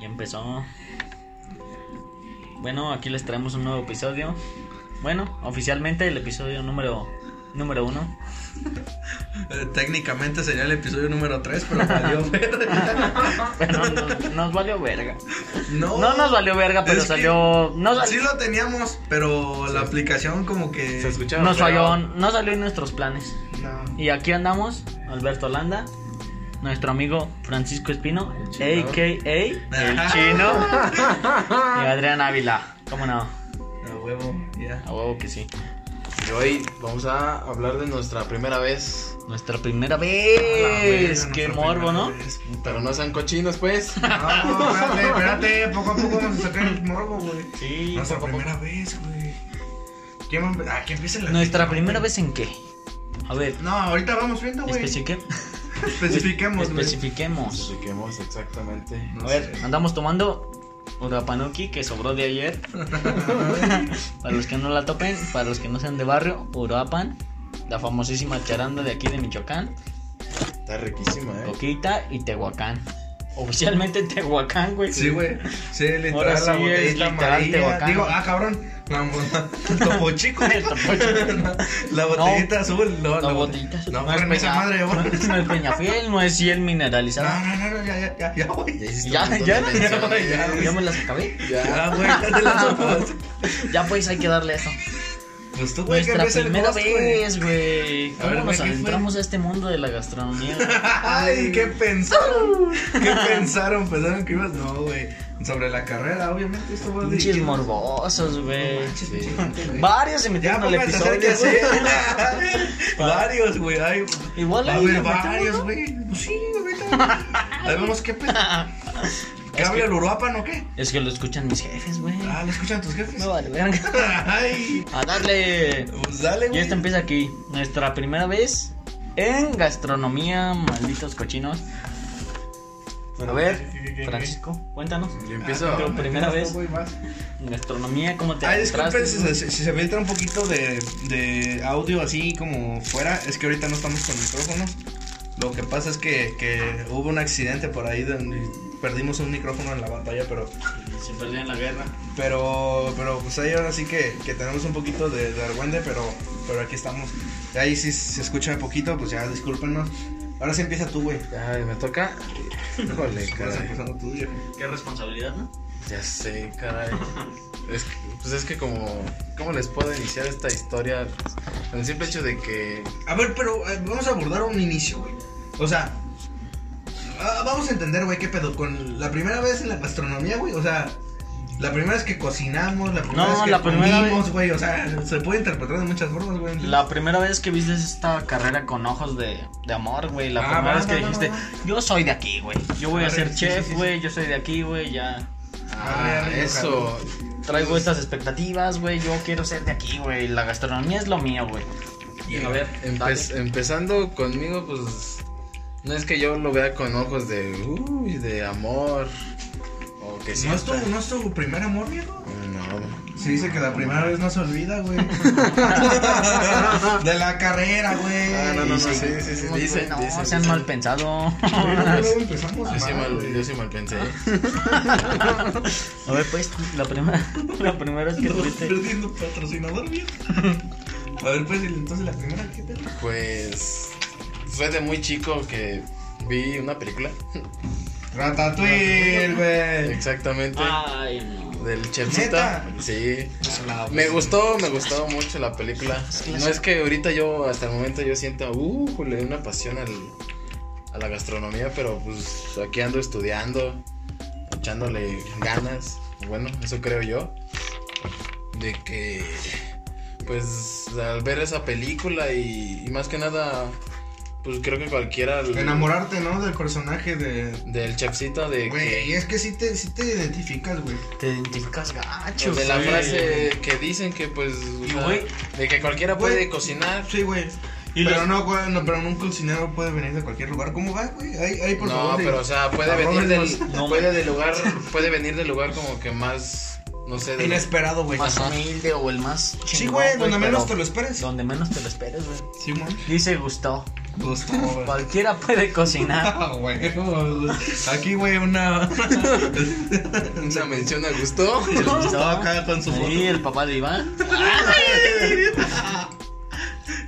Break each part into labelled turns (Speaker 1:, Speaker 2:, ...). Speaker 1: Ya empezó. Bueno, aquí les traemos un nuevo episodio. Bueno, oficialmente el episodio número número uno.
Speaker 2: Eh, Técnicamente sería el episodio número 3, pero valió verga.
Speaker 1: Pero nos, nos valió verga.
Speaker 2: No,
Speaker 1: No nos valió verga, pero
Speaker 2: Es que
Speaker 1: salió. No sal-
Speaker 2: Sí lo teníamos, pero la aplicación como que.
Speaker 3: Se escuchaba.
Speaker 1: nos
Speaker 3: feo.
Speaker 1: falló, no salió en nuestros planes.
Speaker 2: No.
Speaker 1: Y aquí andamos, Alberto Landa, nuestro amigo Francisco Espino,
Speaker 3: El chino.
Speaker 1: a.k.a. el chino, y Adrián Ávila. ¿Cómo no?
Speaker 2: A huevo, ya.
Speaker 1: A huevo que sí.
Speaker 3: Y hoy vamos a hablar de nuestra primera vez.
Speaker 1: Nuestra primera
Speaker 2: La verga,
Speaker 1: vez.
Speaker 2: nuestra
Speaker 1: Qué
Speaker 2: primera
Speaker 1: morbo, ¿no?
Speaker 2: vez.
Speaker 3: Pero no sean cochinos, pues.
Speaker 2: No, espérate, espérate, poco a poco vamos a sacar el morbo, güey.
Speaker 1: Sí,
Speaker 2: Nuestra
Speaker 1: poco a poco.
Speaker 2: primera vez, güey. ¿Quién va a empe- ah, que empiece la
Speaker 1: ¿Nuestra
Speaker 2: gente,
Speaker 1: primera
Speaker 2: güey.
Speaker 1: vez en qué? A ver,
Speaker 2: No, ahorita vamos viendo, güey.
Speaker 1: especifique-
Speaker 2: Especifiquemos, güey.
Speaker 1: especifiquemos.
Speaker 3: Expliquemos exactamente.
Speaker 2: No
Speaker 1: A ver,
Speaker 2: sé.
Speaker 1: andamos tomando Urapanuki que sobró de ayer. para los que no la topen, para los que no sean de barrio, Urapan, la famosísima charanda de aquí de Michoacán,
Speaker 3: Está riquísima, eh.
Speaker 1: Coquita y Tehuacán. Oficialmente Tehuacán, güey.
Speaker 2: Sí, güey. Sí, literal,
Speaker 1: Ahora
Speaker 2: la
Speaker 1: sí es
Speaker 2: botellita
Speaker 1: literal
Speaker 2: amarilla.
Speaker 1: Tehuacán.
Speaker 2: Digo, ah, cabrón. La, la- topo chico.
Speaker 1: El Topo Chico.
Speaker 2: la botellita azul. No,
Speaker 1: La
Speaker 2: la
Speaker 1: botellita
Speaker 2: No,
Speaker 1: es
Speaker 2: no esa
Speaker 1: Peña-
Speaker 2: madre,
Speaker 1: no,
Speaker 2: güey.
Speaker 1: es- no es Peñafiel, no es Ciel
Speaker 2: No,
Speaker 1: mineralizada.
Speaker 2: no, no, no, ya, ya, ya, ya, güey.
Speaker 3: Ya hiciste un
Speaker 1: Ya,
Speaker 3: montón
Speaker 1: ya,
Speaker 3: de
Speaker 1: ya,
Speaker 3: menciones.
Speaker 2: güey, ya, güey.
Speaker 1: ya me las acabé.
Speaker 3: Ya.
Speaker 2: Ya, güey, ya te la topas.
Speaker 1: Ya pues hay que darle eso.
Speaker 2: Pues tú, güey, que
Speaker 1: Nuestra
Speaker 2: empieza el
Speaker 1: primera
Speaker 2: host, güey.
Speaker 1: vez, güey.
Speaker 2: A ver,
Speaker 1: ¿Cómo
Speaker 2: güey,
Speaker 1: nos
Speaker 2: ¿qué fue?
Speaker 1: adentramos a este mundo de la gastronomía?
Speaker 2: Ay, ¿qué pensaron? ¿Qué pensaron? ¿Pensaron que ibas? No, güey. Sobre la carrera, obviamente, esto va
Speaker 1: Pinches
Speaker 2: dirigido.
Speaker 1: morbosos, güey.
Speaker 2: Manches,
Speaker 3: Sí.
Speaker 2: pinche güey.
Speaker 1: Varios se
Speaker 2: Ya,
Speaker 1: metieron al
Speaker 2: pónganse a hacer que
Speaker 1: episodio.
Speaker 2: hacer.
Speaker 1: güey.
Speaker 2: Varios, güey. ay,
Speaker 1: Igual
Speaker 2: Va a
Speaker 1: ahí
Speaker 2: haber
Speaker 1: nos metemos,
Speaker 2: varios,
Speaker 1: ¿no?
Speaker 2: güey. Pues sí, ahorita. Ahí vemos qué pedo. ¿Que
Speaker 1: Es
Speaker 2: hable
Speaker 1: que-
Speaker 2: el Uruapan o qué?
Speaker 1: Es que lo escuchan mis jefes, güey.
Speaker 2: Ah, ¿lo escuchan tus jefes?
Speaker 1: No vale, verga.
Speaker 2: Ay,
Speaker 1: A darle.
Speaker 2: pues dale,
Speaker 1: Y
Speaker 2: güey.
Speaker 1: esto empieza aquí. Nuestra primera vez en gastronomía, malditos cochinos. A ver,
Speaker 2: ¿Qué, qué, qué, qué?
Speaker 1: Francisco, cuéntanos.
Speaker 3: Yo
Speaker 2: Ah,
Speaker 3: empiezo.
Speaker 2: no,
Speaker 1: tu
Speaker 2: me
Speaker 1: primera
Speaker 2: quedas
Speaker 1: vez.
Speaker 2: tú, güey, vas.
Speaker 1: En gastronomía, ¿cómo te
Speaker 2: Ay, disculpen si,
Speaker 1: adentraste?
Speaker 2: se- si se filtra un poquito de, de audio así como fuera. Es que ahorita no estamos con micrófono. Lo que pasa es que, que hubo un accidente por ahí donde perdimos un micrófono en la batalla, pero
Speaker 1: Se perdió en la guerra.
Speaker 2: Pero, pero pues ahí ahora sí que, que tenemos un poquito de, de argüende, pero, pero aquí estamos. Ahí sí se escucha poquito, pues ya discúlpenos. Ahora sí empieza tú, güey.
Speaker 3: Ay, me toca.
Speaker 1: Pues,
Speaker 3: Híjole,
Speaker 2: Vas
Speaker 3: caray.
Speaker 2: empezando tú, viejo.
Speaker 1: Qué responsabilidad, ¿no?
Speaker 3: Ya sé, caray. Es que- pues es que como. ¿Cómo les puedo iniciar esta historia? Con el simple hecho de que.
Speaker 2: A ver, pero eh, vamos a abordar un inicio, güey. O sea, ah, vamos a entender, güey, qué pedo. Con la primera vez en la gastronomía, güey, o sea, la primera vez que cocinamos, la primera
Speaker 1: No,
Speaker 2: vez que
Speaker 1: la primera
Speaker 2: comimos,
Speaker 1: vez-
Speaker 2: güey. O sea, se puede interpretar de muchas formas, güey.
Speaker 1: La primera vez que viste esta carrera con ojos de, de amor, güey. La
Speaker 2: Ah,
Speaker 1: primera
Speaker 2: va,
Speaker 1: vez que
Speaker 2: va, va,
Speaker 1: dijiste,
Speaker 2: va.
Speaker 1: yo soy de aquí, güey. Yo voy a
Speaker 2: Arre,
Speaker 1: ser
Speaker 2: sí, sí,
Speaker 1: chef,
Speaker 2: sí,
Speaker 1: güey. Yo soy de aquí, güey. Ya
Speaker 3: Ah,
Speaker 2: arre,
Speaker 3: eso.
Speaker 1: traigo estas expectativas, güey. Yo quiero ser de aquí, güey. La gastronomía es lo mío, güey.
Speaker 2: Y
Speaker 1: A ver,
Speaker 3: Empe-
Speaker 1: dale.
Speaker 3: empezando conmigo, pues no es que yo lo vea con ojos de uy, de amor o que
Speaker 2: ¿No
Speaker 3: sienta-
Speaker 2: es, tu, ¿No es tu primer amor, viejo?
Speaker 3: No.
Speaker 2: Se dice que la primera vez no se olvida, güey. De la carrera, güey.
Speaker 3: Ah, no, no, no, sí, sí, sí,
Speaker 1: No,
Speaker 3: dicen,
Speaker 1: no,
Speaker 3: dicen,
Speaker 1: sean
Speaker 3: dicen.
Speaker 1: mal pensado.
Speaker 2: Mira, luego empezamos
Speaker 3: Yo sí
Speaker 2: mal,
Speaker 3: mal,
Speaker 2: güey.
Speaker 3: yo sí mal pensé.
Speaker 1: A ver, pues, la primera, la primera vez que
Speaker 2: Estamos
Speaker 1: tuviste.
Speaker 2: perdiendo patrocinador, bien. A ver, pues, entonces la primera que te...
Speaker 3: Pues fue de muy chico que vi una película.
Speaker 2: Ratatouille, güey.
Speaker 3: Exactamente.
Speaker 1: Ay, no.
Speaker 3: Del chefcita.
Speaker 2: Ah. ¿Neta?
Speaker 3: Sí.
Speaker 2: La-
Speaker 3: Me gustó, me gustó mucho la película.
Speaker 1: Es que la-
Speaker 3: No es que ahorita yo, hasta el momento, yo sienta, uh, jule, una pasión al, a la gastronomía, pero pues aquí ando estudiando, echándole ganas. Bueno, eso creo yo. De que, pues al ver esa película y, y más que nada, pues creo que cualquiera. el-
Speaker 2: Enamorarte, ¿no? Del personaje de...
Speaker 3: Del chefcita, de
Speaker 2: Güey, y
Speaker 3: que.
Speaker 2: es que sí te, sí te identificas, güey.
Speaker 1: Te identificas gacho,
Speaker 3: pues, de la
Speaker 1: güey.
Speaker 3: frase que dicen que, pues. o
Speaker 1: Y,
Speaker 3: sea,
Speaker 1: güey,
Speaker 3: de que cualquiera
Speaker 2: güey,
Speaker 3: puede cocinar.
Speaker 2: Sí, güey.
Speaker 1: Y
Speaker 2: Pero
Speaker 1: los-
Speaker 2: no, güey, no, pero un cocinero puede venir de cualquier lugar. ¿Cómo va, güey? Ahí, ahí, por
Speaker 3: no,
Speaker 2: favor.
Speaker 3: pero o sea, puede
Speaker 2: Arroba
Speaker 3: venir
Speaker 2: más.
Speaker 3: del
Speaker 1: No,
Speaker 3: puede del lugar, puede venir del lugar como que más no sé, de
Speaker 2: Inesperado, güey.
Speaker 1: más
Speaker 2: Ajá.
Speaker 1: humilde o el más chingón.
Speaker 2: Sí, güey, donde
Speaker 1: pero
Speaker 2: menos te lo esperes.
Speaker 1: Donde menos te lo esperes, güey.
Speaker 2: Sí, güey.
Speaker 1: Dice Gustavo.
Speaker 2: Gusto, güey.
Speaker 1: Cualquiera puede cocinar.
Speaker 2: Ah, güey. Aquí, güey, una.
Speaker 3: una mención a gusto.
Speaker 2: Gustavo acá con su foto.
Speaker 1: Sí, el papá de Iván.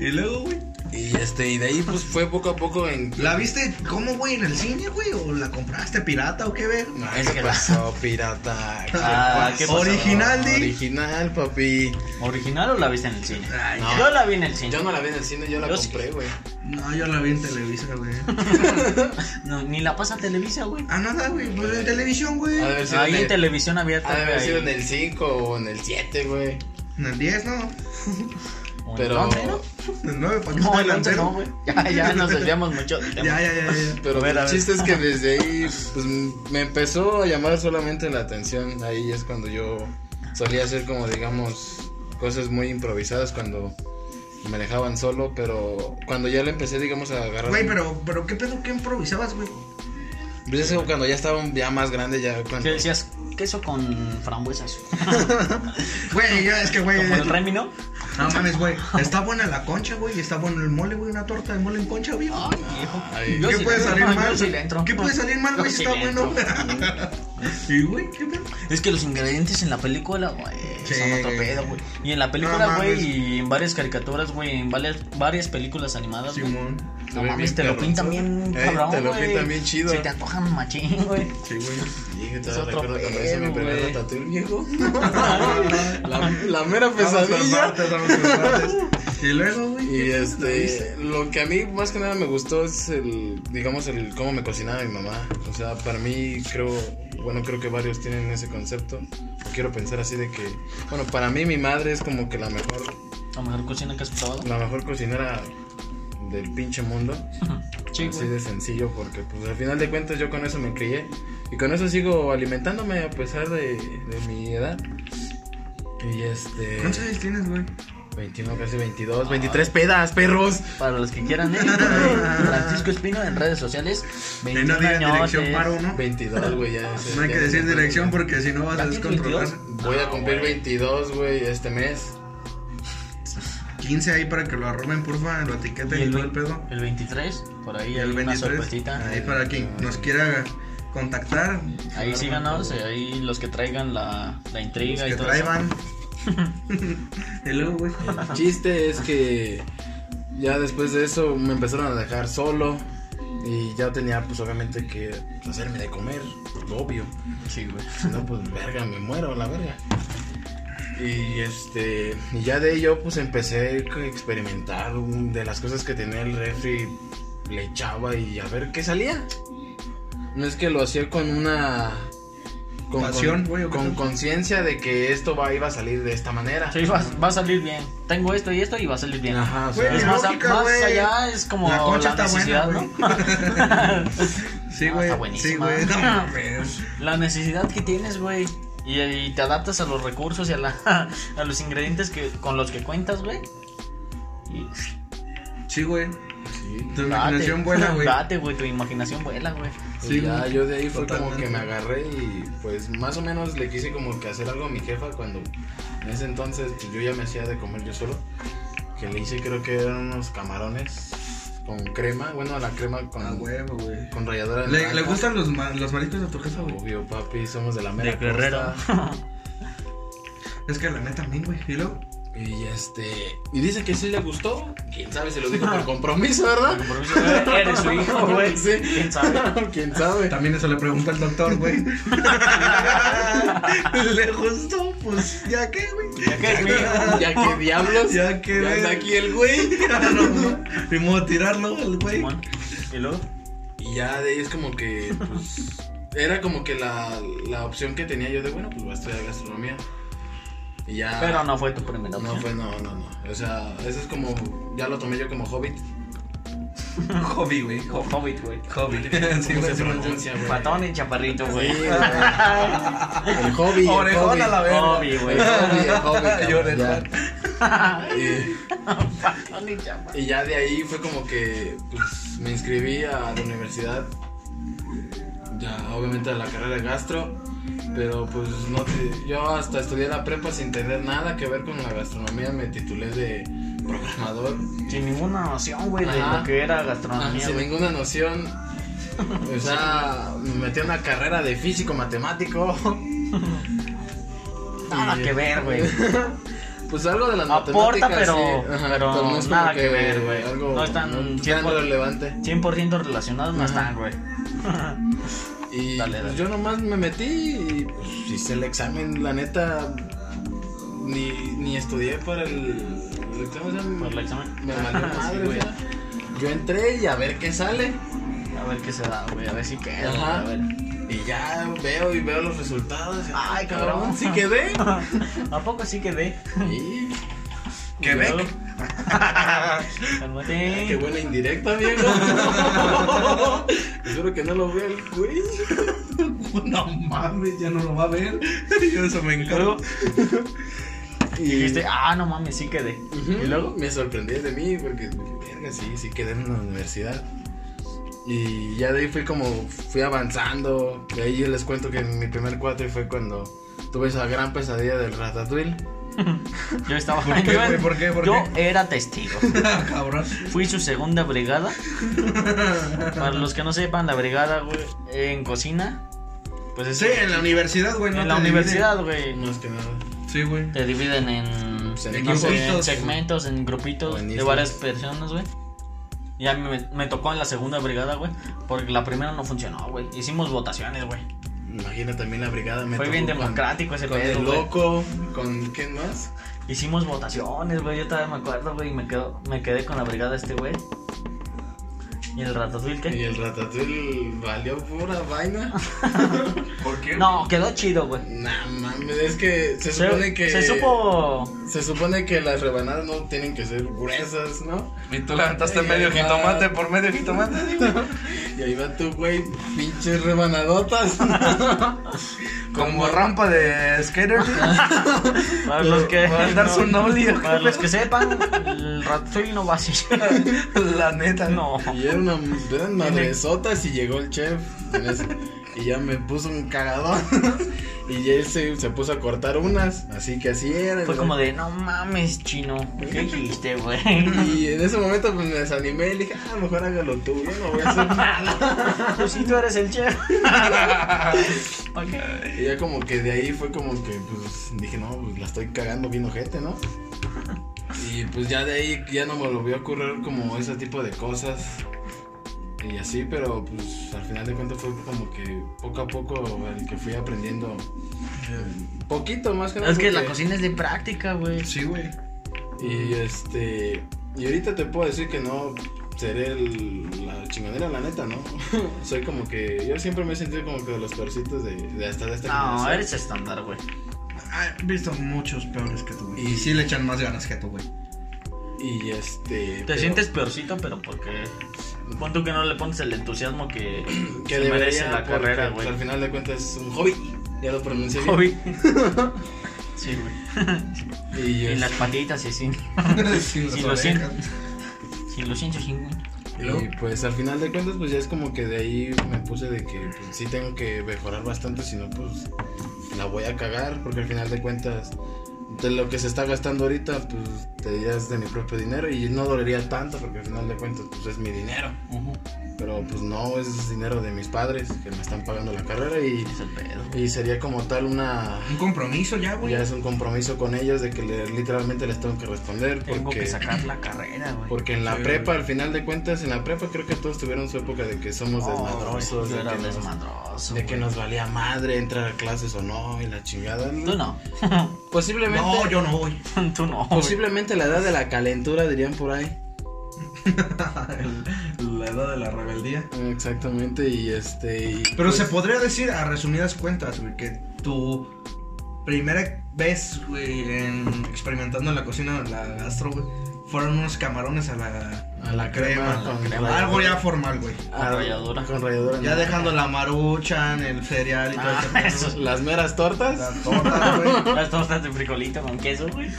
Speaker 2: Y luego, güey.
Speaker 3: Y este, y de ahí pues fue poco a poco en.
Speaker 2: ¿La viste cómo, güey? ¿En el cine, güey? ¿O la compraste pirata o qué ver?
Speaker 3: No,
Speaker 1: Es
Speaker 3: ¿qué
Speaker 1: que la-
Speaker 3: pasó, pirata? ¿Qué
Speaker 1: Ah,
Speaker 3: pasó?
Speaker 1: ¿qué pasó?
Speaker 2: Original, di.
Speaker 3: Original, papi.
Speaker 1: ¿Original o la viste en el cine?
Speaker 2: Ay,
Speaker 3: No.
Speaker 1: Yo la vi en el cine.
Speaker 3: Yo no la vi en el cine, yo la
Speaker 1: Yo sí.
Speaker 3: compré, güey.
Speaker 2: No, yo la vi en Televisa, güey.
Speaker 1: No, ni la pasa Televisa, güey.
Speaker 2: Ah, nada, güey. Pues en televisión, güey.
Speaker 3: Ha de haber sido
Speaker 1: Ahí
Speaker 3: en
Speaker 1: en
Speaker 3: el-
Speaker 1: televisión abierta.
Speaker 3: ha de haber
Speaker 1: güey.
Speaker 3: sido en el 5 o en el 7, güey.
Speaker 2: En el 10, ¿no?
Speaker 1: ¿O en el
Speaker 3: Pero.
Speaker 1: once, ¿no?
Speaker 2: En el 9, para
Speaker 1: No,
Speaker 2: no,
Speaker 1: el once no,
Speaker 2: delantero.
Speaker 1: güey. Ya, ya nos desviamos mucho. del
Speaker 2: Ya,
Speaker 1: tema.
Speaker 2: ya, ya, ya.
Speaker 3: Pero
Speaker 1: A ver, a
Speaker 3: el
Speaker 1: ver.
Speaker 3: chiste es que desde ahí pues, m- me empezó a llamar solamente la atención. Ahí es cuando yo solía hacer como digamos cosas muy improvisadas cuando me dejaban solo, pero cuando ya le empecé digamos a agarrar...
Speaker 2: Güey, pero, pero ¿qué pedo que improvisabas, güey?
Speaker 3: Pues eso cuando ya estaba ya más grande, ya cuando...
Speaker 1: Que decías queso con frambuesas.
Speaker 2: Güey, ya es que, güey.
Speaker 1: Como el Remy, ¿no?
Speaker 2: No mames, güey. Está buena la concha, güey. y Está bueno el mole, güey. Una torta de mole en concha, güey.
Speaker 1: Ay, viejo.
Speaker 3: Ay,
Speaker 1: Ah, Yo
Speaker 2: ¿Qué
Speaker 1: sí
Speaker 2: puede
Speaker 1: le-
Speaker 2: salir
Speaker 1: yo
Speaker 2: mal?
Speaker 1: sí
Speaker 2: güey?
Speaker 1: le entro.
Speaker 2: ¿Qué puede salir mal,
Speaker 1: Yo
Speaker 2: güey?
Speaker 1: sí
Speaker 2: Si está
Speaker 1: le
Speaker 2: bueno. Sí, güey, qué pedo.
Speaker 1: Es que los ingredientes en la película, güey,
Speaker 2: Sí,
Speaker 1: son otro
Speaker 2: güey.
Speaker 1: pedo, güey. Y en la
Speaker 2: No
Speaker 1: película, güey,
Speaker 2: mames.
Speaker 1: y en varias caricaturas, güey, en varias, varias películas animadas, güey.
Speaker 2: Simón.
Speaker 1: No mames, te lo pintan bien,
Speaker 3: Eh,
Speaker 1: cabrón,
Speaker 3: te lo
Speaker 1: güey.
Speaker 3: pintan bien chido.
Speaker 1: Se te antojan machín, güey.
Speaker 2: Sí, güey.
Speaker 3: Dije, te
Speaker 1: Es
Speaker 3: lo
Speaker 1: otro
Speaker 3: recuerdo cuando
Speaker 1: pedo,
Speaker 3: hice mi primer
Speaker 1: güey.
Speaker 3: ratatouille, viejo.
Speaker 1: Ah,
Speaker 3: la, la mera
Speaker 2: Vamos por
Speaker 3: pesadilla.
Speaker 2: Ah, partes, vamos por partes. Y luego, güey.
Speaker 3: Y
Speaker 2: ¿qué pedo?
Speaker 3: este, lo que a mí más que nada me gustó es el, digamos, el cómo me cocinaba mi mamá. O sea, para mí creo, bueno, creo que varios tienen ese concepto. O quiero pensar así de que, bueno, para mí mi madre es como que la mejor,
Speaker 1: La mejor cocina que has probado.
Speaker 3: la mejor cocinera del pinche mundo.
Speaker 1: Sí,
Speaker 3: así
Speaker 1: güey.
Speaker 3: de sencillo, porque pues al final de cuentas yo con eso me crié. Y con eso sigo alimentándome a pesar de, de mi edad. Y este...
Speaker 2: ¿Cuántos años tienes, güey?
Speaker 3: 21, casi 22, 23 pedas, perros.
Speaker 1: Para los que quieran ir, Francisco Espino en redes sociales.
Speaker 2: Que no
Speaker 1: 21
Speaker 2: digan dirección
Speaker 1: añotes.
Speaker 2: paro, ¿no?
Speaker 3: 22, güey, ya.
Speaker 2: No hay que decir dirección porque si no vas
Speaker 1: ¿Ya
Speaker 2: a
Speaker 1: tienes
Speaker 2: descontrolar.
Speaker 1: 22?
Speaker 3: Voy a cumplir
Speaker 1: Ah, güey.
Speaker 3: 22, güey, este mes.
Speaker 2: 15 ahí para que lo arroben, porfa, lo etiqueten
Speaker 1: Y
Speaker 2: y,
Speaker 1: el,
Speaker 2: todo el pedo.
Speaker 1: el 23, por ahí
Speaker 2: Y
Speaker 1: hay
Speaker 2: el
Speaker 1: una
Speaker 2: 23,
Speaker 1: sorpresita.
Speaker 2: ahí para quien nos quiera contactar.
Speaker 1: Ahí síganos, eh, ahí los que traigan la, la intriga
Speaker 2: Que
Speaker 1: y todo eso.
Speaker 2: traigan. y luego, güey.
Speaker 3: El chiste es que ya después de eso me empezaron a dejar solo. Y ya tenía, pues obviamente, que hacerme de comer, pues, obvio.
Speaker 1: Sí, güey.
Speaker 3: Si no, pues verga, me muero, la verga. Y este, y ya de ello, pues empecé a experimentar un- de las cosas que tenía el refri, le echaba y a ver qué salía. No es que lo hacía con una. Con,
Speaker 2: Pasión,
Speaker 3: con-
Speaker 2: güey, ¿o qué
Speaker 3: con
Speaker 2: tal?
Speaker 3: conciencia de que esto va, iba a salir de esta manera.
Speaker 1: Sí, va, va a salir bien. Tengo esto y esto y va a salir bien.
Speaker 3: Ajá, o
Speaker 2: Güey,
Speaker 1: Es
Speaker 3: sea,
Speaker 1: más,
Speaker 2: lógica,
Speaker 1: más
Speaker 2: güey.
Speaker 1: allá es como
Speaker 2: La
Speaker 1: la,
Speaker 2: concha está buena,
Speaker 1: necesidad,
Speaker 2: Sí,
Speaker 1: Ah,
Speaker 2: güey.
Speaker 1: está
Speaker 2: sí,
Speaker 1: buenísima.
Speaker 2: güey. No mames.
Speaker 1: ¿no? la necesidad que tienes, güey. Y, y te adaptas a los recursos y a, la, a los ingredientes que, con los que cuentas, güey. Y
Speaker 2: Sí, güey.
Speaker 3: sí.
Speaker 1: date.
Speaker 2: Tu imaginación buena, güey.
Speaker 1: Date, güey, tu imaginación vuela, güey.
Speaker 3: Y
Speaker 2: Sí,
Speaker 3: ya
Speaker 2: güey.
Speaker 3: yo de ahí fue como
Speaker 2: Totalmente.
Speaker 3: que me agarré y pues más o menos le quise como que hacer algo a mi jefa cuando en ese entonces pues, yo ya me hacía de comer yo solo. Que le hice creo que eran unos camarones con crema, bueno la crema con,
Speaker 2: Ah, huevo, güey.
Speaker 3: con ralladura de
Speaker 2: ¿Le,
Speaker 3: naranja.
Speaker 2: le gustan los, ma- los mariscos a tu jefa, güey?
Speaker 3: Obvio papi, somos de la mera
Speaker 1: De guerrero.
Speaker 3: costa.
Speaker 2: Es que la neta también, güey. ¿Y luego?
Speaker 3: Y este, y dice que sí le gustó, quién sabe se lo dijo por compromiso, ¿verdad?
Speaker 1: Eres su hijo, güey.
Speaker 3: Sí.
Speaker 1: ¿Quién sabe?
Speaker 3: quién sabe.
Speaker 2: También eso le pregunta el doctor, güey. le gustó, pues, ¿ya qué, güey?
Speaker 1: Ya que es mi hijo.
Speaker 3: Ya que diablos.
Speaker 2: Ya que-
Speaker 3: Ya está aquí el güey.
Speaker 2: Ni modo de tirarlo, el güey.
Speaker 1: Simón. Y luego,
Speaker 3: Y ya de ahí es como que, pues, era como que la, la opción que tenía yo de, bueno, pues voy a estudiar gastronomía. Y ya...
Speaker 1: pero no fue tu primera
Speaker 3: No,
Speaker 1: opción.
Speaker 3: pues no, no, no. O sea, eso es como, ya lo tomé yo como hobbit.
Speaker 2: Hobby, güey.
Speaker 1: O Hobbit, güey.
Speaker 2: Hobby. Sí,
Speaker 3: ¿Cómo
Speaker 2: güey,
Speaker 3: se
Speaker 2: sí, güey.
Speaker 3: pronuncia, güey?
Speaker 1: Patón y chaparrito,
Speaker 3: Sí,
Speaker 1: güey.
Speaker 3: güey. El hobby. el
Speaker 2: Orejón
Speaker 3: hobby.
Speaker 2: a la verga.
Speaker 1: Hobby, güey.
Speaker 3: El hobby, el hobby,
Speaker 2: Y
Speaker 3: cabrón, ya.
Speaker 2: orejón.
Speaker 3: Y-
Speaker 1: Patón y chaparrito.
Speaker 3: Y ya de ahí fue como que pues, me inscribí a la universidad, ya obviamente a la carrera de gastro. Pero pues no te- yo hasta estudié la prepa sin tener nada que ver con la gastronomía, me titulé de programador.
Speaker 1: Sin ninguna noción, güey, de
Speaker 3: Ajá.
Speaker 1: lo que era
Speaker 3: Ah,
Speaker 1: gastronomía,
Speaker 3: sin
Speaker 1: güey.
Speaker 3: ninguna noción. O sea, me metí a una carrera de físico matemático.
Speaker 1: Nada que ver, güey.
Speaker 3: Pues algo de las
Speaker 1: Aporta,
Speaker 3: matemáticas.
Speaker 1: pero-
Speaker 3: sí.
Speaker 1: pero
Speaker 3: es como
Speaker 1: nada que ver, güey.
Speaker 3: Algo
Speaker 1: No es tan
Speaker 3: tan
Speaker 1: tiempo-
Speaker 3: relevante.
Speaker 1: 100% relacionados no
Speaker 3: Ajá.
Speaker 1: están, güey.
Speaker 3: Y
Speaker 1: Dale,
Speaker 3: pues,
Speaker 1: dale.
Speaker 3: yo nomás me metí y pues, hice el examen, la neta. Ni, ni estudié para el, el examen. o sea,
Speaker 1: Por el examen. Ah,
Speaker 3: Me valió
Speaker 1: Sí,
Speaker 3: madre,
Speaker 1: güey.
Speaker 3: o sea, Yo entré y a ver qué sale.
Speaker 1: A ver qué se da, güey. A ver si queda. güey,
Speaker 3: Ajá.
Speaker 1: Ah, A ver.
Speaker 3: Y ya veo y veo los resultados. y,
Speaker 1: Ay,
Speaker 3: Ay,
Speaker 1: cabrón.
Speaker 3: cabrón, sí quedé.
Speaker 1: ¿A poco sí quedé?
Speaker 3: Y-
Speaker 2: Quebec. Ah,
Speaker 1: Cálmate.
Speaker 3: Qué buena indirecta, viejo. Espero que no lo vea el güey.
Speaker 2: No mames, ya no lo va a ver. Yo eso me
Speaker 1: Y luego
Speaker 2: encargo.
Speaker 3: Y
Speaker 1: dijiste, ah, no mames, sí quedé.
Speaker 3: Ujú.
Speaker 1: Y luego,
Speaker 3: me sorprendí de mí porque, verga, sí, sí quedé en la universidad. Y ya de ahí fui como, fui avanzando. De ahí yo les cuento que mi primer cuatro fue cuando tuve esa gran pesadilla del ratatouille.
Speaker 1: yo estaba.
Speaker 2: ¿Por qué, güey? ¿Por qué? ¿Por
Speaker 1: yo
Speaker 2: qué?
Speaker 1: era testigo.
Speaker 2: Ah, cabrón.
Speaker 1: Fui su segunda brigada. Para los que no sepan, la brigada, güey, en cocina. Pues es
Speaker 2: Sí, en la universidad, güey. no
Speaker 1: en la
Speaker 2: te
Speaker 1: universidad, güey.
Speaker 3: Más que nada.
Speaker 2: dividen. Sí, güey.
Speaker 1: Te dividen en,
Speaker 3: Pues En
Speaker 1: no sé, en
Speaker 2: grupitos.
Speaker 1: segmentos, en grupitos
Speaker 3: O en
Speaker 1: de
Speaker 3: islas.
Speaker 1: varias personas, güey. Y a mí me, me tocó en la segunda brigada, güey. Porque la primera no funcionó, güey. Hicimos votaciones, güey.
Speaker 3: Imagina también la brigada. me
Speaker 1: Fue
Speaker 3: tocó
Speaker 1: bien
Speaker 3: con-
Speaker 1: democrático ese
Speaker 3: Con
Speaker 1: pedo,
Speaker 3: el
Speaker 1: güey.
Speaker 3: loco, con quién más.
Speaker 1: Hicimos votaciones, güey. Yo todavía me acuerdo, güey. Y me, quedo, me quedé con la brigada este, güey. Y el ratatouille,
Speaker 3: Y
Speaker 1: ¿qué?
Speaker 3: el ratatouille valió pura vaina.
Speaker 2: ¿Por qué?
Speaker 1: No, quedó chido, güey.
Speaker 3: Nah, mames, es que se supone que.
Speaker 1: se supo.
Speaker 3: Se supone que las rebanadas no tienen que ser gruesas, ¿no?
Speaker 2: Y tú levantaste
Speaker 3: Ay,
Speaker 2: medio
Speaker 3: ay,
Speaker 2: jitomate
Speaker 3: ay.
Speaker 2: por medio jitomate.
Speaker 3: Y ahí va tu güey, pinches rebanadotas.
Speaker 2: Como rampa de skater.
Speaker 1: Para los que.
Speaker 2: Va a andar su noli, ¿o qué?
Speaker 1: Para los que sepan, el ratatouille no va así.
Speaker 2: la neta.
Speaker 1: No.
Speaker 3: Y era una, eran madresotas y llegó el chef. en ese- y ya me puso un cagadón. y ya él se, se puso a cortar unas. Así que así era.
Speaker 1: Fue
Speaker 3: ¿no?
Speaker 1: como de, no mames, chino. ¿Qué dijiste, güey?
Speaker 3: Y en ese momento pues me desanimé y le dije, ah, mejor hágalo tú, yo no voy a hacer nada.
Speaker 1: Pues sí, tú eres el chef. ¿Para qué?
Speaker 3: Y ya como que de ahí fue como que pues dije, no, pues la estoy cagando bien ojete, ¿no? Y pues ya de ahí ya no me volvió a ocurrir como ese tipo de cosas. Y así, pero pues al final de cuentas fue como que poco a poco el que fui aprendiendo. eh, Poquito más que nada.
Speaker 1: Es que la
Speaker 3: porque-
Speaker 1: cocina es de práctica, güey.
Speaker 2: Sí, güey.
Speaker 3: Y este. Y ahorita te puedo decir que no seré el- la chingadera, la neta, ¿no? Soy como que. Yo siempre me he sentido como que de los peorcitos de, de hasta de esta
Speaker 1: No,
Speaker 3: generación.
Speaker 1: eres estándar, güey.
Speaker 2: Ah, He visto muchos peores que tú, güey.
Speaker 3: Y
Speaker 2: Y sí le echan más ganas que tú, güey.
Speaker 3: Y este.
Speaker 1: Te sientes peorcito, pero porque. Pon tú que no le pones el entusiasmo que,
Speaker 3: que
Speaker 1: se
Speaker 3: debería,
Speaker 1: merece la
Speaker 3: porque,
Speaker 1: carrera,
Speaker 3: pues,
Speaker 1: güey.
Speaker 3: al final de cuentas es un hobby. Ya lo pronuncié bien.
Speaker 1: Hobby. sí, güey.
Speaker 3: Y,
Speaker 1: Y
Speaker 3: este,
Speaker 1: las patitas y sin,
Speaker 2: sin
Speaker 1: Sí, lo siento. sin los hinchos, sin, güey.
Speaker 3: y, pues al final de cuentas, pues ya es como que de ahí me puse de que pues, sí tengo que mejorar bastante, si no, pues la voy a cagar, porque al final de cuentas, de lo que se está gastando ahorita, pues te dirás de mi propio dinero y no dolería tanto, porque al final de cuentas, pues es mi dinero. Pero pues no, es dinero de mis padres que me están pagando la carrera y,
Speaker 1: Es el pedo.
Speaker 3: y sería como tal una.
Speaker 2: Un compromiso ya, güey.
Speaker 3: Ya es un compromiso con ellos de que le- literalmente les tengo que responder.
Speaker 1: Tengo
Speaker 3: porque...
Speaker 1: que sacar la carrera, güey.
Speaker 3: Porque en la
Speaker 2: Sí,
Speaker 3: prepa,
Speaker 2: güey.
Speaker 3: al final de cuentas, en la prepa creo que todos tuvieron su época de que somos
Speaker 1: Oh,
Speaker 3: desmadrosos,
Speaker 1: Yo
Speaker 3: de
Speaker 1: era
Speaker 3: que, nos,
Speaker 1: desmadroso.
Speaker 3: de que
Speaker 1: güey.
Speaker 3: nos valía madre entrar a clases o no, y la chingada.
Speaker 1: Tú no.
Speaker 3: Posiblemente,
Speaker 2: No, yo no voy.
Speaker 1: Tú no. güey.
Speaker 3: Pues posiblemente la edad de la calentura, dirían por ahí.
Speaker 2: la edad de la rebeldía.
Speaker 3: Exactamente, y este. y
Speaker 2: Pero
Speaker 3: pues,
Speaker 2: se podría decir, a resumidas cuentas, güey, que tu primera vez, güey, en- experimentando en la cocina, en la gastro, güey, fueron unos camarones a la,
Speaker 3: A la crema,
Speaker 1: crema,
Speaker 3: con
Speaker 1: la crema.
Speaker 2: Algo ya formal, güey.
Speaker 3: a-
Speaker 1: Ralladura.
Speaker 3: Con ralladura.
Speaker 2: Ya
Speaker 3: ¿no?
Speaker 2: dejando la maruchan, el cereal y todo
Speaker 1: Ah,
Speaker 2: ese pedo.
Speaker 1: eso.
Speaker 3: Las meras tortas.
Speaker 2: La torta, güey.
Speaker 1: Las tortas de fricolito con queso, güey.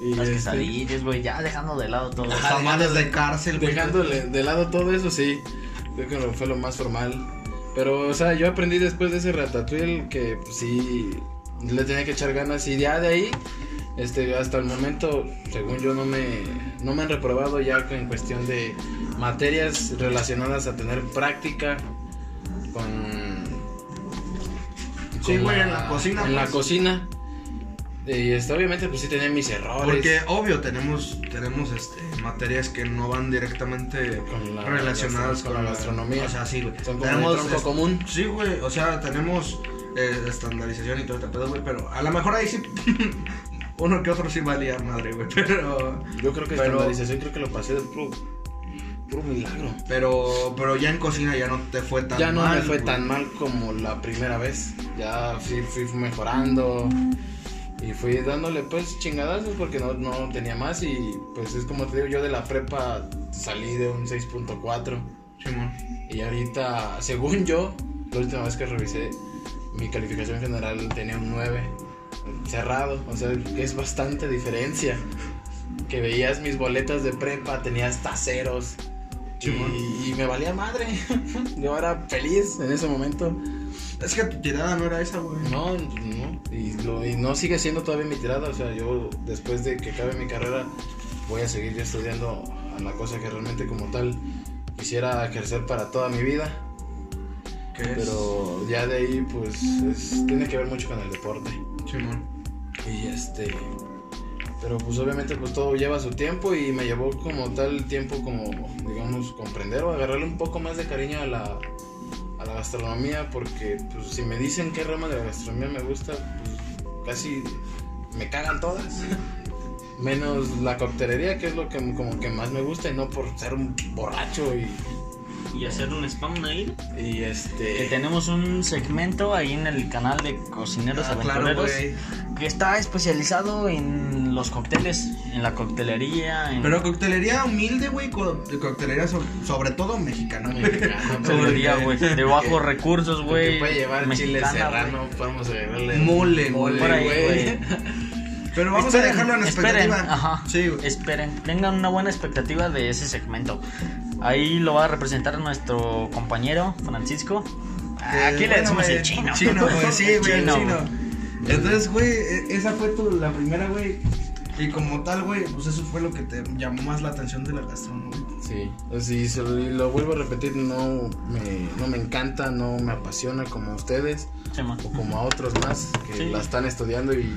Speaker 3: y
Speaker 1: Las
Speaker 3: este,
Speaker 1: quesadillas, güey. Ya dejando de lado todo.
Speaker 2: Los tamales de cárcel, güey.
Speaker 3: Dejándole de lado todo eso, sí. Creo que lo- fue lo más formal. Pero, o sea, yo aprendí después de ese ratatouille que pues, sí le tenía que echar ganas y ya de ahí, este, hasta el momento, según yo, no me, no me han reprobado ya en cuestión de materias relacionadas a tener práctica con...
Speaker 2: Sí,
Speaker 3: con
Speaker 2: güey, en la cocina,
Speaker 3: En la
Speaker 2: pues.
Speaker 3: cocina. Y este, obviamente, pues sí tenía mis errores.
Speaker 2: Porque obvio tenemos tenemos este materias que no van directamente
Speaker 3: Con la-
Speaker 2: relacionadas
Speaker 3: con la gastronomía.
Speaker 2: O sea, sí, güey. este,
Speaker 3: Son como el tronco
Speaker 2: es-
Speaker 3: común.
Speaker 2: Sí, güey, o sea, tenemos eh, estandarización y todo este pedo, güey, pero a lo mejor ahí sí uno que otro sí valía madre, güey, pero
Speaker 3: Yo creo que
Speaker 2: Pero-
Speaker 3: estandarización creo que lo pasé de puro, puro milagro.
Speaker 2: pero pero ya en cocina ya no te fue tan
Speaker 3: ya no
Speaker 2: mal,
Speaker 3: me fue
Speaker 2: güey.
Speaker 3: tan mal como la primera vez. Ya fui, fui mejorando y fui dándole pues chingadazos porque no, no tenía más y pues es como te digo, yo de la prepa salí de un 6.4
Speaker 2: Simón.
Speaker 3: y ahorita, según yo, la última vez que revisé, mi calificación general tenía un 9 cerrado, o sea, es bastante diferencia. Que veías mis boletas de prepa, tenía hasta ceros. Y,
Speaker 2: Simón.
Speaker 3: y me valía madre. Yo era feliz en ese momento.
Speaker 2: Es que tu tirada no era esa, güey.
Speaker 3: No, no. Y, lo- y no sigue siendo todavía mi tirada. O sea, yo después de que acabe mi carrera voy a seguir yo estudiando a la cosa que realmente como tal quisiera ejercer para toda mi vida.
Speaker 2: que es
Speaker 3: Pero ya de ahí pues es- tiene que ver mucho con el deporte.
Speaker 2: Simón.
Speaker 3: Y este... Pero pues obviamente pues todo lleva su tiempo y me llevó como tal tiempo como digamos comprender o agarrarle un poco más de cariño a la, a la gastronomía porque pues si me dicen qué rama de la gastronomía me gusta pues casi me cagan todas. Menos la coctelería que es lo que como que más me gusta y no por ser un borracho y,
Speaker 1: Y hacer un spam ahí.
Speaker 3: y este...
Speaker 1: Que tenemos un segmento ahí en el canal de cocineros
Speaker 2: Ah, claro,
Speaker 1: aventureros
Speaker 2: güey.
Speaker 1: que está especializado en los cócteles, en la coctelería, en
Speaker 2: Pero coctelería humilde, güey, co- coctelería so- sobre todo mexicana. güey.
Speaker 3: Mexicano,
Speaker 1: coctelería,
Speaker 2: que-
Speaker 1: güey, de bajos
Speaker 3: que-
Speaker 1: recursos,
Speaker 3: Porque
Speaker 1: güey.
Speaker 3: puede llevar chile
Speaker 1: mexicana,
Speaker 3: serrano,
Speaker 1: güey.
Speaker 3: podemos agregarle
Speaker 2: Mole,
Speaker 3: mole,
Speaker 1: Por ahí,
Speaker 3: güey.
Speaker 1: güey.
Speaker 2: Pero vamos
Speaker 1: Esperen,
Speaker 2: a dejarlo en expectativa.
Speaker 1: Esperen, ajá.
Speaker 2: Sí, güey.
Speaker 1: esperen, tengan una buena expectativa de ese segmento. Ahí lo va a representar nuestro compañero Francisco. Ah, Aquí le
Speaker 2: bueno,
Speaker 1: decimos
Speaker 2: güey,
Speaker 1: el chino.
Speaker 2: Chino, güey, sí, güey, el
Speaker 1: Chino, Mm.
Speaker 2: chino.
Speaker 1: güey.
Speaker 2: Entonces, güey, e- esa fue tu, la primera, güey. Y como tal, güey, pues eso fue lo que te llamó más la atención de la gastronomía.
Speaker 3: Sí, así se lo, y lo vuelvo a repetir, no me, no me encanta, no me apasiona como a ustedes
Speaker 1: Sí, ma.
Speaker 3: o como a otros más que
Speaker 1: Sí.
Speaker 3: la están estudiando y,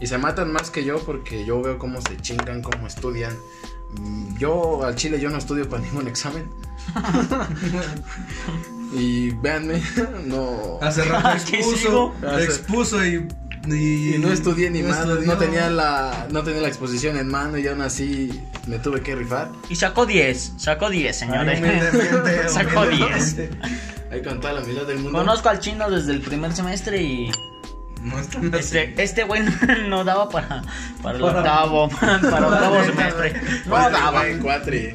Speaker 3: y se matan más que yo porque yo veo cómo se chingan, cómo estudian. Mm, Yo al chile yo no estudio para ningún examen. y véanme, no...
Speaker 2: Hace rato
Speaker 1: Aquí
Speaker 2: expuso,
Speaker 1: Ah, sigo.
Speaker 2: expuso y, y,
Speaker 3: Y no estudié ni más, no
Speaker 2: estudió.
Speaker 3: tenía la no tenía la exposición en mano y aún así me tuve que rifar.
Speaker 1: Y sacó 10, sacó 10,
Speaker 2: Ay,
Speaker 1: señores.
Speaker 2: humildemente,
Speaker 1: sacó 10.
Speaker 2: humildemente.
Speaker 3: Ahí con toda la humildad del mundo.
Speaker 1: Conozco al chino desde el primer semestre y
Speaker 2: No es tan así.
Speaker 1: este este güey no daba para para el
Speaker 2: Para-
Speaker 1: octavo, para octavo semestre.
Speaker 3: No
Speaker 2: Cuatri,
Speaker 3: daba
Speaker 2: güey.
Speaker 3: cuatri.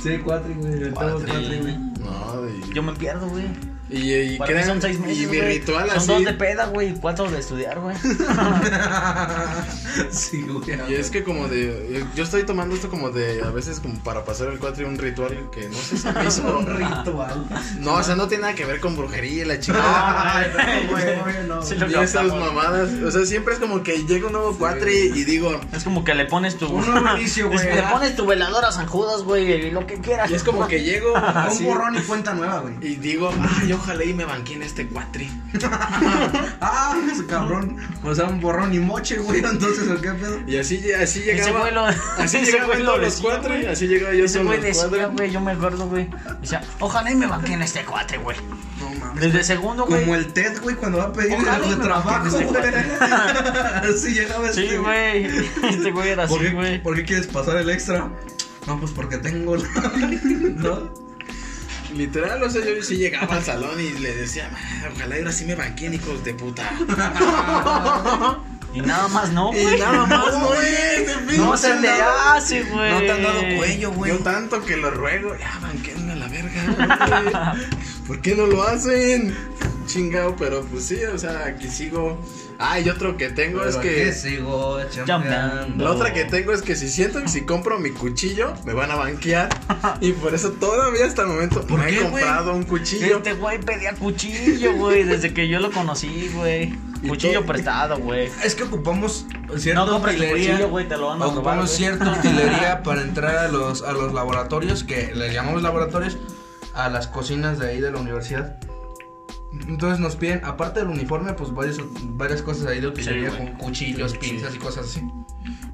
Speaker 2: Sí, cuatri, güey. el todo
Speaker 3: Cuatri.
Speaker 2: cuatri, güey.
Speaker 3: No, y,
Speaker 1: Yo me pierdo, güey.
Speaker 3: y, y
Speaker 1: Para mí
Speaker 3: crean-
Speaker 1: son seis meses,
Speaker 3: y mi
Speaker 1: güey.
Speaker 3: ritual
Speaker 1: Son
Speaker 3: así.
Speaker 1: dos de peda, güey, y cuatro de estudiar, güey.
Speaker 2: sí,
Speaker 3: Y
Speaker 2: güey.
Speaker 3: es que como de, yo estoy tomando esto como de, a veces como para pasar el cuatri un ritual que no sé si me hizo.
Speaker 2: Un ritual.
Speaker 3: No, o sea, no tiene nada que ver con brujería y la chingada.
Speaker 2: Ay, no, güey, güey, no.
Speaker 1: Sí,
Speaker 3: Y esas mamadas, o sea, siempre es como que llega un nuevo cuatri y digo,
Speaker 1: Es como que le pones tu.
Speaker 2: Un nuevo inicio, güey.
Speaker 1: Le pones tu veladora a San Judas, güey, y lo que quieras.
Speaker 3: y es como que llego así,
Speaker 2: Un borrón y cuenta nueva, güey.
Speaker 3: y digo, ay, ojalá y me banqué en este cuatri.
Speaker 2: Ah, ese cabrón. O sea, un borrón y moche, güey. Entonces, ¿o qué pedo?
Speaker 3: Y así, así
Speaker 1: Ese
Speaker 3: llegaba,
Speaker 1: güey lo-
Speaker 3: así
Speaker 1: ese
Speaker 3: llegaba
Speaker 1: güey
Speaker 3: yo
Speaker 1: lo
Speaker 3: a los
Speaker 1: decía,
Speaker 3: cuatri,
Speaker 1: güey.
Speaker 3: así llegaba yo
Speaker 1: Ese
Speaker 3: solo a
Speaker 1: güey
Speaker 3: los
Speaker 1: decía,
Speaker 3: cuatri.
Speaker 1: güey, yo me acuerdo, güey. Decía, ojalá y me banquen este cuate, güey.
Speaker 2: No mames.
Speaker 1: Desde segundo, güey.
Speaker 2: Como el Ted, güey, cuando va a pedir
Speaker 1: Ojalá
Speaker 2: algo
Speaker 1: y
Speaker 2: de
Speaker 1: me
Speaker 2: trabajo,
Speaker 1: mantengas,
Speaker 2: güey. Así llegaba
Speaker 1: Sí,
Speaker 2: este,
Speaker 1: güey. Este güey era
Speaker 2: ¿Por,
Speaker 1: así,
Speaker 2: qué-
Speaker 1: güey.
Speaker 2: por qué quieres pasar el extra? No, pues porque tengo. la- ¿No?
Speaker 3: Literal, o sea, yo sí llegaba al salón y le decía, "Ah, ojalá y ahora sí me banquen, hijos de puta.
Speaker 1: Y nada más, no,
Speaker 3: Y
Speaker 1: güey.
Speaker 3: nada más, no es,
Speaker 1: No se te hace, güey.
Speaker 2: No te han dado cuello, güey.
Speaker 3: Yo tanto que lo ruego, ya banquenme a la verga. güey. ¿Por qué no lo hacen? chingado, pero pues sí, o sea, aquí sigo. Ah, y otro que tengo es que.
Speaker 2: sigo
Speaker 1: chambeando.
Speaker 3: La otra que tengo es que si siento que si compro mi cuchillo, me van a banquear. Y por eso todavía hasta el momento
Speaker 1: ¿Por
Speaker 3: no
Speaker 1: qué,
Speaker 3: he
Speaker 1: güey?
Speaker 3: comprado un cuchillo.
Speaker 1: Este güey pedía cuchillo, güey, desde que yo lo conocí, güey.
Speaker 3: Y
Speaker 1: Cuchillo
Speaker 3: todo-
Speaker 1: prestado, güey.
Speaker 2: Es que ocupamos cierta
Speaker 1: No compres tu
Speaker 2: utilería.
Speaker 1: cuchillo, güey, te lo van a robar.
Speaker 2: ocupamos
Speaker 1: güey.
Speaker 2: cierta utilería para entrar a los, a los laboratorios, que les llamamos laboratorios, a las cocinas de ahí de la universidad. Entonces nos piden, aparte del uniforme, pues varios, varias cosas ahí de utilería,
Speaker 1: Sí, güey.
Speaker 2: con cuchillos, pinzas y cosas así.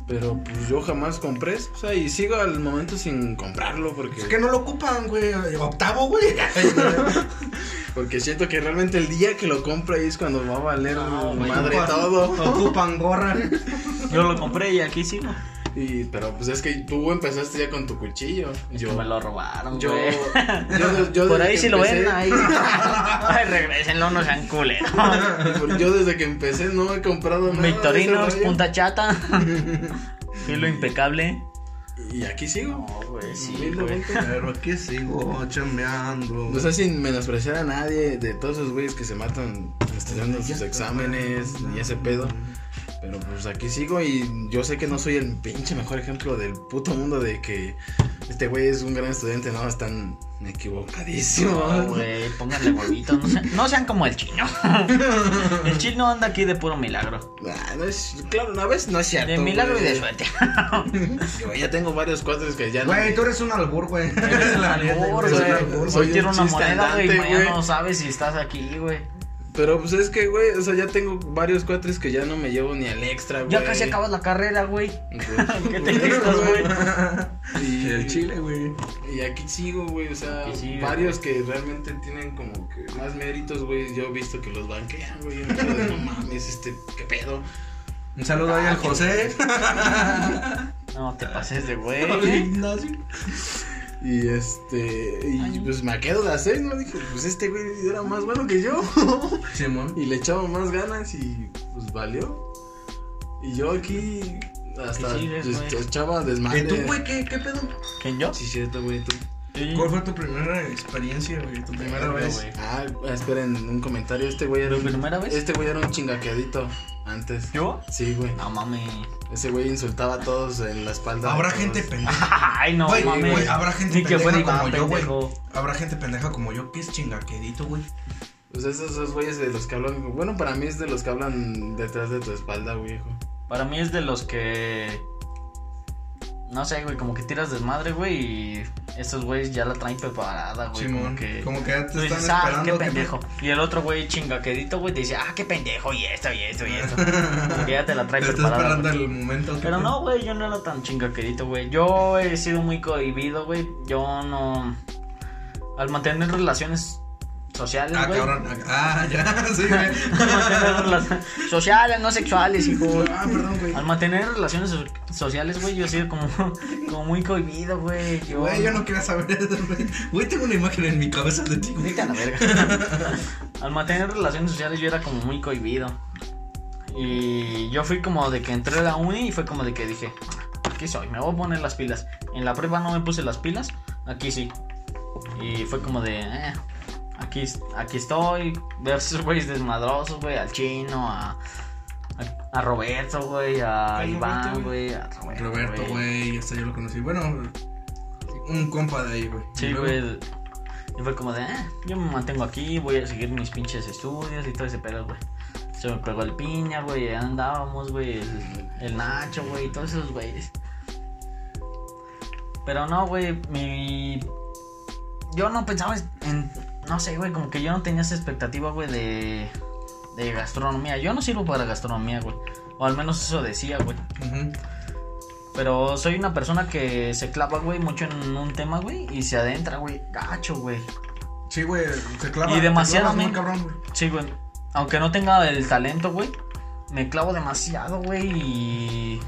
Speaker 3: Pero pues yo jamás compré. O sea, y sigo al momento sin comprarlo porque,
Speaker 2: Es que no lo ocupan, güey. Octavo, güey.
Speaker 3: porque siento que realmente el día que lo compre ahí es cuando va a valer
Speaker 1: No, güey,
Speaker 3: madre
Speaker 2: Ocupan-
Speaker 3: todo.
Speaker 2: Ocupan gorra.
Speaker 1: Yo lo compré y aquí sigo.
Speaker 3: Y, pero pues es que tú empezaste ya con tu cuchillo.
Speaker 1: Yo
Speaker 3: Yo,
Speaker 1: me lo robaron,
Speaker 3: yo,
Speaker 1: güey.
Speaker 3: yo- yo
Speaker 1: Por
Speaker 3: desde
Speaker 1: ahí
Speaker 3: que
Speaker 1: si lo ven,
Speaker 3: empecé-
Speaker 1: ahí. Ay, regrésenlo, no sean culeros.
Speaker 3: Yo desde que empecé no he comprado nada. de ese
Speaker 1: Victorinos,
Speaker 3: rollo.
Speaker 1: punta chata. Filo impecable.
Speaker 3: Y aquí sigo.
Speaker 1: güey,
Speaker 3: Humildemente.
Speaker 2: Pero aquí sigo chambeando.
Speaker 3: O sea, sin menospreciar a nadie de todos esos güeyes que se matan estudiando sus exámenes y ese pedo. Pero pues aquí sigo y yo sé que no soy el pinche mejor ejemplo del puto mundo de que este güey es un gran estudiante, no, están
Speaker 1: No,
Speaker 3: equivocadísimos.
Speaker 1: güey, pónganle huevitos. No sean, no sean como el chino. El chino anda aquí de puro milagro.
Speaker 3: Ah, no es, claro, una vez no es cierto.
Speaker 1: De milagro y
Speaker 3: güey.
Speaker 1: de suerte.
Speaker 3: Yo ya tengo varios cuadros que ya no.
Speaker 2: Güey, tú eres un albur, güey.
Speaker 1: Eres un albur,
Speaker 3: Eres un
Speaker 1: güey.
Speaker 3: albur,
Speaker 1: Soy
Speaker 3: soy
Speaker 1: tiro
Speaker 3: un
Speaker 1: una
Speaker 3: chiste
Speaker 1: moneda, güey, y
Speaker 3: andante,
Speaker 1: mañana
Speaker 3: güey.
Speaker 1: no sabes si estás aquí, güey.
Speaker 3: Pero pues es que, güey, o sea, ya tengo varios cuatres que ya no me llevo ni al extra, güey.
Speaker 1: Ya casi acabas la carrera, güey.
Speaker 3: Entonces,
Speaker 1: ¿Qué te quitas, güey?
Speaker 3: Y
Speaker 2: El chile, güey.
Speaker 3: Y aquí sigo, güey, o sea,
Speaker 1: Aquí sigue,
Speaker 3: varios que realmente tienen como que más méritos, güey. Yo he visto que los banquean, güey. yo me quedo de, No mames, este, qué pedo.
Speaker 2: Un saludo
Speaker 1: Ah,
Speaker 2: ahí al José.
Speaker 1: No te pases de
Speaker 2: al
Speaker 1: güey. ¿eh?
Speaker 2: Ignacio.
Speaker 3: Y este, y
Speaker 1: Ay.
Speaker 3: pues me quedo de hacer, ¿no? Dije, pues este güey era más bueno que yo.
Speaker 2: Simón.
Speaker 3: y le echaba más ganas y pues valió. Y yo aquí hasta
Speaker 1: Aquí sigues,
Speaker 3: pues,
Speaker 1: güey.
Speaker 3: echaba desmadre.
Speaker 2: ¿Y tú, güey, qué, qué pedo?
Speaker 1: ¿Quién yo?
Speaker 3: Sí, cierto, güey, tú.
Speaker 2: ¿Cuál fue tu primera experiencia, güey? Tu primera
Speaker 1: Verga,
Speaker 2: vez.
Speaker 1: güey.
Speaker 3: Ah, esperen, un comentario. Este güey era
Speaker 1: ¿Tu
Speaker 3: un.
Speaker 1: primera vez?
Speaker 3: Este güey era un chingaqueadito antes.
Speaker 1: ¿Yo?
Speaker 3: Sí, güey.
Speaker 1: No mames.
Speaker 3: Ese güey insultaba a todos en la espalda.
Speaker 2: Habrá
Speaker 3: Todos.
Speaker 2: gente pendeja.
Speaker 1: Ay, no
Speaker 2: Güey,
Speaker 1: mames.
Speaker 2: güey, habrá gente
Speaker 1: Ni que
Speaker 2: pendeja
Speaker 1: fuera
Speaker 2: como
Speaker 1: Iván,
Speaker 2: yo, güey.
Speaker 1: pendejo.
Speaker 2: Habrá gente pendeja como yo que es chingaquedito, güey.
Speaker 3: Pues esos dos güeyes de los que hablan. Bueno, para mí es de los que hablan detrás de tu espalda, güey, hijo.
Speaker 1: Para mí es de los que. No sé, güey, como que tiras desmadre, güey, y estos güeyes ya la traen preparada, Ah, güey.
Speaker 2: Simón.
Speaker 1: Como que.
Speaker 2: Como que ya
Speaker 1: Tú
Speaker 2: te
Speaker 1: dices,
Speaker 2: están
Speaker 1: ah,
Speaker 2: esperando.
Speaker 1: qué
Speaker 2: que-
Speaker 1: pendejo. Y el otro güey chingaquedito, güey, te dice, ah, qué pendejo, y esto, y esto, y esto. Porque ya te la trae
Speaker 2: Te está
Speaker 1: preparada.
Speaker 2: esperando
Speaker 1: güey.
Speaker 2: el momento. que-
Speaker 1: Pero no, güey, yo no era tan chingaquedito, güey. Yo he sido muy cohibido, güey. Yo no. Al mantener relaciones sociales,
Speaker 2: Ah,
Speaker 1: güey.
Speaker 2: cabrón. Ah, ya. Sí, güey.
Speaker 1: Al mantener relaciones sociales, no sexuales, hijo.
Speaker 2: Ah, perdón, güey.
Speaker 1: Al mantener relaciones so- sociales, güey, yo he sido como, como muy cohibido, güey. Yo,
Speaker 2: Güey, yo no quería saber eso, güey. Güey, tengo una imagen en mi cabeza de ti, güey.
Speaker 1: Vete a la verga. Al mantener relaciones sociales yo era como muy cohibido. Y yo fui como de que entré a la uni y fue como de que dije, aquí soy, me voy a poner las pilas. En la prepa no me puse las pilas, aquí sí. Y fue como de, eh, aquí, es- aquí estoy, ver esos güeyes desmadrosos, güey, al chino, a, a, a Roberto, güey, a
Speaker 2: Ay,
Speaker 1: Iván,
Speaker 2: Roberto,
Speaker 1: güey, a Roberto.
Speaker 2: Roberto, güey, hasta yo lo conocí. Bueno, un compa de ahí, güey. Y
Speaker 1: Sí,
Speaker 2: luego-
Speaker 1: güey. Y fue como de, "Ah, yo me mantengo aquí, voy a seguir mis pinches estudios y todo ese pedo, güey. Se me pegó el piña, güey, ahí andábamos, güey, el, el Nacho, güey, todos esos güeyes. Pero no, güey, mi... Yo no pensaba en... No sé, güey, como que yo no tenía esa expectativa, güey, de... De gastronomía. Yo no sirvo para gastronomía, güey. O al menos eso decía, güey.
Speaker 2: Ujú.
Speaker 1: Pero soy una persona que se clava, güey, mucho en un tema, güey, y se adentra, güey, gacho, güey.
Speaker 2: Sí, güey, se clava.
Speaker 1: Y
Speaker 2: te
Speaker 1: demasiado,
Speaker 2: clavas muy
Speaker 1: men.
Speaker 2: cabrón, güey.
Speaker 1: Sí, güey. Aunque no tenga el talento, güey, me clavo demasiado, güey, y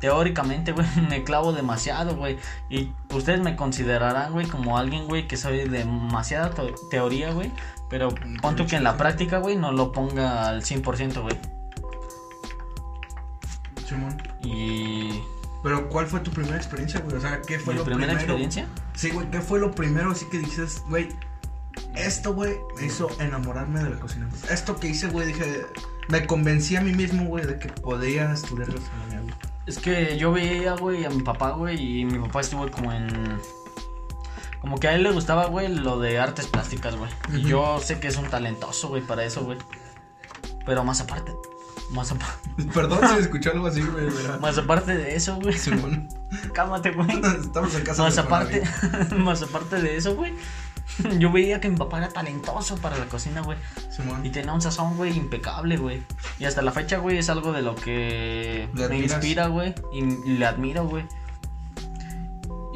Speaker 1: teóricamente, güey, me clavo demasiado, güey. Y ustedes me considerarán, güey, como alguien, güey, que soy de demasiada to- teoría, güey. Pero pon tú que en la práctica, güey, no lo ponga al 100%, güey.
Speaker 2: Simón.
Speaker 1: Y...
Speaker 2: Pero, ¿cuál fue tu primera experiencia, güey? O sea, ¿qué fue
Speaker 1: ¿Mi
Speaker 2: lo
Speaker 1: primera
Speaker 2: primero?
Speaker 1: experiencia?
Speaker 2: Sí, güey, ¿qué fue lo primero? Así que dices, güey, esto, güey, me hizo enamorarme de la cocina. Esto que hice, güey, dije, me convencí a mí mismo, güey, de que podía estudiar gastronomía, güey.
Speaker 1: Es que yo veía, güey, a mi papá, güey, y mi papá estuvo como en... Como que a él le gustaba, güey, lo de artes plásticas, güey. Y
Speaker 2: Ujú.
Speaker 1: yo sé que es un talentoso, güey, para eso, güey. Pero más aparte, más, apa-
Speaker 2: Perdón si escuché algo así, güey, ¿verdad?
Speaker 1: más aparte de eso, güey.
Speaker 2: Simón.
Speaker 1: Cálmate, güey.
Speaker 2: Estamos en casa
Speaker 1: Más
Speaker 2: del
Speaker 1: aparte,
Speaker 2: Conavit.
Speaker 1: más aparte de eso, güey. Yo veía que mi papá era talentoso para la cocina, güey. Y
Speaker 2: Simón.
Speaker 1: tenía un sazón, güey, impecable, güey. Y hasta la fecha, güey, es algo de lo que
Speaker 2: Le
Speaker 1: me
Speaker 2: admiras.
Speaker 1: inspira, güey. Y y le admiro, güey.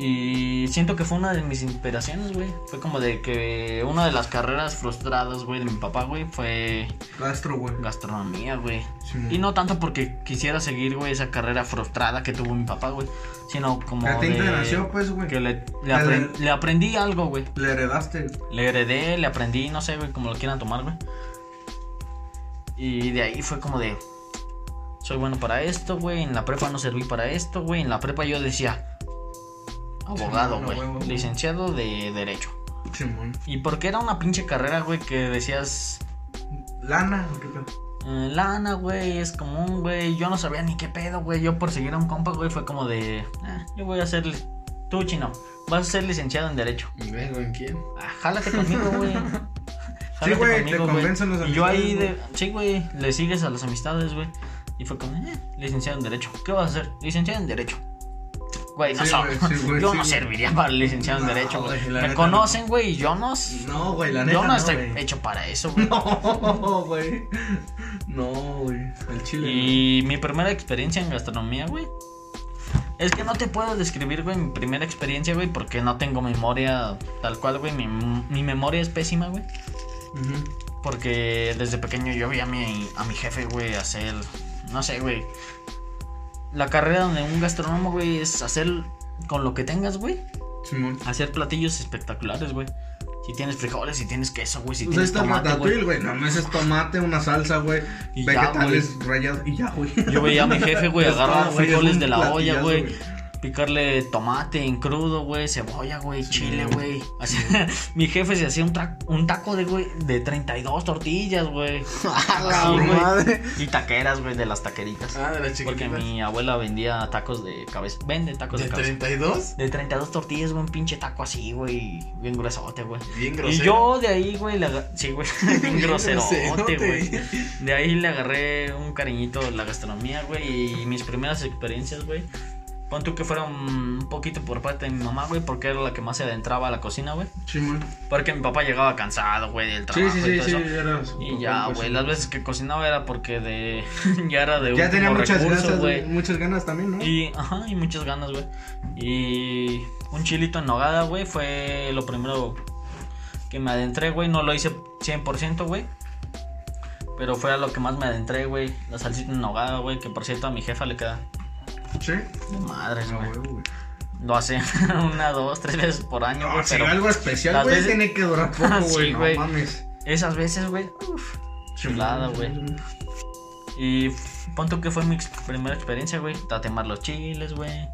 Speaker 1: Y siento que fue una de mis inspiraciones, güey. Fue como de que una de las carreras frustradas, güey, de mi papá, güey, fue
Speaker 2: Gastro, güey.
Speaker 1: gastronomía, güey.
Speaker 2: Simón.
Speaker 1: Y no tanto porque quisiera seguir, güey, esa carrera frustrada que tuvo mi papá, güey. Sino como
Speaker 2: A ti
Speaker 1: de-
Speaker 2: te nació, pues, güey.
Speaker 1: que le, le,
Speaker 2: Ya
Speaker 1: apren-
Speaker 2: le-
Speaker 1: le aprendí algo, güey.
Speaker 2: Le heredaste.
Speaker 1: Le heredé, le aprendí, no sé, güey, como lo quieran tomar, güey. Y de ahí fue como de. Soy bueno para esto, güey. En la prepa no serví para esto, güey. En la prepa yo decía. Abogado,
Speaker 2: Sí,
Speaker 1: güey.
Speaker 2: a huevo, güey.
Speaker 1: Licenciado de Derecho.
Speaker 2: Simón.
Speaker 1: Y porque era una pinche carrera, güey, que decías.
Speaker 2: Lana, ¿o qué pedo?
Speaker 1: eh, Lana, güey, es común, güey. Yo no sabía ni qué pedo, güey. Yo por seguir a un compa, güey, fue como de. "Ah, yo voy a ser. li- Tú, chino, vas a ser licenciado en Derecho.
Speaker 3: Ve, güey, ¿en quién?
Speaker 1: Ah, jálate conmigo, güey. Jálate
Speaker 2: güey, te
Speaker 1: conmigo, güey.
Speaker 2: convencen las
Speaker 1: Y yo ahí, de,
Speaker 2: amistades,
Speaker 1: sí, güey, le sigues a las amistades, güey. Y fue con, eh, licenciado en Derecho. ¿Qué vas a hacer? Licenciado en Derecho. Güey, no
Speaker 2: Sí,
Speaker 1: sab-
Speaker 2: güey, sí, güey,
Speaker 1: Yo
Speaker 2: sí,
Speaker 1: no
Speaker 2: güey.
Speaker 1: serviría para licenciado en
Speaker 2: No,
Speaker 1: Derecho, güey.
Speaker 2: güey, la
Speaker 1: Me
Speaker 2: neta
Speaker 1: conocen, güey, y yo no.
Speaker 2: No, güey, la neta.
Speaker 1: yo no, estoy
Speaker 2: güey.
Speaker 1: hecho para eso, güey.
Speaker 2: No, güey. No, güey. El chile.
Speaker 1: Y mi primera experiencia en gastronomía, güey. Es que no te puedo describir, güey, mi primera experiencia, güey, porque no tengo memoria tal cual, güey. Mi, mi memoria es pésima, güey.
Speaker 2: Ujú.
Speaker 1: Porque desde pequeño yo vi a mi, a mi jefe, güey, hacer. No sé, güey. La carrera de un gastrónomo, güey, es hacer con lo que tengas, güey.
Speaker 2: Simón. Pues
Speaker 1: Hacer platillos espectaculares, güey. Si tienes frijoles, si tienes queso, güey, si
Speaker 2: Pues ahí
Speaker 1: tienes
Speaker 2: está
Speaker 1: tomate,
Speaker 2: ratatouille,
Speaker 1: güey.
Speaker 2: güey. No me haces tomate, una salsa, güey.
Speaker 1: Y ya,
Speaker 2: Vegetales rayados y ya, güey.
Speaker 1: Yo veía a mi jefe, güey,
Speaker 2: Es
Speaker 1: agarrar
Speaker 2: todo, güey, es
Speaker 1: frijoles
Speaker 2: un
Speaker 1: de la olla,
Speaker 2: platillazo,
Speaker 1: güey. Picarle tomate en crudo, güey, cebolla, güey, chile, güey. Así- mi jefe se hacía un, tra- un taco de, güey, de 32 tortillas, güey.
Speaker 3: ¡A
Speaker 1: Sí, güey.
Speaker 3: madre!
Speaker 1: Y taqueras, güey, de las taqueritas.
Speaker 3: Ah, de las
Speaker 1: Porque
Speaker 3: chiquititas.
Speaker 1: mi abuela vendía tacos de cabeza. Vende tacos de,
Speaker 3: ¿De
Speaker 1: cabeza.
Speaker 3: 32?
Speaker 1: De 32 tortillas, güey, un pinche taco así, güey. Bien gruesote, güey.
Speaker 3: Bien
Speaker 1: Y
Speaker 3: grosero.
Speaker 1: yo de ahí, güey, le aga- Sí, güey. Bien
Speaker 3: Bien
Speaker 1: groserote,
Speaker 3: groserote,
Speaker 1: güey.
Speaker 3: güey.
Speaker 1: De ahí le agarré un cariñito a la gastronomía, güey. Y mis primeras experiencias, güey. Pon tú que fueron un poquito por parte de mi mamá, güey, porque era la que más se adentraba a la cocina, güey.
Speaker 2: Simón.
Speaker 1: Porque mi papá llegaba cansado, güey, del
Speaker 2: Sí,
Speaker 1: trabajo
Speaker 2: sí,
Speaker 1: y
Speaker 2: sí,
Speaker 1: todo
Speaker 2: sí.
Speaker 1: eso.
Speaker 2: era su
Speaker 1: Y
Speaker 2: papá,
Speaker 1: ya,
Speaker 2: pues,
Speaker 1: güey,
Speaker 2: sí.
Speaker 1: las veces que cocinaba era porque de... ya era de
Speaker 2: Ya
Speaker 1: último
Speaker 2: tenía muchas
Speaker 1: recurso,
Speaker 2: ganas,
Speaker 1: güey.
Speaker 2: muchas ganas también, ¿no?
Speaker 1: Y, ajá, y muchas ganas, güey. Y un chilito en nogada, güey, fue lo primero que me adentré, güey. No lo hice 100%, güey. Pero fue a lo que más me adentré, güey. La salsita en nogada, güey, que por cierto a mi jefa le queda
Speaker 2: Sí.
Speaker 1: de madres,
Speaker 2: Ah,
Speaker 1: güey.
Speaker 2: güey, güey.
Speaker 1: Lo hace una, dos, tres veces por año, güey.
Speaker 2: No, si
Speaker 1: pero
Speaker 2: algo
Speaker 1: las
Speaker 2: especial, güey,
Speaker 1: veces-
Speaker 2: tiene que durar poco,
Speaker 1: Sí,
Speaker 2: güey.
Speaker 1: güey.
Speaker 2: no mames.
Speaker 1: esas veces, güey, uff, chulada, güey. Y punto que fue mi ex- primera experiencia, güey. Tatemar los chiles, güey.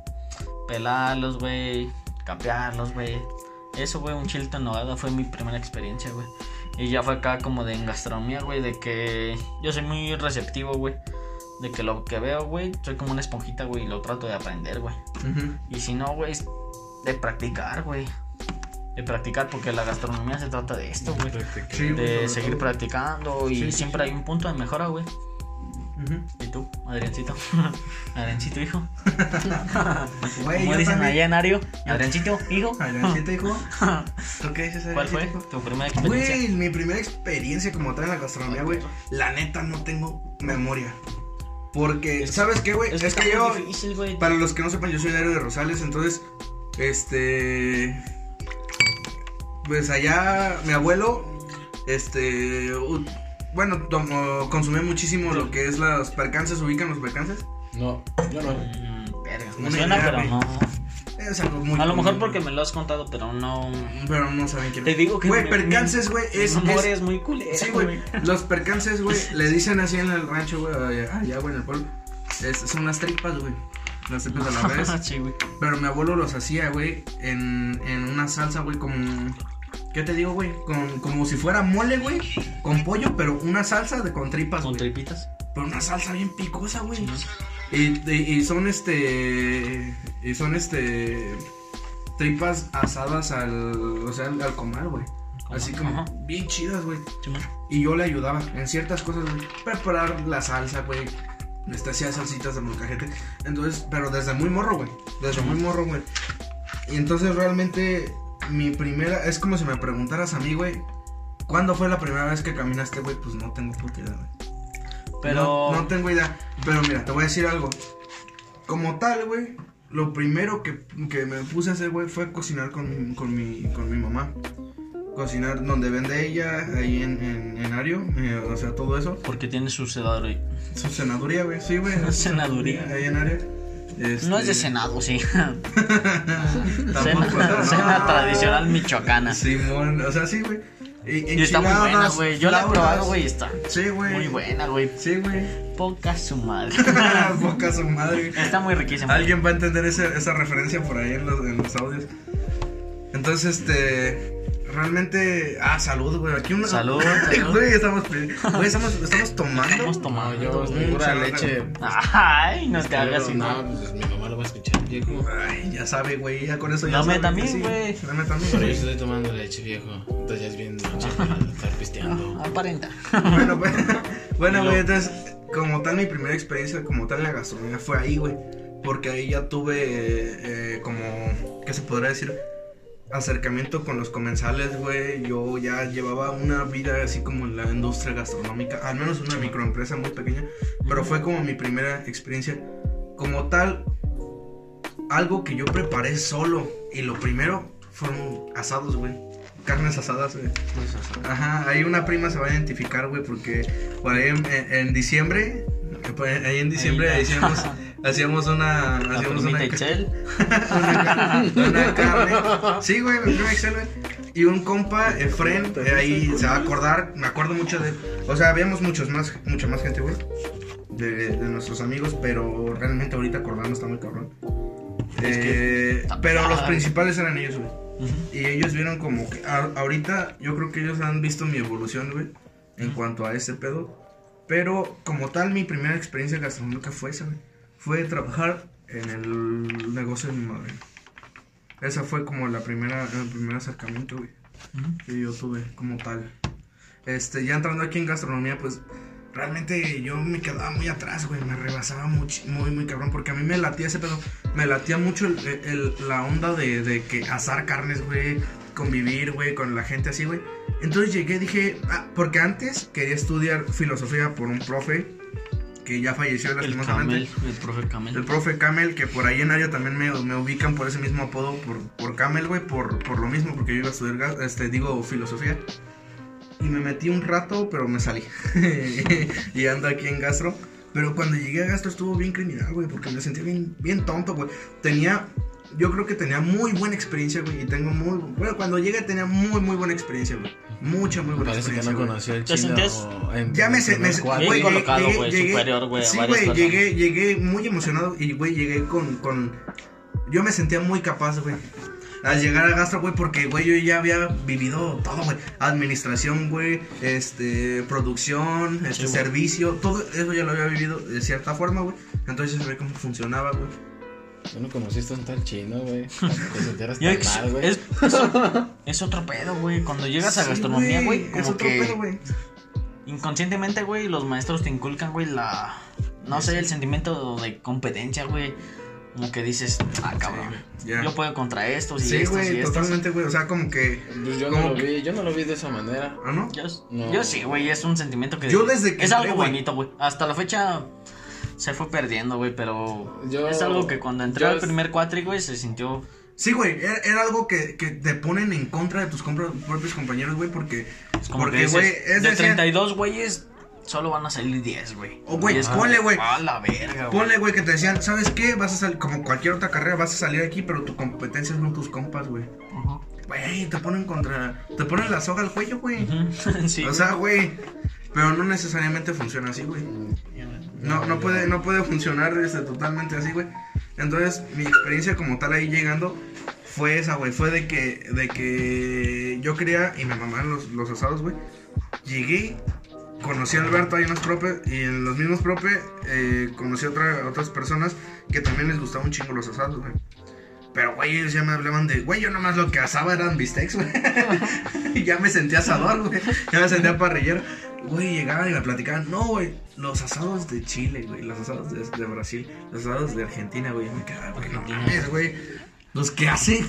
Speaker 1: Pelarlos, güey. Capearlos, güey. Eso, güey, un chilito en nogada fue mi primera experiencia, güey. Y ya fue acá como de en gastronomía, güey, de que yo soy muy receptivo, güey. De que lo que veo, güey, soy como una esponjita, güey, y lo trato de aprender, güey.
Speaker 2: Ujú.
Speaker 1: Y si no, güey, es de practicar, güey. De practicar, porque la gastronomía se trata de esto, güey.
Speaker 2: Sí, güey, sobre
Speaker 1: De seguir
Speaker 2: todo.
Speaker 1: practicando y
Speaker 2: Sí, sí,
Speaker 1: siempre hay un punto de mejora, güey.
Speaker 2: Ujú.
Speaker 1: ¿Y tú, Adriancito? Adriancito, hijo.
Speaker 2: Güey,
Speaker 1: ¿Cómo
Speaker 2: yo
Speaker 1: dicen
Speaker 2: también-
Speaker 1: allá en Ario? Adriancito, hijo.
Speaker 2: Adriancito, hijo. ¿Tú qué dices,
Speaker 1: ¿Cuál fue
Speaker 2: Adriancito, hijo?
Speaker 1: tu primera experiencia?
Speaker 2: Güey, mi primera experiencia como tal en la gastronomía, güey. La neta, no tengo memoria. Porque,
Speaker 1: Es-
Speaker 2: ¿sabes qué, güey? Es,
Speaker 1: está
Speaker 2: que
Speaker 1: muy
Speaker 2: yo,
Speaker 1: difícil, güey.
Speaker 2: para los que no sepan, yo soy de Aero de Rosales, entonces, este... Pues allá, mi abuelo, este... u- Bueno, tomo- consumía muchísimo lo que es las percances, ubican los percances.
Speaker 3: No, yo no.
Speaker 1: Mm, verga, Me
Speaker 2: Una
Speaker 1: suena,
Speaker 2: idea,
Speaker 1: pero
Speaker 2: güey.
Speaker 1: no.
Speaker 2: Es algo muy...
Speaker 1: A lo mejor
Speaker 2: común,
Speaker 1: porque
Speaker 2: güey.
Speaker 1: me lo has contado, pero no.
Speaker 2: Pero no saben quién
Speaker 1: Te digo que.
Speaker 2: Güey,
Speaker 1: mi-
Speaker 2: percances, güey,
Speaker 1: mi
Speaker 2: es... es-
Speaker 1: memoria es muy culera.
Speaker 2: Sí, güey. Los percances, güey, le dicen así en el rancho, güey, allá, allá, güey, en el pueblo. Es- son las tripas, güey. Las tripas a la vez.
Speaker 1: sí, güey.
Speaker 2: Pero mi abuelo los hacía, güey, en, en una salsa, güey, como, ¿Qué te digo, güey? Con, como si fuera mole, güey. Con pollo, pero una salsa de con tripas,
Speaker 1: Con
Speaker 2: güey.
Speaker 1: tripitas.
Speaker 2: Pero una salsa bien picosa, güey. Y, y- y son este. Y son este. Tripas asadas al. O sea, al, al comal, güey. Así como.
Speaker 1: Ajá.
Speaker 2: Bien chidas, güey.
Speaker 1: Simón.
Speaker 2: Y yo le ayudaba en ciertas cosas, güey. Preparar la salsa, güey. Este hacía salsitas de molcajete. Entonces, pero desde muy morro, güey. Desde muy morro, güey. Y entonces realmente mi primera... Es como si me preguntaras a mí, güey. ¿Cuándo fue la primera vez que caminaste, güey? Pues no tengo puta idea, güey.
Speaker 1: Pero.
Speaker 2: No, no tengo idea. Pero mira, te voy a decir algo. Como tal, güey. Lo primero que, que me puse a hacer, güey, fue cocinar con, mi- con, mi, con mi mamá. Cocinar donde vende ella, ahí en, en, en Ario. eh, o sea, todo eso.
Speaker 1: Porque tiene su sedador ahí.
Speaker 2: Su senaduría, güey. Sí, güey.
Speaker 1: Su senaduría.
Speaker 2: Ahí en Ario.
Speaker 1: No es de
Speaker 2: Este,
Speaker 1: Senado, sí.
Speaker 2: tampoco,
Speaker 1: Cena,
Speaker 2: no.
Speaker 1: cena tradicional michoacana.
Speaker 2: Simón, o sea, sí, güey. Y,
Speaker 1: Y está muy buena,
Speaker 2: enchiladas,
Speaker 1: güey. Yo la he
Speaker 2: flautas.
Speaker 1: probado, güey, y está
Speaker 2: Sí, güey.
Speaker 1: muy buena, güey.
Speaker 2: Sí, güey.
Speaker 1: Poca su madre.
Speaker 2: Boca su madre.
Speaker 1: Está muy riquísima.
Speaker 2: Alguien va a entender ese- esa referencia por ahí en los, en los audios. Entonces, este. Realmente. Ah, salud, güey. Aquí una.
Speaker 1: Salud,
Speaker 2: Ay,
Speaker 1: salud.
Speaker 2: Güey, estamos, güey, estamos, estamos tomando.
Speaker 1: Estamos
Speaker 3: No,
Speaker 1: tomando. este,
Speaker 3: yo
Speaker 1: güey.
Speaker 3: pura
Speaker 2: Salud.
Speaker 3: leche.
Speaker 1: Ay, nos
Speaker 3: Pero
Speaker 1: cagas,
Speaker 3: no,
Speaker 1: Simón.
Speaker 3: pues mi mamá lo va a escuchar, viejo.
Speaker 2: Ay, ya sabe, güey. Ya con eso ya
Speaker 1: Dame
Speaker 2: sabe
Speaker 1: también,
Speaker 2: que
Speaker 1: güey.
Speaker 2: Dame también.
Speaker 3: Pero yo
Speaker 2: güey.
Speaker 3: estoy tomando leche, viejo. Entonces ya es bien noche para estar pisteando.
Speaker 2: Ah,
Speaker 1: Aparenta.
Speaker 2: Bueno, güey. Bueno,
Speaker 3: Y
Speaker 2: güey,
Speaker 3: lo-
Speaker 2: entonces, como tal, mi primera experiencia como tal en la gastronomía fue ahí, güey. Porque ahí ya tuve, eh, eh, como, ¿qué se podría decir? Acercamiento con los comensales, güey. Yo ya llevaba una vida así como en la industria gastronómica, al menos una microempresa muy pequeña. Pero fue como mi primera experiencia. Como tal, algo que yo preparé solo. Y lo primero fueron asados, güey. Carnes asadas, güey. Ajá, ahí una prima se va a identificar, güey, porque por ahí en, en- en diciembre, pues, ahí en diciembre
Speaker 1: Ahí ya.
Speaker 2: hacíamos, hacíamos una,
Speaker 1: La
Speaker 2: hacíamos
Speaker 1: formita
Speaker 2: una, ca-
Speaker 1: Excel.
Speaker 2: una carne, una carne. Sí, güey, me prima Excel, güey. Y un compa, Efren, eh, ahí se va a acordar, me acuerdo mucho de, o sea, habíamos muchos más, mucha más gente, güey, de, de nuestros amigos, pero realmente ahorita acordarnos está muy cabrón.
Speaker 1: Es
Speaker 2: Eh,
Speaker 1: está
Speaker 2: pero los
Speaker 1: pesada.
Speaker 2: principales eran ellos, güey.
Speaker 1: Ujú.
Speaker 2: Y ellos vieron como que a- ahorita yo creo que ellos han visto mi evolución, güey, en cuanto a ese pedo. Pero como tal, mi primera experiencia gastronómica fue esa, güey. Fue trabajar en el negocio de mi madre. Esa fue como la primera, el primer acercamiento, güey,
Speaker 1: Ujú.
Speaker 2: que yo tuve como tal. Este, ya entrando aquí en gastronomía, pues realmente yo me quedaba muy atrás, güey. Me rebasaba much- muy, muy cabrón. Porque a mí me latía ese pedo. Me latía mucho el- el- la onda de, de que asar carnes, güey. Convivir, güey, con la gente así, güey. Entonces llegué, dije, ah, porque antes quería estudiar filosofía por un profe que ya falleció
Speaker 1: El Camel,
Speaker 2: lastimosamente.
Speaker 1: el profe
Speaker 2: El
Speaker 1: Camel.
Speaker 2: profe Camel, que por ahí en área también me, me ubican por ese mismo apodo, por, por Camel, güey, por, por lo mismo, porque yo iba a estudiar, gas- este, digo, filosofía. Y me metí un rato, pero me salí. y ando aquí en Gastro. Pero cuando llegué a Gastro estuvo bien criminal, güey, porque me sentí bien, bien tonto, güey. Tenía, yo creo que tenía muy buena experiencia, güey, y tengo muy, bueno, cuando llegué tenía muy, muy buena experiencia, güey. Mucha, muy buena
Speaker 3: Parece que
Speaker 2: experiencia.
Speaker 3: no
Speaker 2: güey.
Speaker 3: conoció el
Speaker 1: ¿Te
Speaker 3: chino.
Speaker 1: sentías?
Speaker 3: en-
Speaker 2: Ya me,
Speaker 3: en
Speaker 2: se, me
Speaker 3: primer
Speaker 2: se-
Speaker 3: cuadro.
Speaker 1: Bien
Speaker 2: güey, llegué-
Speaker 1: colocado,
Speaker 2: llegué-
Speaker 1: güey,
Speaker 2: llegué-
Speaker 1: superior, güey, a
Speaker 2: Sí,
Speaker 1: varias
Speaker 2: güey,
Speaker 1: personas.
Speaker 2: llegué, llegué muy emocionado y, güey, llegué con, con... Yo me sentía muy capaz, güey. Al llegar a Gastro, güey, porque, güey, yo ya había vivido todo, güey. Administración, güey, este, producción, este,
Speaker 1: güey.
Speaker 2: servicio, todo eso ya lo había vivido de cierta forma, güey. Entonces sabía cómo funcionaba, güey.
Speaker 3: Tú no conociste a un tal chino, güey. Cuando Te sentieras
Speaker 1: Yo
Speaker 3: tan
Speaker 1: ex-
Speaker 3: mal, güey.
Speaker 1: es, es, es otro pedo, güey. Cuando llegas a
Speaker 2: Sí,
Speaker 1: gastronomía, güey,
Speaker 2: Es
Speaker 1: como
Speaker 2: otro
Speaker 1: que
Speaker 2: pedo, güey.
Speaker 1: inconscientemente, güey, los maestros te inculcan, güey, la. No sé, el sentimiento de competencia, güey. Como que dices, ah, cabrón.
Speaker 2: Sí, ya.
Speaker 1: Yo puedo contra estos y
Speaker 2: Sí,
Speaker 1: estos y
Speaker 2: güey,
Speaker 1: estos.
Speaker 2: totalmente, güey. O sea, como que...
Speaker 3: Pues yo
Speaker 2: ¿Cómo
Speaker 3: no lo
Speaker 2: que?
Speaker 3: vi, yo no lo vi de esa manera.
Speaker 2: ¿Ah, no?
Speaker 1: Yo, s-
Speaker 3: No.
Speaker 1: yo sí, güey, es un sentimiento que...
Speaker 2: Yo desde que
Speaker 1: Es
Speaker 2: entré,
Speaker 1: algo
Speaker 2: güey.
Speaker 1: bonito, güey. Hasta la fecha se fue perdiendo, güey, pero...
Speaker 3: Yo-
Speaker 1: es algo que cuando entré
Speaker 3: yo
Speaker 1: al
Speaker 3: es-
Speaker 1: primer cuatri, güey, se sintió...
Speaker 2: Sí, güey, era, era algo que, que te ponen en contra de tus compro- propios compañeros, güey, porque...
Speaker 1: Es como
Speaker 2: porque,
Speaker 1: que dices,
Speaker 2: güey, es
Speaker 1: de
Speaker 2: decir-
Speaker 1: 32 güeyes, solo van a salir 10, güey.
Speaker 2: Oh, güey,
Speaker 1: Y es
Speaker 2: ponle,
Speaker 1: como,
Speaker 2: güey.
Speaker 1: A la verga, güey.
Speaker 2: Ponle, güey, que te decían, ¿sabes qué? Vas a salir, como cualquier otra carrera, vas a salir aquí, pero tu competencia son tus compas, güey.
Speaker 1: Ujú.
Speaker 2: Güey, te ponen contra... Te ponen la soga al cuello, güey.
Speaker 1: Ujú, sí.
Speaker 2: o sea, güey, pero no necesariamente funciona así, güey. No, no puede, no puede funcionar este, totalmente así, güey. Entonces, mi experiencia como tal ahí llegando fue esa, güey. Fue de que, de que yo quería, y me mamaban los, los asados, güey. Llegué, conocí a Alberto ahí en los propios, y en los mismos propios conocí a otra- otras personas que también les gustaba un chingo los asados, güey. Pero, güey, ellos ya me hablaban de, güey, yo nomás lo que asaba eran bistecs, güey. Y ya me sentía asador, güey. Ya me sentía parrillero. Güey, llegaban y me platicaban, no, güey, los asados de Chile, güey, los asados de, de Brasil, los asados de Argentina, güey. Yo me quedaba, güey, no mames, güey. Los que hacen,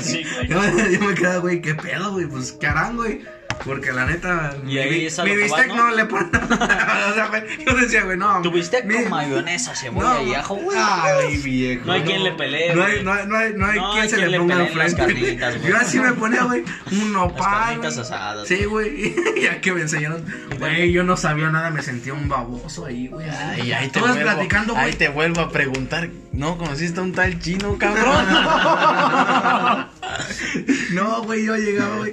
Speaker 4: Sí, güey.
Speaker 2: Yo, me- yo me quedaba, güey, qué pedo, güey, pues qué harán, güey. Porque la neta,
Speaker 4: Y
Speaker 2: mi,
Speaker 4: ahí
Speaker 2: bi-
Speaker 4: es a
Speaker 2: mi
Speaker 4: lo que
Speaker 2: bistec
Speaker 4: vas,
Speaker 2: no,
Speaker 4: ¿no?
Speaker 2: le ponen nada. O sea, güey, yo decía, güey, no.
Speaker 4: Tuviste
Speaker 2: mi-
Speaker 4: con mayonesa, cebolla y ajo, güey.
Speaker 2: Ay, viejo.
Speaker 4: No hay quien le pelee,
Speaker 2: No
Speaker 4: güey.
Speaker 2: hay, no hay, no hay, no hay
Speaker 4: No
Speaker 2: quien
Speaker 4: hay
Speaker 2: se
Speaker 4: quien
Speaker 2: le
Speaker 4: le
Speaker 2: ponga
Speaker 4: pelee las
Speaker 2: enfrente.
Speaker 4: carnitas, güey.
Speaker 2: Yo así me ponía, güey, un
Speaker 4: Las
Speaker 2: nopal.
Speaker 4: carnitas
Speaker 2: güey.
Speaker 4: asadas.
Speaker 2: Sí, güey. ya que me enseñaron. Güey, yo no sabía nada, me sentía un baboso ahí, güey.
Speaker 3: Ay, ahí te
Speaker 2: Todos
Speaker 3: vuelvo,
Speaker 2: platicando,
Speaker 3: ahí
Speaker 2: güey.
Speaker 3: te vuelvo a preguntar. No, conociste a un tal chino, cabrón.
Speaker 2: No, güey, yo llegaba, güey.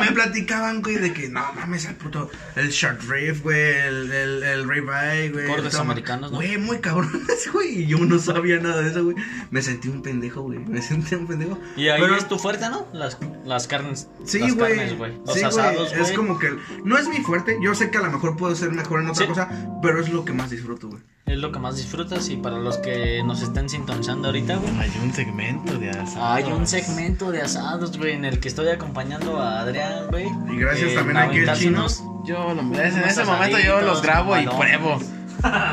Speaker 2: me platicaban, güey, de que no mames, el puto. El short riff, güey, el, el, el ribeye, güey.
Speaker 1: Cortes
Speaker 2: todo.
Speaker 1: americanos, ¿no?
Speaker 2: Güey, muy cabrones, güey. Y yo no sabía nada de eso, güey. Me sentí un pendejo, güey. Me sentí un pendejo.
Speaker 1: Y ahí
Speaker 2: Pero-
Speaker 1: es tu fuerte, ¿no? Las, las carnes.
Speaker 2: Sí,
Speaker 1: las
Speaker 2: güey.
Speaker 1: carnes, güey. Los
Speaker 2: Sí, güey.
Speaker 1: asados, güey.
Speaker 2: Es como que no es mi fuerte. Yo sé que a lo mejor puedo ser mejor en otra
Speaker 1: Sí.
Speaker 2: cosa, pero es lo que más disfruto, güey.
Speaker 1: Es lo que más disfrutas y para los que nos están sintonizando ahorita, güey.
Speaker 3: Hay un segmento de asados.
Speaker 1: Hay un segmento de asados, güey, en el que estoy acompañando a Adrián, güey. Eh,
Speaker 2: Y gracias también a
Speaker 1: a
Speaker 2: que es chino.
Speaker 3: Yo, lo- en
Speaker 1: Unos
Speaker 3: ese momento yo
Speaker 1: asaditos,
Speaker 3: los grabo y
Speaker 1: balón.
Speaker 3: pruebo.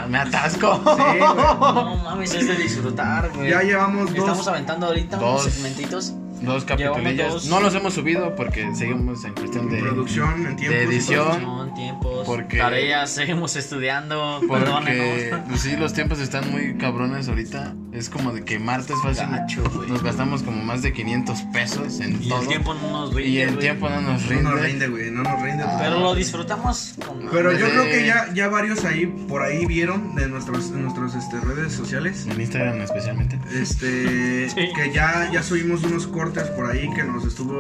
Speaker 3: Me atasco.
Speaker 2: Sí, güey.
Speaker 1: No mames, es de disfrutar, güey.
Speaker 2: Ya llevamos
Speaker 1: Estamos
Speaker 2: dos.
Speaker 1: aventando ahorita
Speaker 3: Dos.
Speaker 1: unos segmentitos. Llevamos
Speaker 3: Dos capitulillos.
Speaker 1: dos.
Speaker 3: No los hemos subido porque seguimos en cuestión de.
Speaker 2: producción en tiempo.
Speaker 3: de edición.
Speaker 1: Son tiempos,
Speaker 3: Porque-
Speaker 1: tareas, seguimos estudiando.
Speaker 3: Porque
Speaker 1: perdónenos.
Speaker 3: pues, sí, los tiempos están muy cabrones ahorita. Es como de que martes fácil.
Speaker 1: Gacho, güey.
Speaker 3: Nos gastamos como más de 500 pesos en
Speaker 1: Y
Speaker 3: todo.
Speaker 1: el tiempo no nos rinde,
Speaker 3: y el
Speaker 1: güey.
Speaker 3: tiempo no nos
Speaker 2: No
Speaker 3: rinde.
Speaker 2: nos rinde, güey. No nos rinde.
Speaker 3: Ah.
Speaker 1: Pero lo disfrutamos con
Speaker 2: Pero yo
Speaker 3: Sí.
Speaker 2: creo que ya, ya varios ahí por ahí vieron de nuestros, en nuestros este, redes sociales.
Speaker 3: En Instagram especialmente.
Speaker 2: Este
Speaker 1: Sí.
Speaker 2: que ya, ya subimos unos cortes por ahí que nos estuvo,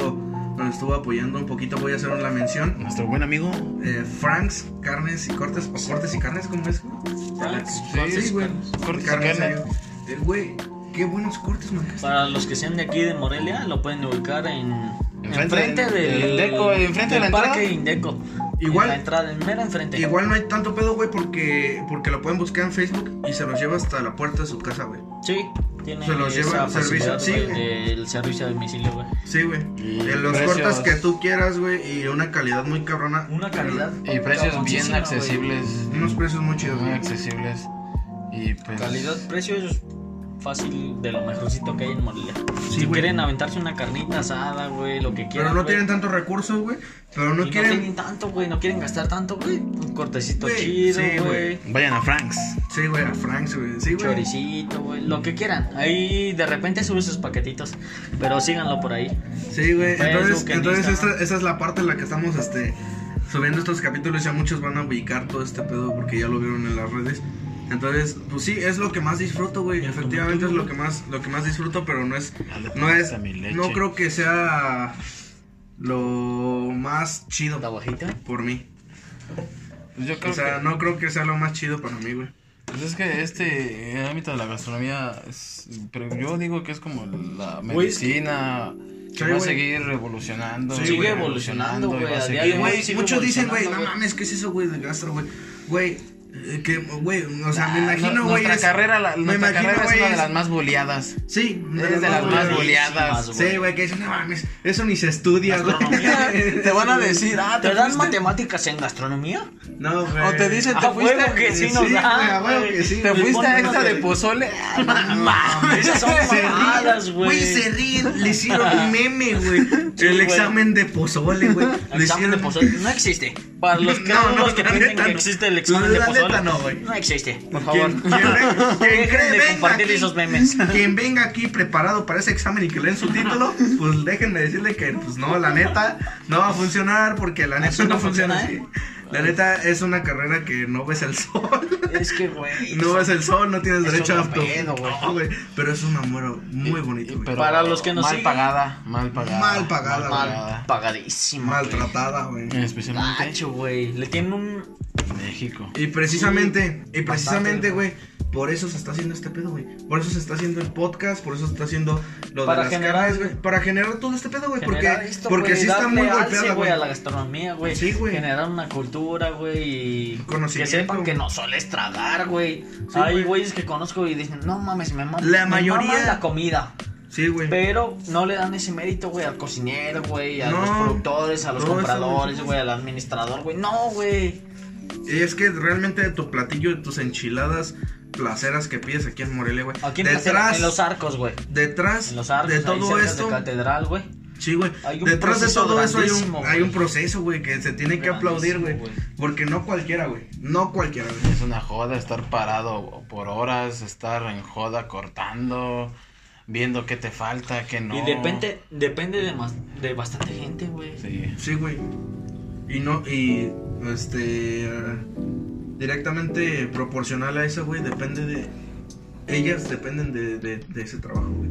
Speaker 2: nos estuvo apoyando un poquito. Voy a hacer una mención.
Speaker 3: Nuestro buen amigo.
Speaker 2: eh, Franks, carnes y cortes, o cortes y carnes, ¿cómo es? Franks,
Speaker 3: Cortes
Speaker 2: sí,
Speaker 3: y
Speaker 2: güey.
Speaker 3: carnes. Cortes y
Speaker 2: Carnes,
Speaker 3: carnes.
Speaker 2: eh, Güey, qué buenos cortes, man.
Speaker 1: Para los que sean de aquí de Morelia, lo pueden ubicar en.
Speaker 3: Enfrente
Speaker 1: Enfrente
Speaker 3: del-
Speaker 1: del.
Speaker 3: Indeco, eh, enfrente de la
Speaker 1: del Parque
Speaker 3: entrada.
Speaker 1: Indeco.
Speaker 2: Igual-
Speaker 1: En la entrada, en mera enfrente.
Speaker 2: Igual no hay tanto pedo, güey, porque, porque lo pueden buscar en Facebook y se los lleva hasta la puerta de su casa, güey.
Speaker 1: Sí, tiene.
Speaker 2: Se los lleva
Speaker 1: esa
Speaker 2: el servicio,
Speaker 1: facilidad,
Speaker 2: sí,
Speaker 1: güey,
Speaker 2: güey.
Speaker 1: del servicio a domicilio, güey.
Speaker 2: Sí, güey.
Speaker 3: Y
Speaker 2: Eh, Los
Speaker 3: precios.
Speaker 2: cortes que tú quieras, güey, y una calidad muy cabrona.
Speaker 1: Una calidad.
Speaker 3: Y precios bien
Speaker 1: cabroncísima,
Speaker 3: accesibles.
Speaker 2: Unos precios muy chidos,
Speaker 3: Muy
Speaker 2: güey.
Speaker 3: accesibles. Y pues.
Speaker 1: güey. Calidad, precio es fácil de lo mejorcito que hay en Morelia.
Speaker 2: Sí,
Speaker 1: si
Speaker 2: güey.
Speaker 1: quieren aventarse una carnita asada, güey, lo que
Speaker 2: Pero
Speaker 1: quieran.
Speaker 2: no
Speaker 1: güey.
Speaker 2: tienen tantos recursos, güey. Pero
Speaker 1: Y
Speaker 2: no
Speaker 1: no
Speaker 2: quieren.
Speaker 1: tienen tanto, güey, no quieren gastar tanto, güey. Un cortecito
Speaker 2: Güey,
Speaker 1: chido,
Speaker 2: sí,
Speaker 1: güey.
Speaker 3: Vayan a Franks.
Speaker 2: Sí, güey, a Franks, güey. Sí, güey.
Speaker 1: Choricito, güey, lo que quieran. Ahí de repente sube sus paquetitos, pero síganlo por ahí.
Speaker 2: Sí, güey.
Speaker 1: Facebook,
Speaker 2: Entonces,
Speaker 1: en
Speaker 2: entonces
Speaker 1: Instagram.
Speaker 2: esta- esa es la parte en la que estamos este, subiendo estos capítulos. Ya muchos van a ubicar todo este pedo porque ya lo vieron en las redes. Entonces, pues sí, es lo que más disfruto, güey. Efectivamente es lo que más, lo que más disfruto, pero no es, no es,
Speaker 3: Mi leche.
Speaker 2: no creo que sea lo más chido
Speaker 1: La bajita.
Speaker 2: por mí.
Speaker 3: Pues yo creo
Speaker 2: O sea,
Speaker 3: que.
Speaker 2: no creo que sea lo más chido para mí, güey.
Speaker 3: Pues es que este eh, ámbito de la gastronomía, es- pero yo digo que es como la
Speaker 1: Güey, es que-
Speaker 3: medicina que
Speaker 2: Sí,
Speaker 3: va a
Speaker 2: güey.
Speaker 3: seguir revolucionando.
Speaker 2: Sí,
Speaker 3: y
Speaker 2: sigue
Speaker 1: evolucionando,
Speaker 3: y va
Speaker 1: güey,
Speaker 3: a
Speaker 1: a
Speaker 3: seguir-
Speaker 1: diario,
Speaker 2: Güey,
Speaker 1: sigue
Speaker 2: muchos dicen, güey, no
Speaker 1: evolucionando, güey.
Speaker 2: mames, ¿qué es eso, güey, de gastro, güey? Güey, eh, que, güey, o sea,
Speaker 3: Ah,
Speaker 2: me imagino,
Speaker 3: no-
Speaker 2: güey,
Speaker 3: Nuestra
Speaker 2: es-
Speaker 3: carrera, la,
Speaker 2: me
Speaker 3: nuestra
Speaker 2: imagino,
Speaker 3: carrera es
Speaker 2: güey,
Speaker 3: una de
Speaker 2: es-
Speaker 3: las más boleadas.
Speaker 2: Sí,
Speaker 3: Es de las más
Speaker 1: más
Speaker 3: boleadas.
Speaker 1: boleadas.
Speaker 2: Sí, güey, que dicen, no mames, eso ni se estudia, güey.
Speaker 1: Gastronomía.
Speaker 3: Te van a decir, ah,
Speaker 1: ¿Te dan
Speaker 3: fuiste-
Speaker 1: matemáticas en gastronomía?
Speaker 2: No, güey.
Speaker 3: O te dicen, "Ah, te
Speaker 1: A
Speaker 3: fuiste.
Speaker 1: huevo que sí
Speaker 2: Sí,
Speaker 1: nos
Speaker 2: Ah, güey, a
Speaker 1: dan.
Speaker 2: huevo
Speaker 1: güey.
Speaker 2: que sí,
Speaker 3: Te
Speaker 2: güey.
Speaker 3: fuiste
Speaker 1: ponen
Speaker 3: a extra
Speaker 1: una
Speaker 3: de
Speaker 1: de-
Speaker 3: pozole. Ah, no mames.
Speaker 1: Esas son
Speaker 2: Se ríen,
Speaker 1: mamadas,
Speaker 2: Güey,
Speaker 1: güey.
Speaker 2: se ríen, le hicieron un meme, güey.
Speaker 1: Sí,
Speaker 2: el
Speaker 1: güey.
Speaker 2: examen de pozole, güey.
Speaker 1: El examen de pozole no existe. Para los que,
Speaker 2: No, no,
Speaker 1: los que
Speaker 2: la
Speaker 1: piensen
Speaker 2: neta
Speaker 1: que
Speaker 2: no.
Speaker 1: existe el examen de
Speaker 2: La neta
Speaker 1: pozole,
Speaker 2: no, güey.
Speaker 1: no existe.
Speaker 3: Por favor.
Speaker 2: ¿Quién, quién- quién
Speaker 1: Dejen de
Speaker 2: cree- venga
Speaker 1: compartir
Speaker 2: aquí-
Speaker 1: esos memes.
Speaker 2: Quien venga aquí preparado para ese examen y que leen su título, pues déjenme decirle que, pues no, la neta no va a funcionar porque la neta
Speaker 1: Así
Speaker 2: no
Speaker 1: no
Speaker 2: funciona así.
Speaker 1: funciona, ¿eh?
Speaker 2: La neta es una carrera que no ves el sol.
Speaker 1: Es que, güey.
Speaker 2: No ves el sol, no tienes
Speaker 1: es
Speaker 2: derecho a
Speaker 1: otro
Speaker 2: auto.
Speaker 1: pedo, güey. pues,
Speaker 2: No, güey. Pero es un amor muy bonito, güey.
Speaker 3: Pero
Speaker 1: Para los que nos
Speaker 3: Mal
Speaker 1: siguen.
Speaker 3: pagada, mal pagada.
Speaker 2: Mal pagada,
Speaker 3: mal
Speaker 2: güey.
Speaker 1: Mal pagadísimo. güey.
Speaker 2: Maltratada, güey.
Speaker 3: Especialmente
Speaker 1: Gacho, güey. Le tienen un.
Speaker 3: en México.
Speaker 2: Y precisamente, y precisamente, güey, Por eso se está haciendo este pedo, güey. Por eso se está haciendo el podcast, por eso se está haciendo lo
Speaker 1: Para
Speaker 2: de las
Speaker 1: generar-
Speaker 2: caras, güey. Para generar todo este pedo, güey. Porque,
Speaker 1: Generar esto,
Speaker 2: porque
Speaker 1: güey,
Speaker 2: sí está
Speaker 1: darle
Speaker 2: muy
Speaker 1: alce,
Speaker 2: golpeada,
Speaker 1: güey,
Speaker 2: güey.
Speaker 1: a la gastronomía, güey.
Speaker 2: Sí, güey.
Speaker 1: Generar una cultura, güey, y que
Speaker 2: Conocimiento.
Speaker 1: sepan que no sueles tragar, güey.
Speaker 2: Sí,
Speaker 1: Hay
Speaker 2: güey.
Speaker 1: güeyes que conozco y dicen, "No mames, me mama
Speaker 2: La
Speaker 1: me
Speaker 2: mayoría-
Speaker 1: mama la comida."
Speaker 2: Sí, güey.
Speaker 1: Pero no le dan ese mérito, güey, al cocinero, güey, a
Speaker 2: No.
Speaker 1: los productores, a los
Speaker 2: No, eso,
Speaker 1: compradores,
Speaker 2: güey.
Speaker 1: güey, al administrador, güey. No, güey.
Speaker 2: Y es que realmente tu platillo, tus enchiladas placeras que pides aquí en Morelia, güey.
Speaker 1: Aquí en, Placer-
Speaker 2: detrás,
Speaker 1: en los arcos, güey.
Speaker 2: detrás
Speaker 1: En los arcos,
Speaker 2: de
Speaker 1: ahí
Speaker 2: todo
Speaker 1: cerca
Speaker 2: esto,
Speaker 1: de catedral, güey.
Speaker 2: sí, güey.
Speaker 1: hay un
Speaker 2: Detrás de
Speaker 1: proceso
Speaker 2: todo eso hay un,
Speaker 1: grandísimo,
Speaker 2: hay un
Speaker 1: güey.
Speaker 2: proceso, güey, que se tiene que aplaudir, güey.
Speaker 1: Grandísimo,
Speaker 2: Porque no cualquiera, güey. No cualquiera, güey.
Speaker 3: Es una joda estar parado por horas, estar en joda cortando, viendo qué te falta, qué no.
Speaker 1: Y depende, depende de más, de bastante gente, güey.
Speaker 3: Sí.
Speaker 2: Sí, güey. Y no, y este. eh, Directamente proporcional a eso, güey, depende de. Ellas dependen de, de, de ese trabajo, güey.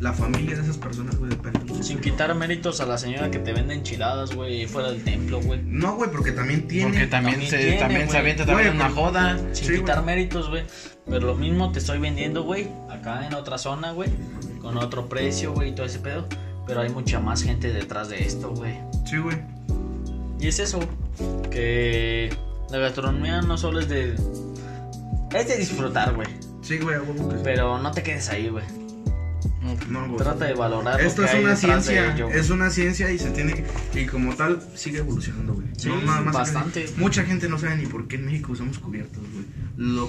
Speaker 2: La familia de esas personas, güey, dependen. de ese
Speaker 1: Sin
Speaker 2: trabajo.
Speaker 1: quitar méritos a la señora que te vende enchiladas, güey, fuera del templo, güey.
Speaker 2: No, güey, porque también tiene.
Speaker 3: Porque también,
Speaker 1: También
Speaker 3: se,
Speaker 1: tiene,
Speaker 3: también se
Speaker 1: güey.
Speaker 3: avienta también
Speaker 2: Güey,
Speaker 3: una
Speaker 2: pero-
Speaker 3: joda.
Speaker 1: Sin
Speaker 2: Sí,
Speaker 1: quitar
Speaker 2: güey.
Speaker 1: méritos, güey. Pero lo mismo te estoy vendiendo, güey, acá en otra zona, güey. Con otro precio, güey, y todo ese pedo. Pero hay mucha más gente detrás de esto, güey.
Speaker 2: Sí, güey.
Speaker 1: Y es eso, que la gastronomía no solo es de... Es de disfrutar, güey.
Speaker 2: Sí, güey, a huevo que sí.
Speaker 1: Pero no te quedes ahí, güey.
Speaker 2: No, güey.
Speaker 1: Trata de valorar. lo
Speaker 2: Esto
Speaker 1: que
Speaker 2: es
Speaker 1: hay
Speaker 2: una
Speaker 1: detrás de
Speaker 2: ciencia,
Speaker 1: ello, güey.
Speaker 2: es una ciencia y se tiene que, y como tal sigue evolucionando, güey.
Speaker 1: Sí,
Speaker 2: No, nada más
Speaker 1: bastante.
Speaker 2: que- mucha gente no sabe ni por qué en México usamos cubiertos, güey. Lo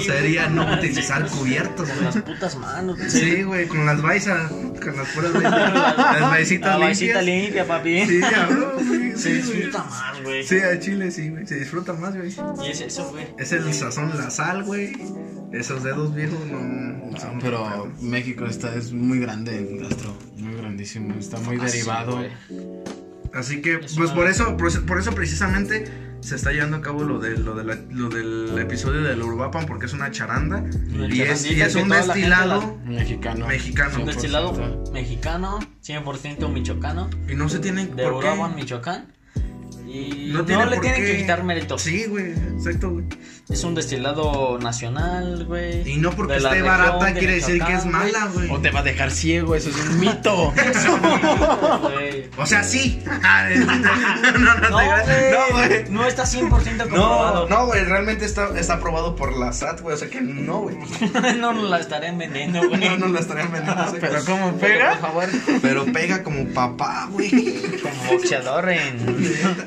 Speaker 1: Sí,
Speaker 2: sería
Speaker 1: güey.
Speaker 2: no utilizar cubiertos,
Speaker 1: Con las
Speaker 2: güey.
Speaker 1: putas manos.
Speaker 2: Sí, güey, con las baisas, con las puras baisas, las
Speaker 1: La
Speaker 2: baisitas
Speaker 1: baisita
Speaker 2: limpias.
Speaker 1: limpia, papi.
Speaker 2: Sí, ya, bro, güey,
Speaker 1: Se
Speaker 2: sí, güey.
Speaker 1: disfruta más, güey.
Speaker 2: Sí, a Chile sí, güey, se disfruta más, güey.
Speaker 1: Y es eso, güey.
Speaker 2: Es el sazón, la sal, güey. Esos dedos viejos no,
Speaker 3: No,
Speaker 2: son-
Speaker 3: pero México está, es muy grande en gastro, muy grandísimo, está muy
Speaker 1: Así,
Speaker 3: derivado.
Speaker 1: Ah, güey.
Speaker 2: Así que,
Speaker 1: Es
Speaker 2: pues
Speaker 1: una-
Speaker 2: por eso, por, por eso precisamente se está llevando a cabo lo, de, lo, de la- lo del episodio del Urbapan, porque es una charanda.
Speaker 1: Una
Speaker 2: Y es, y
Speaker 1: charandita
Speaker 2: es
Speaker 1: que
Speaker 2: un
Speaker 1: toda la
Speaker 2: destilado.
Speaker 1: gente
Speaker 3: Mexicano.
Speaker 2: Mexicano.
Speaker 1: Un
Speaker 3: 100%.
Speaker 1: destilado mexicano, 100% michoacano,
Speaker 2: Y no se tienen
Speaker 1: de
Speaker 2: por qué.
Speaker 1: Uruapan, Michoacán. Y
Speaker 2: No
Speaker 1: no,
Speaker 2: tiene
Speaker 1: le
Speaker 2: por
Speaker 1: tienen
Speaker 2: qué.
Speaker 1: que quitar méritos.
Speaker 2: Sí, güey, exacto, güey.
Speaker 1: Es un destilado nacional, güey.
Speaker 2: Y no porque
Speaker 1: de la
Speaker 2: esté
Speaker 1: región
Speaker 2: barata
Speaker 1: de
Speaker 2: quiere decir que es
Speaker 1: Michoacán,
Speaker 2: mala, güey.
Speaker 3: O te va a dejar ciego, eso es un mito.
Speaker 1: güey.
Speaker 2: O sea, sí. no, no, te
Speaker 1: No,
Speaker 2: creas. no,
Speaker 1: güey.
Speaker 2: güey.
Speaker 1: No está 100%
Speaker 2: No,
Speaker 1: comprobado.
Speaker 2: no, güey, realmente está, está aprobado por la SAT, güey. O sea que no, güey.
Speaker 1: No, nos la estaré envenenando, güey.
Speaker 2: No, Pues, no la estarían vendiendo. sí.
Speaker 3: Pero ¿cómo
Speaker 1: Pero, por
Speaker 3: pega?
Speaker 1: favor,
Speaker 2: Pero pega como papá, güey.
Speaker 1: como boxeador en.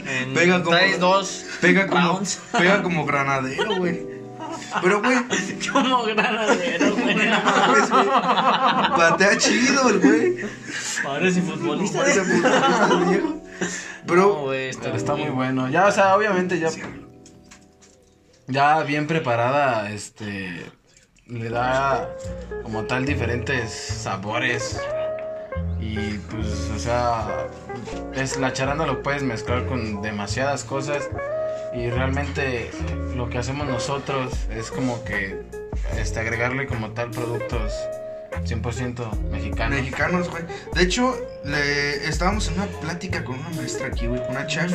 Speaker 1: en
Speaker 2: Pega como-
Speaker 1: Traes dos.
Speaker 2: Pega como,
Speaker 1: rounds.
Speaker 2: pega como granadero, güey. Pero, güey,
Speaker 1: Como granadero, güey.
Speaker 2: mames, güey, patea chido el güey.
Speaker 1: Parece futbolista.
Speaker 2: Parece futbolista el viejo.
Speaker 1: No,
Speaker 2: Pero,
Speaker 1: güey, está,
Speaker 3: Pero está muy bueno. Ya, o sea, obviamente ya. Ya bien preparada, este. Le da como tal diferentes sabores. Y pues, o sea. Es, la charanda lo puedes mezclar con demasiadas cosas. Y realmente eh, lo que hacemos nosotros es como que. Este, agregarle como tal productos 100% mexicanos.
Speaker 2: mexicanos, güey. De hecho, le, estábamos en una plática con una maestra aquí, güey, con una chef.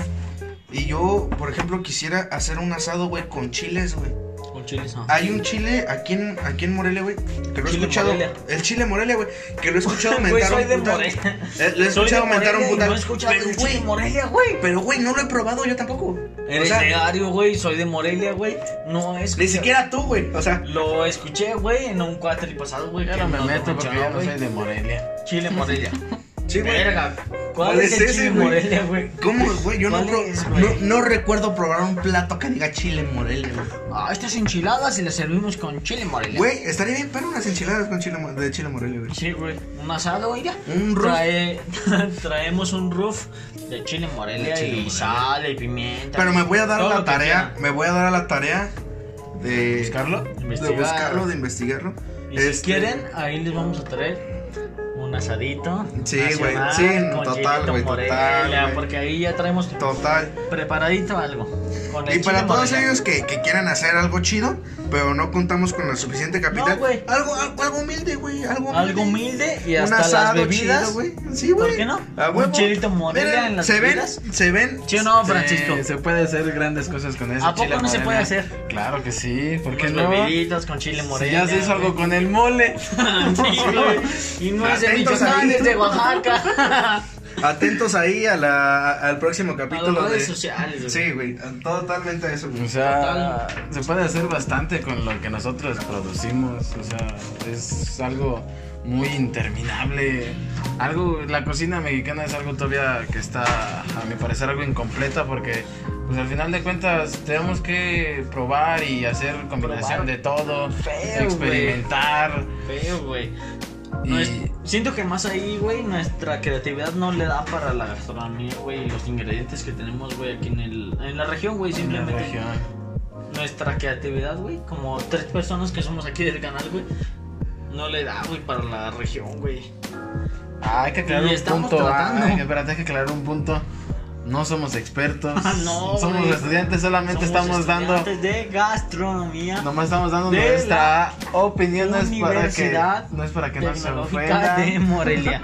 Speaker 2: Y yo, por ejemplo, quisiera hacer un asado, güey, con chiles, güey.
Speaker 1: Con chiles, no.
Speaker 2: Hay un chile aquí en, aquí en Morelia, güey, que lo he
Speaker 1: Chile
Speaker 2: escuchado.
Speaker 1: Morelia.
Speaker 2: El chile Morelia, güey, que lo he escuchado
Speaker 1: Güey,
Speaker 2: mentar
Speaker 1: soy
Speaker 2: un
Speaker 1: de
Speaker 2: putal.
Speaker 1: Morelia.
Speaker 2: Eh, Lo he
Speaker 1: Soy de
Speaker 2: escuchado mentar
Speaker 1: Morelia
Speaker 2: un
Speaker 1: y
Speaker 2: putal.
Speaker 1: No he escuchado
Speaker 2: Pero,
Speaker 1: el
Speaker 2: güey,
Speaker 1: chile Morelia, güey.
Speaker 2: Pero, güey, no lo he probado yo tampoco.
Speaker 1: Eres
Speaker 2: o sea,
Speaker 1: de Ario, güey. Soy de Morelia, güey. No es.
Speaker 2: ni siquiera tú, güey. O sea,
Speaker 1: Lo escuché, güey, en un cuatri pasado, güey.
Speaker 3: Ya
Speaker 1: que
Speaker 3: no me
Speaker 1: nos lo
Speaker 3: meto porque
Speaker 1: mencionó,
Speaker 3: yo no
Speaker 1: güey.
Speaker 3: soy de Morelia.
Speaker 1: Chile Morelia.
Speaker 2: sí, güey.
Speaker 1: Verga.
Speaker 2: ¿Cuál
Speaker 1: ¿Cuál es
Speaker 2: es
Speaker 1: el
Speaker 2: ese,
Speaker 1: chile
Speaker 2: güey?
Speaker 1: Morelia, güey?
Speaker 2: ¿Cómo, güey? Yo no,
Speaker 1: ¿Cuál
Speaker 2: pro-
Speaker 1: es, güey?
Speaker 2: no, no recuerdo probar un plato que diga chile en Morelia, güey.
Speaker 1: Ah, estas enchiladas y las servimos con chile Morelia.
Speaker 2: Güey, estaría bien para unas enchiladas con chile mo- de chile Morelia, güey.
Speaker 1: Sí, güey. Un asado, oiga.
Speaker 2: Un roof.
Speaker 1: Trae- traemos un roof de chile Morelia
Speaker 3: De chile
Speaker 1: y
Speaker 3: Morelia.
Speaker 1: sal y pimienta.
Speaker 2: Pero me voy a dar
Speaker 1: Todo
Speaker 2: la
Speaker 1: lo que
Speaker 2: tarea,
Speaker 1: quieran.
Speaker 2: me voy a dar a la tarea de
Speaker 3: ¿Buscarlo?
Speaker 2: de
Speaker 1: Investigar.
Speaker 2: buscarlo, de investigarlo.
Speaker 1: Y si
Speaker 2: Este,
Speaker 1: quieren, ahí les vamos a traer un asadito.
Speaker 2: Sí, güey,
Speaker 1: nacional
Speaker 2: sí,
Speaker 1: con
Speaker 2: total,
Speaker 1: chilito
Speaker 2: güey, total,
Speaker 1: Morelia,
Speaker 2: güey.
Speaker 1: Porque ahí ya traemos
Speaker 2: Total.
Speaker 1: preparadito algo. Con el
Speaker 2: Y para
Speaker 1: chile
Speaker 2: todos
Speaker 1: morellano.
Speaker 2: ellos que, que quieran hacer algo chido, pero no contamos con la suficiente capital.
Speaker 1: No, güey.
Speaker 2: algo, algo, algo humilde, güey. Algo humilde.
Speaker 1: Algo humilde y
Speaker 2: Un
Speaker 1: hasta las
Speaker 2: asado
Speaker 1: bebidas.
Speaker 2: chido, güey. Sí, güey.
Speaker 1: ¿Por qué no?
Speaker 2: A
Speaker 1: Un
Speaker 2: huevo.
Speaker 1: chilito morela
Speaker 2: Miren,
Speaker 1: en las
Speaker 2: se
Speaker 1: bebidas.
Speaker 2: ven, se ven.
Speaker 1: ¿Sí o no, Francisco?
Speaker 3: Se, se puede hacer grandes cosas con eso.
Speaker 1: ¿A poco no se puede hacer?
Speaker 3: Claro que sí, ¿por qué
Speaker 1: Unas
Speaker 3: no?
Speaker 1: bebiditas con chile
Speaker 3: Si
Speaker 1: moreno.
Speaker 3: ya se hizo algo con el mole.
Speaker 1: Y no es de
Speaker 2: Atentos
Speaker 1: Michoacán,
Speaker 2: ahí.
Speaker 1: es de Oaxaca.
Speaker 2: Atentos ahí a la, a- al próximo
Speaker 1: A
Speaker 2: capítulo.
Speaker 1: las redes
Speaker 2: de-
Speaker 1: sociales, güey.
Speaker 2: Sí, güey. a- Totalmente a eso, güey.
Speaker 3: O sea, se puede hacer bastante con lo que nosotros producimos. O sea, es algo muy interminable. Algo, la cocina mexicana es algo todavía que está, a mi parecer, algo incompleta porque, pues al final de cuentas, tenemos que probar y hacer combinación
Speaker 1: Probar.
Speaker 3: de todo,
Speaker 1: Feo,
Speaker 3: experimentar.
Speaker 1: Feo, güey.
Speaker 3: Y,
Speaker 1: No es- siento que más ahí, güey, nuestra creatividad no le da para la gastronomía, güey, y los ingredientes que tenemos, güey, aquí en, el, en la región, güey,
Speaker 3: en la
Speaker 1: simplemente.
Speaker 3: región.
Speaker 1: Nuestra creatividad, güey, como tres personas que somos aquí del canal, güey, no le da, güey, para la región, güey.
Speaker 3: Ah, hay que aclarar
Speaker 1: Y
Speaker 3: un
Speaker 1: estamos
Speaker 3: punto. ah,
Speaker 1: tratando.
Speaker 3: hay que- espérate, hay que aclarar un punto. No somos expertos.
Speaker 1: Ah, No,
Speaker 3: somos
Speaker 1: güey.
Speaker 3: estudiantes, solamente
Speaker 1: Somos
Speaker 3: estamos dando.
Speaker 1: estudiantes de gastronomía.
Speaker 3: Nomás estamos dando
Speaker 1: De
Speaker 3: nuestra opinión, no es para que,
Speaker 1: Universidad
Speaker 3: no es para que no se
Speaker 1: Tecnológica
Speaker 3: ofendan,
Speaker 1: de Morelia.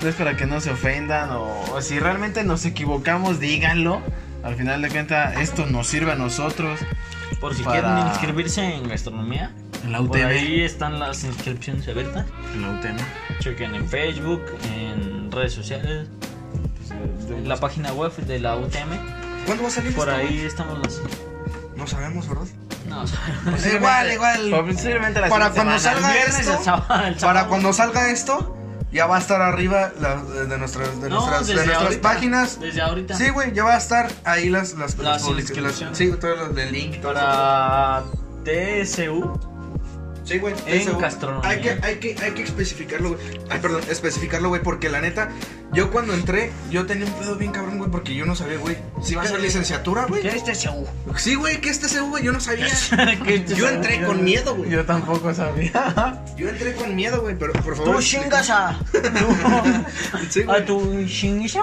Speaker 3: no es para que no se ofendan o, o si realmente nos equivocamos, díganlo. Al final de cuentas, esto nos sirve a nosotros
Speaker 1: Por si
Speaker 3: Para-
Speaker 1: quieren inscribirse en gastronomía,
Speaker 3: en la
Speaker 1: por
Speaker 3: UTM,
Speaker 1: ahí están las inscripciones abiertas.
Speaker 3: en la UTM.
Speaker 1: Chequen en Facebook, en redes sociales, en la página web de la UTM.
Speaker 2: ¿Cuándo va a salir
Speaker 1: Por
Speaker 2: esto,
Speaker 1: ahí estamos las.
Speaker 2: güey? No sabemos, ¿verdad?
Speaker 1: No, o sea,
Speaker 2: Igual,
Speaker 1: Pues,
Speaker 2: igual.
Speaker 3: Posiblemente la
Speaker 2: Para
Speaker 3: siguiente
Speaker 2: cuando
Speaker 3: semana.
Speaker 2: salga
Speaker 1: viernes,
Speaker 2: esto,
Speaker 1: el sábado- el
Speaker 2: Para
Speaker 1: sábado.
Speaker 2: cuando salga esto, ya va a estar arriba la- de nuestras, de
Speaker 1: No,
Speaker 2: nuestras, de
Speaker 1: desde
Speaker 2: nuestras
Speaker 1: ahorita,
Speaker 2: páginas.
Speaker 1: Desde ahorita.
Speaker 2: Sí, güey, ya va a estar ahí las, las,
Speaker 1: Las
Speaker 2: publicaciones.
Speaker 1: inscripciones.
Speaker 2: Sí, todos los del link. todo eso.
Speaker 1: Para TSU.
Speaker 2: Sí, güey.
Speaker 1: En
Speaker 2: eso, güey.
Speaker 1: gastronomía.
Speaker 2: Hay que, hay que, hay que especificarlo, güey. Ay, perdón, especificarlo, güey, porque la neta, yo cuando entré, yo tenía un pedo bien cabrón, güey, porque yo no sabía, güey, si va a ser licenciatura, güey.
Speaker 1: ¿Qué es TSU?
Speaker 2: Este Sí, güey, que este CU, güey, yo no sabía.
Speaker 1: ¿Qué es
Speaker 2: Yo
Speaker 1: TSU?
Speaker 2: entré con miedo, güey.
Speaker 3: Yo tampoco sabía.
Speaker 2: Yo entré con miedo, güey, pero por favor.
Speaker 1: Tú chingas a.
Speaker 2: Sí,
Speaker 1: A
Speaker 2: güey.
Speaker 1: tu chinguisa.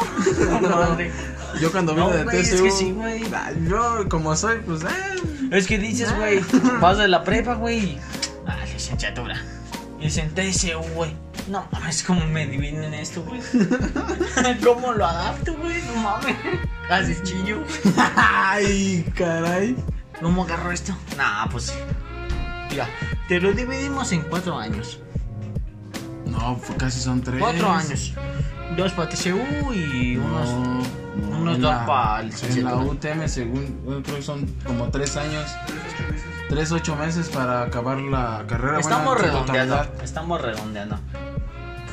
Speaker 3: Yo cuando
Speaker 1: No,
Speaker 3: vine de
Speaker 1: güey, es
Speaker 3: TCU,
Speaker 1: que sí, güey.
Speaker 3: ah, yo como soy, pues, eh,
Speaker 1: Es que dices, güey, vas de la prepa, güey. Ah, licenciatura. Y dicen TSU, güey. No mames, cómo me divinen esto, güey. ¿Cómo lo adapto, güey? No mames. Casi chillo. güey.
Speaker 3: ay, caray.
Speaker 1: ¿Cómo agarro esto? Nah, pues sí. Mira, te lo dividimos en cuatro años.
Speaker 3: No, pues, casi son tres.
Speaker 1: Cuatro años. Dos para TCU y unos.
Speaker 3: No,
Speaker 1: unos
Speaker 3: en
Speaker 1: dos
Speaker 3: la-
Speaker 1: pa'l
Speaker 3: En la
Speaker 1: licenciatura.
Speaker 3: UTM, según bueno, creo que son como tres años, tres, ocho meses para acabar la carrera.
Speaker 1: Estamos
Speaker 3: bueno, en su totalidad.
Speaker 1: redondeando. Estamos redondeando.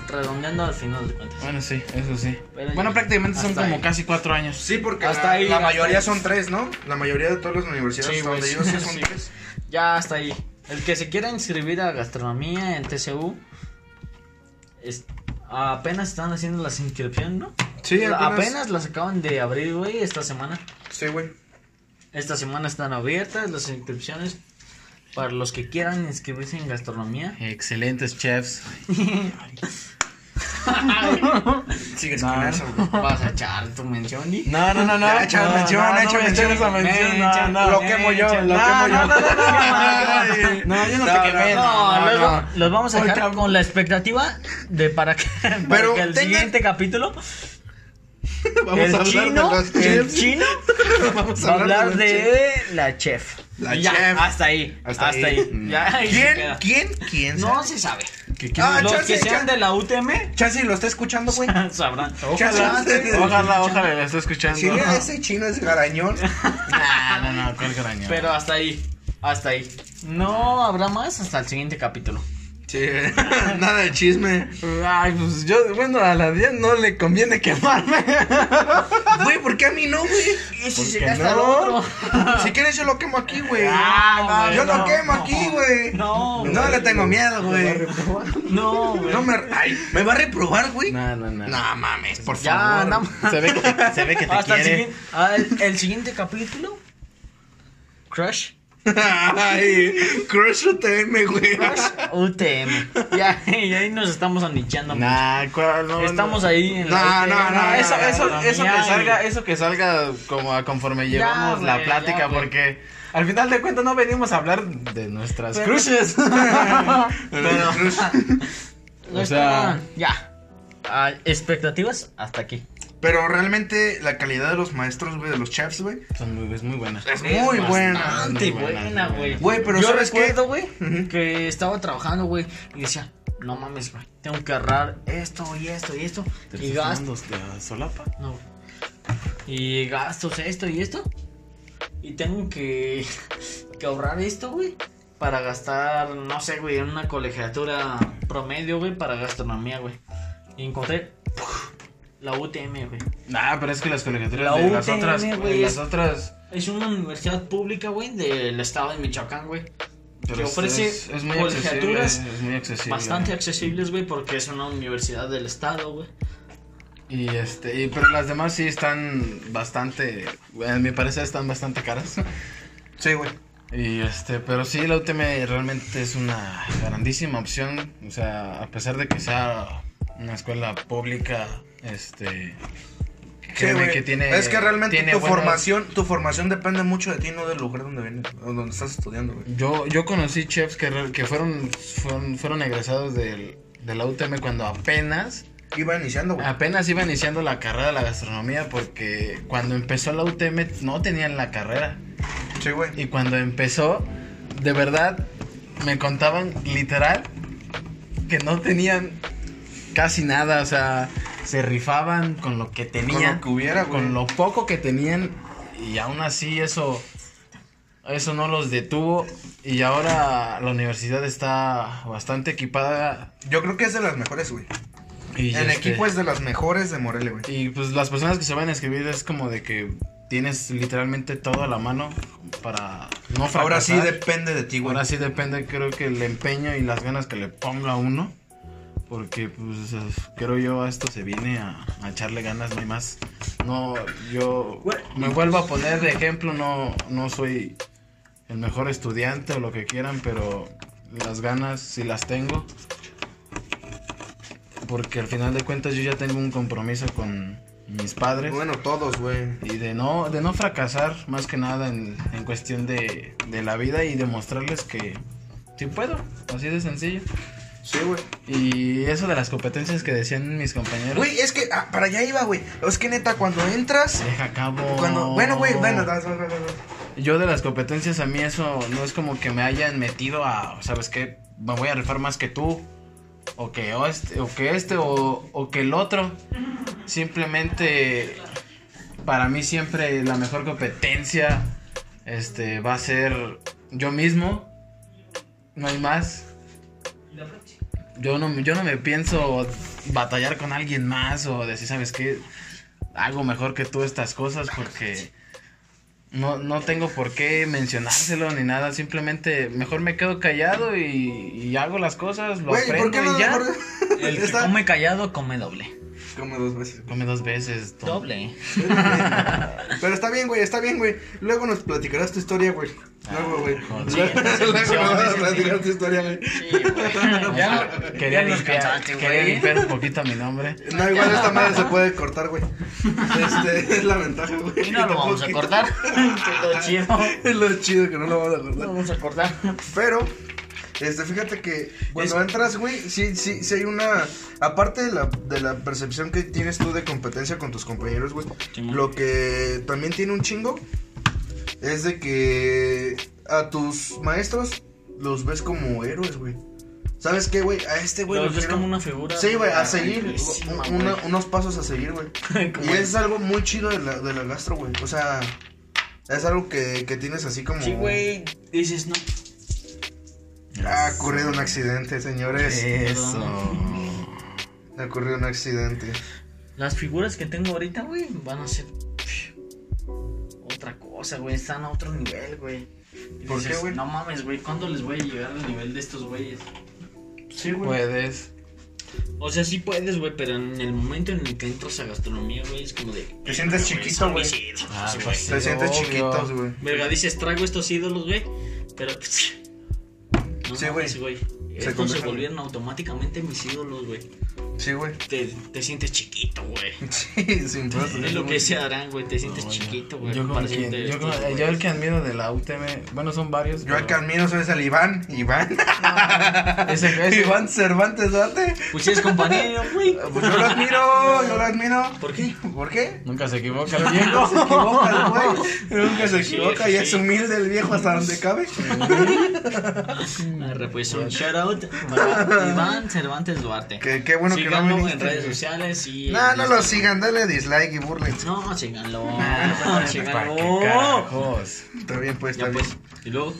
Speaker 1: Redondeando al final de cuentas.
Speaker 3: Bueno, sí, eso sí.
Speaker 1: Pero
Speaker 3: bueno,
Speaker 1: ya-
Speaker 3: prácticamente son
Speaker 1: hasta
Speaker 3: como
Speaker 1: ahí.
Speaker 3: casi cuatro años.
Speaker 2: Sí, porque
Speaker 1: Hasta
Speaker 2: la,
Speaker 1: ahí,
Speaker 2: la
Speaker 1: hasta
Speaker 2: mayoría
Speaker 1: ahí.
Speaker 2: son tres, ¿no? La mayoría de todas las universidades
Speaker 1: Sí,
Speaker 2: donde
Speaker 1: güey,
Speaker 2: yo sé son
Speaker 1: sí.
Speaker 2: tres.
Speaker 1: Ya hasta ahí. El que se quiera inscribir a gastronomía en TCU, es- apenas están haciendo las inscripciones, ¿no?
Speaker 2: Sí,
Speaker 1: La-
Speaker 2: apenas.
Speaker 1: apenas. las acaban de abrir, güey, esta semana.
Speaker 2: Sí, güey.
Speaker 1: Esta semana están abiertas las inscripciones para los que quieran inscribirse en gastronomía.
Speaker 3: Excelentes chefs.
Speaker 2: Sigues
Speaker 3: No.
Speaker 2: con eso, güey.
Speaker 1: Vas a echar tu mención y...
Speaker 3: No, no, no, no.
Speaker 2: Ya, echa mención, echa mención.
Speaker 3: esa mención. No,
Speaker 1: Mención.
Speaker 3: no,
Speaker 2: Lo quemo yo,
Speaker 3: mención.
Speaker 2: lo
Speaker 3: No,
Speaker 2: quemo yo.
Speaker 3: No, no, no, no, no,
Speaker 2: Ay.
Speaker 3: no, no, yo no
Speaker 2: No,
Speaker 3: te quemé.
Speaker 1: No,
Speaker 3: No, no,
Speaker 1: luego
Speaker 3: no.
Speaker 1: los vamos a dejar
Speaker 3: Oigan,
Speaker 1: con la expectativa de para que, para
Speaker 2: Pero
Speaker 1: que el
Speaker 2: tengan-
Speaker 1: siguiente capítulo
Speaker 2: Vamos
Speaker 1: el
Speaker 2: a hablar
Speaker 1: chino,
Speaker 2: de las
Speaker 1: el
Speaker 2: chefs.
Speaker 1: chino
Speaker 2: Vamos
Speaker 1: va a hablar
Speaker 2: las chefs.
Speaker 1: de la chef.
Speaker 2: La
Speaker 1: Y ya,
Speaker 2: chef.
Speaker 1: Hasta ahí. Hasta,
Speaker 2: Hasta
Speaker 1: ahí.
Speaker 2: ahí. Mm.
Speaker 1: Ya, ahí se
Speaker 2: ¿Quién?
Speaker 1: queda.
Speaker 2: ¿Quién? ¿Quién?
Speaker 1: No se sabe.
Speaker 3: que quiero-
Speaker 2: Ah,
Speaker 1: Los
Speaker 2: chance,
Speaker 1: que sean
Speaker 2: chance.
Speaker 1: de la UTM
Speaker 2: Chance lo está escuchando, güey.
Speaker 1: sabrán.
Speaker 2: Chance.
Speaker 3: Ojalá, ojalá, la estoy escuchando.
Speaker 2: Si mira, ese chino es garañón.
Speaker 3: No, no, no, cuál graña.
Speaker 1: Pero hasta ahí. Hasta ahí. No habrá más hasta el siguiente capítulo.
Speaker 2: Sí, nada de chisme.
Speaker 3: Ay, pues yo, bueno, a la 10 no le conviene quemarme.
Speaker 2: Güey, ¿por qué a mí no, güey?
Speaker 1: Ese
Speaker 3: qué
Speaker 1: será hasta el
Speaker 3: no?
Speaker 1: otro.
Speaker 2: Si quieres, yo lo quemo aquí, güey.
Speaker 1: Ah, no,
Speaker 2: yo
Speaker 1: no,
Speaker 2: lo quemo
Speaker 1: no.
Speaker 2: aquí, güey.
Speaker 1: No,
Speaker 2: No
Speaker 1: güey.
Speaker 2: le tengo miedo, güey.
Speaker 1: No, güey.
Speaker 2: No me. Ay, ¿me va a reprobar, güey?
Speaker 3: No, no, no.
Speaker 2: No mames, por
Speaker 1: Ya,
Speaker 2: favor.
Speaker 1: andamos.
Speaker 3: Se ve que, se ve que te
Speaker 1: Hasta ah, el
Speaker 3: quiere.
Speaker 1: siguiente, al- el siguiente capítulo. Crush.
Speaker 5: Ay, Crush UTM, güey.
Speaker 1: UTM. Ya, y ahí nos estamos anichando.
Speaker 3: Nah, ¿cuál? No, no.
Speaker 1: estamos ahí en
Speaker 3: No, no, no, eso,
Speaker 1: Ya,
Speaker 3: eso,
Speaker 1: ya,
Speaker 3: eso que
Speaker 1: ya,
Speaker 3: salga, eso que salga como a conforme
Speaker 1: Ya,
Speaker 3: llevamos la
Speaker 1: güey,
Speaker 3: plática,
Speaker 1: ya, güey.
Speaker 3: porque al final de cuentas no venimos a hablar de nuestras
Speaker 1: Pero-
Speaker 3: crushes. Pero-
Speaker 1: No
Speaker 3: O
Speaker 1: está
Speaker 3: sea-
Speaker 1: mal. ya. Ah, expectativas hasta aquí.
Speaker 2: Pero realmente la calidad de los maestros, güey, de los chefs, güey,
Speaker 3: Son muy- es muy buena.
Speaker 2: es muy buena.
Speaker 1: Bastante
Speaker 3: muy buena,
Speaker 1: buena,
Speaker 3: muy
Speaker 1: güey.
Speaker 3: buena.
Speaker 2: Güey, pero
Speaker 1: Yo
Speaker 2: ¿sabes qué?
Speaker 1: recuerdo, güey, que estaba trabajando, güey, y decía, no mames, güey, tengo que ahorrar esto y esto y esto.
Speaker 3: ¿Te
Speaker 1: Y
Speaker 3: estás
Speaker 1: gastos.
Speaker 3: tomando la solapa?
Speaker 1: No, güey. Y gastos esto y esto. Y tengo que, que ahorrar esto, güey. Para gastar, no sé, güey, en una colegiatura promedio, güey, para gastronomía, güey. Y encontré ¡puf! la UTM, güey.
Speaker 3: Nah, pero es que las colegiaturas
Speaker 1: La
Speaker 3: de las
Speaker 1: UTM,
Speaker 3: otras,
Speaker 1: güey,
Speaker 3: las
Speaker 1: es-
Speaker 3: otras,
Speaker 1: Es una universidad pública, güey, del estado de Michoacán, güey.
Speaker 3: pero
Speaker 1: que
Speaker 3: es-
Speaker 1: ofrece
Speaker 3: es, es muy accesible,
Speaker 1: colegiaturas
Speaker 3: es muy accesible.
Speaker 1: Bastante accesibles, güey, porque es una universidad del estado, güey.
Speaker 3: Y este, y- pero las demás sí están bastante, a mi parecer están bastante caras.
Speaker 2: Sí, güey.
Speaker 3: Y este, pero sí, la UTM realmente es una grandísima opción. O sea, a pesar de que sea una escuela pública, este. créeme
Speaker 2: güey.
Speaker 3: que tiene.
Speaker 2: es que realmente
Speaker 3: tiene
Speaker 2: tu
Speaker 3: buenas-
Speaker 2: formación, tu formación depende mucho de ti, no del lugar donde vienes, o donde estás estudiando, güey.
Speaker 3: Yo, yo conocí chefs que, re- que fueron, fueron, fueron egresados del, de la UTM cuando apenas.
Speaker 2: Iba iniciando, güey.
Speaker 3: Apenas iba iniciando la carrera de la gastronomía porque cuando empezó la UTM no tenían la carrera.
Speaker 2: Sí, güey.
Speaker 3: Y cuando empezó, de verdad, me contaban literal que no tenían casi nada, o sea, se rifaban con lo que tenían,
Speaker 2: Con lo que hubiera, güey.
Speaker 3: con lo poco que tenían, y aún así eso, eso no los detuvo, y ahora la universidad está bastante equipada.
Speaker 2: Yo creo que es de las mejores, güey.
Speaker 3: Y
Speaker 2: En
Speaker 3: este,
Speaker 2: equipo es de las mejores de Morelia, güey.
Speaker 3: Y pues las personas que se van a escribir es como de que tienes literalmente todo a la mano para no fracasar.
Speaker 2: Ahora sí depende de ti, güey.
Speaker 3: Ahora sí depende, creo que el empeño y las ganas que le ponga uno. Porque, pues, es- creo yo, a esto se viene a, a echarle ganas, no hay más. No, yo
Speaker 1: Güey.
Speaker 3: me vuelvo a poner de ejemplo, no, no soy el mejor estudiante o lo que quieran, pero las ganas sí las tengo. Porque al final de cuentas yo ya tengo un compromiso con mis padres.
Speaker 2: Bueno, todos, güey.
Speaker 3: Y de no, de no fracasar, más que nada en, en cuestión de, de la vida y demostrarles que sí puedo, así de sencillo.
Speaker 2: Sí, güey.
Speaker 3: Y eso de las competencias que decían mis compañeros,
Speaker 2: Güey, es que ah, para allá iba, güey. Es que neta, cuando entras.
Speaker 3: se deja a cabo.
Speaker 2: Cuando, bueno, güey, bueno, das, das, das, das.
Speaker 3: Yo de las competencias a mí eso no es como que me hayan metido a, ¿sabes qué? Me voy a rifar más que tú. O que o este, o que, este o, o que el otro. Simplemente para mí siempre la mejor competencia este, va a ser yo mismo. No hay más. Yo no, yo no me pienso batallar con alguien más o decir, ¿sabes qué? Hago mejor que tú estas cosas porque... No, no tengo por qué mencionárselo ni nada, simplemente mejor me quedo callado y, y hago las cosas, lo
Speaker 2: Güey,
Speaker 3: aprendo
Speaker 2: ¿por qué no
Speaker 3: y ya.
Speaker 2: mejor?
Speaker 1: El que
Speaker 2: Está-
Speaker 1: come callado come doble.
Speaker 2: Como dos veces.
Speaker 3: Come dos veces. to-
Speaker 1: Doble.
Speaker 2: Pero está bien, güey, está bien, güey. Luego nos platicarás tu historia, güey. Luego, güey.
Speaker 3: joder.
Speaker 2: Luego luego nos vas a platicar tu historia, güey.
Speaker 1: Ya,
Speaker 3: Quería,
Speaker 1: ya nos
Speaker 3: limpiar,
Speaker 1: cansaste,
Speaker 3: quería
Speaker 1: güey.
Speaker 3: limpiar un poquito mi nombre.
Speaker 2: No, igual esta madre se puede cortar, güey. Este, es la ventaja, güey.
Speaker 1: Y no lo vamos a cortar. Que lo chido.
Speaker 2: Es lo chido que no lo vamos a
Speaker 1: No
Speaker 2: cortar.
Speaker 1: lo vamos a cortar.
Speaker 2: Pero, este, fíjate que cuando entras, güey, sí, sí, sí hay una. Aparte de la, de la percepción que tienes tú de competencia con tus compañeros, güey,
Speaker 1: Simón.
Speaker 2: lo que también tiene un chingo es de que a tus maestros los ves como héroes, güey. ¿Sabes qué, güey? A este, güey.
Speaker 1: Lo
Speaker 2: lo
Speaker 1: ves
Speaker 2: quiero-
Speaker 1: como una figura.
Speaker 2: Sí, güey, a seguir.
Speaker 1: grandísima,
Speaker 2: un- una-
Speaker 1: güey.
Speaker 2: unos pasos a seguir, güey. Y
Speaker 1: Como-
Speaker 2: es algo muy chido de la, de la gastro, güey. O sea, es algo que, que tienes así como.
Speaker 1: Sí, güey. Dices, no.
Speaker 2: Ha ocurrido un accidente, señores.
Speaker 3: Eso.
Speaker 2: Ha ocurrido un accidente.
Speaker 1: Las figuras que tengo ahorita, güey, van a ser. pf, Otra cosa, güey. Están a otro nivel, güey. Y
Speaker 2: ¿Por
Speaker 1: dices,
Speaker 2: qué, güey?
Speaker 1: No mames, güey. ¿Cuándo les voy a llegar al nivel de estos güeyes?
Speaker 2: Sí, güey.
Speaker 3: Puedes.
Speaker 1: O sea, sí puedes, güey, pero en el momento en el que entras a gastronomía, güey, es como de.
Speaker 2: Te sientes
Speaker 1: "Güey,
Speaker 2: chiquito,
Speaker 1: son
Speaker 2: güey".
Speaker 1: mis ídolos,
Speaker 3: Ah,
Speaker 1: güey.
Speaker 3: pues sí.
Speaker 2: Te sientes
Speaker 3: obvio.
Speaker 2: chiquitos, güey.
Speaker 1: Verga, dices, traigo estos ídolos, güey. Pero. pues, No
Speaker 2: Sí,
Speaker 1: mames,
Speaker 2: güey. Se
Speaker 1: Estos se
Speaker 2: convierten-
Speaker 1: volvieron automáticamente mis ídolos, güey.
Speaker 2: Sí, güey.
Speaker 1: Te, te sientes chiquito, güey.
Speaker 2: Sí, sin pedos.
Speaker 3: pues,
Speaker 1: Es lo que dice Arán, güey. Te sientes
Speaker 3: No,
Speaker 1: chiquito,
Speaker 3: yo-
Speaker 1: güey.
Speaker 3: Yo, con
Speaker 1: para
Speaker 3: quien-
Speaker 1: siente-
Speaker 3: yo, con- yo el que admiro de la UTM, bueno, son varios.
Speaker 2: Yo al
Speaker 3: pero-
Speaker 2: Carmino soy el Iván. Iván.
Speaker 3: Ese, ese-
Speaker 2: Iván Cervantes Date.
Speaker 1: Pues sí es compañero, güey.
Speaker 2: Pues yo lo admiro, yo lo admiro.
Speaker 1: ¿Por qué?
Speaker 2: ¿Por qué?
Speaker 3: Nunca se equivoca el viejo.
Speaker 2: Se equivoca
Speaker 1: Ah,
Speaker 2: el güey. Nunca se
Speaker 1: Sí,
Speaker 2: equivoca y
Speaker 1: sí.
Speaker 2: es humilde el viejo hasta donde cabe.
Speaker 1: Arre, pues un shout out para Iván Cervantes Duarte.
Speaker 2: Que- qué bueno que no
Speaker 1: Síganlo en
Speaker 2: viniste.
Speaker 1: redes sociales y. este,
Speaker 2: No, no lo sigan, dale dislike y burlen.
Speaker 1: No, síganlo.
Speaker 2: bueno,
Speaker 3: pues,
Speaker 1: síganlo.
Speaker 3: Carajos.
Speaker 2: Está bien, pues, está
Speaker 1: Ya
Speaker 2: bien.
Speaker 1: pues. Y luego,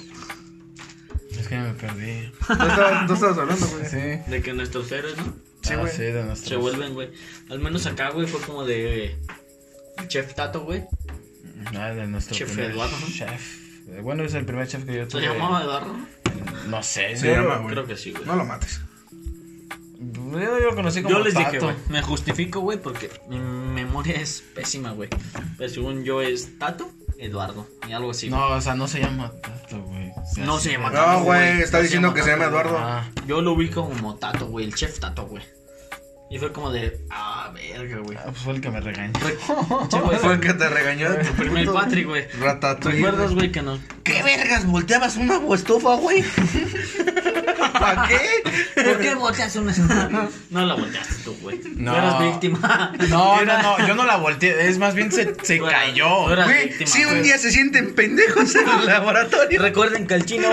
Speaker 3: Es que me perdí.
Speaker 1: pues.
Speaker 2: No estabas, no estabas hablando, güey.
Speaker 3: Sí.
Speaker 1: de que nuestros héroes, ¿no?
Speaker 2: Sí,
Speaker 3: Ah,
Speaker 2: güey.
Speaker 3: sí, de nuestros.
Speaker 1: Se vuelven, güey. Al menos acá, güey, fue como de. Chef Tato, güey.
Speaker 3: Ah, de nuestro
Speaker 1: Chef
Speaker 3: primer
Speaker 1: Eduardo, ¿no?
Speaker 3: Chef. Eh, Bueno, es el primer chef que yo
Speaker 1: ¿Se
Speaker 3: tuve.
Speaker 1: llamaba Eduardo?
Speaker 3: No sé,
Speaker 2: Se
Speaker 3: yo-
Speaker 2: llama, güey.
Speaker 1: Creo que sí, güey.
Speaker 2: No lo mates.
Speaker 3: Yo, yo lo conocí como
Speaker 1: Yo les dije,
Speaker 3: Tato.
Speaker 1: güey, me justifico, güey, porque mi memoria es pésima, güey. Pero según yo es Tato, Eduardo, y algo así. güey.
Speaker 3: No, o sea, no se llama Tato, güey. O sea,
Speaker 1: No
Speaker 3: sí,
Speaker 1: se llama
Speaker 3: güey.
Speaker 1: Tato,
Speaker 2: No, güey, está
Speaker 1: No
Speaker 2: diciendo que se llama
Speaker 1: Tato, güey.
Speaker 2: Eduardo.
Speaker 3: Ah,
Speaker 1: Yo lo ubico como Tato, güey, el chef Tato, güey. Y fue como de, ah, verga, güey.
Speaker 3: ah, pues fue el que me regañó.
Speaker 1: Che, güey,
Speaker 2: Fue el que te regañó de tu
Speaker 1: Pues, primer
Speaker 2: puto
Speaker 1: Patrick, güey. ¿Te
Speaker 2: Ratatouille.
Speaker 1: acuerdas,
Speaker 2: güey.
Speaker 1: güey, que nos...
Speaker 2: ¿Qué vergas? ¿Volteabas una estufa, güey? ¿Para qué?
Speaker 1: ¿Por qué volteas una No la volteaste tú, güey.
Speaker 3: No.
Speaker 1: No. eras víctima.
Speaker 3: No, no, no, yo no la volteé. Es más bien se, se
Speaker 1: Tú eras-
Speaker 3: cayó.
Speaker 1: tú eras
Speaker 2: Güey,
Speaker 1: víctima, pues.
Speaker 2: si un
Speaker 1: güey.
Speaker 2: día se sienten pendejos en el laboratorio,
Speaker 1: Recuerden que el chino...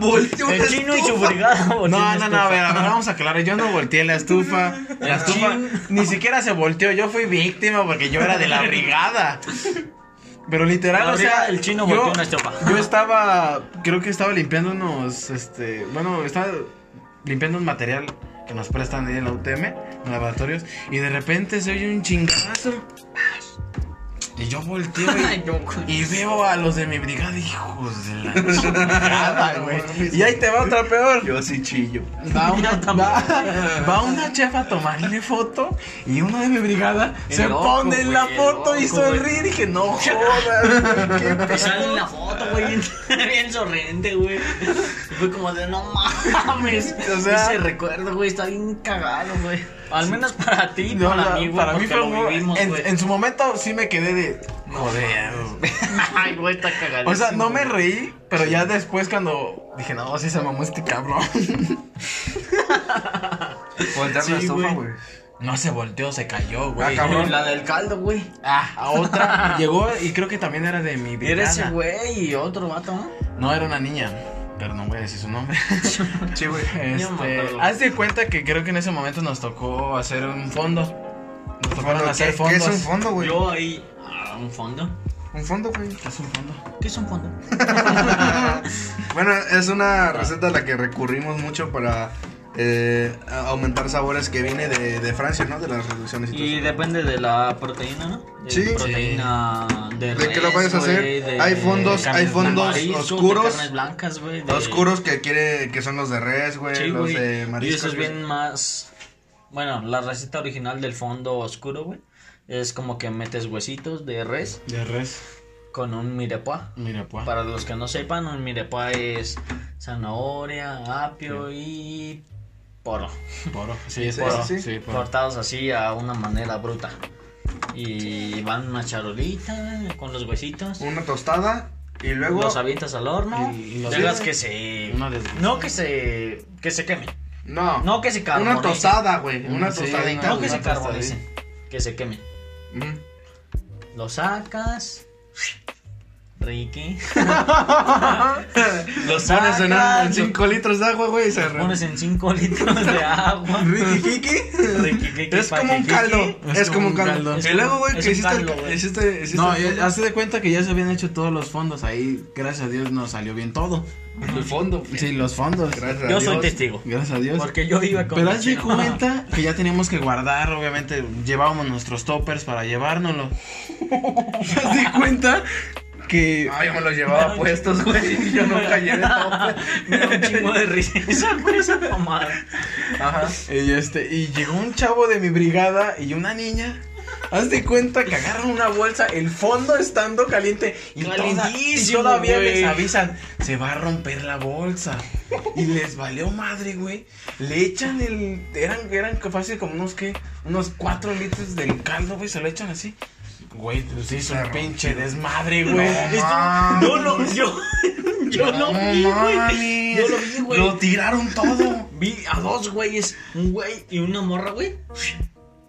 Speaker 2: volteó una
Speaker 1: El chino y su
Speaker 2: estufa.
Speaker 1: brigada volteó
Speaker 3: No,
Speaker 1: una
Speaker 3: no, no,
Speaker 1: estufa.
Speaker 3: a ver, a ver, vamos a aclarar. Yo no volteé la estufa. La estufa
Speaker 1: chin.
Speaker 3: ni siquiera se volteó. Yo fui víctima porque yo era de la brigada. Pero literal,
Speaker 1: La
Speaker 3: o sea.
Speaker 1: brigada, el chino
Speaker 3: yo-
Speaker 1: volteó una estufa.
Speaker 3: Yo estaba. Creo que estaba limpiando unos. Este. Bueno, estaba limpiando un material que nos prestan ahí en la UTM, en laboratorios. Y de repente se oye un chingazo. Y yo volteo y-
Speaker 1: Ay, no, güey.
Speaker 3: y veo a los de mi brigada, hijos de la chingada, güey. Y ahí te va otra peor.
Speaker 2: Yo así chillo.
Speaker 3: Va una, va, va una chef a tomarle foto y uno de mi brigada
Speaker 1: El
Speaker 3: se
Speaker 1: loco,
Speaker 3: pone en la
Speaker 1: güey, el
Speaker 3: foto y
Speaker 1: loco, güey.
Speaker 3: sonríe. Y dije, no jodas, güey, qué
Speaker 1: Y sale en
Speaker 3: pedo.
Speaker 1: la foto, güey, bien, bien sorrente, güey. Y fue como de, no mames.
Speaker 3: O sea-
Speaker 1: Ese recuerdo, güey, está bien cagado, güey. Al menos para ti,
Speaker 3: No,
Speaker 1: para
Speaker 3: la-
Speaker 1: mí, güey,
Speaker 3: para mí
Speaker 1: porque
Speaker 3: fue
Speaker 1: lo
Speaker 3: un-
Speaker 1: vivimos,
Speaker 3: en,
Speaker 1: güey.
Speaker 3: en su momento sí me quedé de joder. güey.
Speaker 1: Ay, güey, está cagadísimo.
Speaker 3: O sea, no me
Speaker 1: güey.
Speaker 3: reí, pero ya después cuando dije, no, sí se mamó este cabrón.
Speaker 2: Voltear
Speaker 3: Sí,
Speaker 2: la estufa,
Speaker 3: güey.
Speaker 2: güey.
Speaker 3: No se volteó, se cayó,
Speaker 2: Ah,
Speaker 3: güey.
Speaker 2: cabrón.
Speaker 1: La del caldo, güey.
Speaker 3: Ah, a otra. Llegó y creo que también era de mi
Speaker 1: Era
Speaker 3: brigada.
Speaker 1: ese güey y otro vato, ¿no?
Speaker 3: No, era una niña. Pero no voy a decir su nombre.
Speaker 2: Sí, güey.
Speaker 1: Yo me
Speaker 3: Este,
Speaker 1: acuerdo.
Speaker 3: haz de cuenta que creo que en ese momento nos tocó hacer un fondo. Nos tocaron
Speaker 2: Fondo,
Speaker 3: hacer
Speaker 2: ¿qué-
Speaker 3: fondos.
Speaker 2: ¿Qué es un fondo, güey?
Speaker 1: Yo ahí. Ah, un fondo.
Speaker 2: Un fondo, güey.
Speaker 3: ¿Qué es un fondo?
Speaker 1: ¿Qué es un fondo?
Speaker 2: Bueno, es
Speaker 1: Ah.
Speaker 2: una receta a la que recurrimos mucho para eh, a- aumentar sabores que viene de, de Francia, ¿no? De las reducciones y todo
Speaker 1: Y
Speaker 2: eso.
Speaker 1: depende de la proteína, ¿no? De
Speaker 2: Sí.
Speaker 1: Proteína de
Speaker 2: ¿De qué lo
Speaker 1: res,
Speaker 2: vayas a hacer?
Speaker 1: güey, de-
Speaker 2: Hay fondos,
Speaker 1: de
Speaker 2: hay
Speaker 3: carnes
Speaker 2: fondos
Speaker 1: mariscos, de
Speaker 2: oscuros.
Speaker 1: carnes blancas, güey. de-
Speaker 2: Oscuros que quiere, que son los de res, güey,
Speaker 1: Sí,
Speaker 2: los
Speaker 1: güey.
Speaker 2: de
Speaker 1: Y eso
Speaker 2: mariscos.
Speaker 1: es
Speaker 2: güey.
Speaker 1: bien más. Bueno, la receta original del fondo oscuro, güey. Es como que metes huesitos de res
Speaker 3: De res.
Speaker 1: con un mirepoix.
Speaker 3: Mira, pues.
Speaker 1: Para los que no sepan, un mirepoix es zanahoria, apio y poro.
Speaker 3: Poro. Sí, es
Speaker 2: Sí,
Speaker 3: poro.
Speaker 2: sí,
Speaker 3: Sí,
Speaker 2: sí.
Speaker 3: poro.
Speaker 1: Cortados así a una manera bruta. Y van en una charolita con los huesitos.
Speaker 2: Una tostada y luego.
Speaker 1: Los avientas al horno.
Speaker 3: Y- y los-
Speaker 1: dejas
Speaker 2: Sí,
Speaker 1: que se.
Speaker 3: Una desgracia.
Speaker 1: No que se. que se queme.
Speaker 2: No.
Speaker 1: No que se carbonice.
Speaker 2: Una tostada, güey. Una
Speaker 3: Sí,
Speaker 2: tostadita.
Speaker 1: No que
Speaker 2: güey. Mm.
Speaker 1: se
Speaker 3: Una
Speaker 1: carbonice. Que se queme.
Speaker 2: Ujú.
Speaker 1: Lo sacas. Ricky. Ah. Lo
Speaker 2: Pones en,
Speaker 1: sacas, lo
Speaker 2: 5 litros de agua, güey, y se re-
Speaker 1: Ah, Pones en 5 litros de agua.
Speaker 2: Ricky Kiki.
Speaker 1: Ricky, Kiki,
Speaker 2: Es como un
Speaker 1: Paqui,
Speaker 2: caldo.
Speaker 1: Kiki.
Speaker 2: Es, como un caldo.
Speaker 1: Es
Speaker 2: Y luego, güey,
Speaker 1: un-
Speaker 2: que
Speaker 1: es un
Speaker 2: hiciste, el-
Speaker 1: caldo, güey.
Speaker 2: hiciste, hiciste
Speaker 3: No,
Speaker 2: el
Speaker 3: ya-
Speaker 2: fondo.
Speaker 3: hazte de cuenta que ya se habían hecho todos los fondos ahí. Gracias a Dios nos salió bien todo.
Speaker 2: el fondo. güey.
Speaker 3: Sí, los fondos.
Speaker 2: Gracias a
Speaker 1: Yo soy
Speaker 2: Dios.
Speaker 1: testigo.
Speaker 3: Gracias a Dios.
Speaker 1: Porque yo iba con
Speaker 3: Pero
Speaker 1: mi
Speaker 3: haz de
Speaker 1: chino.
Speaker 3: cuenta que ya teníamos que guardar, obviamente, llevábamos nuestros toppers para llevárnoslo. haz de cuenta que...
Speaker 2: Ay, yo me los llevaba puestos, güey. Yo nunca llevé todo.
Speaker 1: Me da un chingo de risa esa güey, esa mamada.
Speaker 2: Ajá.
Speaker 3: Y, este, y llegó un chavo de mi brigada y una niña Haz de cuenta que agarran una bolsa, el fondo estando caliente y, toda- y
Speaker 1: Calentísimo,
Speaker 3: todavía
Speaker 1: güey.
Speaker 3: les avisan, se va a romper la bolsa. Y les valió madre, güey. Le echan el. Eran, eran fácil como unos que. Unos 4 litros del caldo, güey. Se lo echan así. Güey, pues hizo un pinche desmadre, güey.
Speaker 1: No, no, yo. Yo lo vi, güey. Yo lo vi, güey.
Speaker 2: Lo tiraron todo.
Speaker 1: Vi a dos güeyes, un güey y una morra, güey.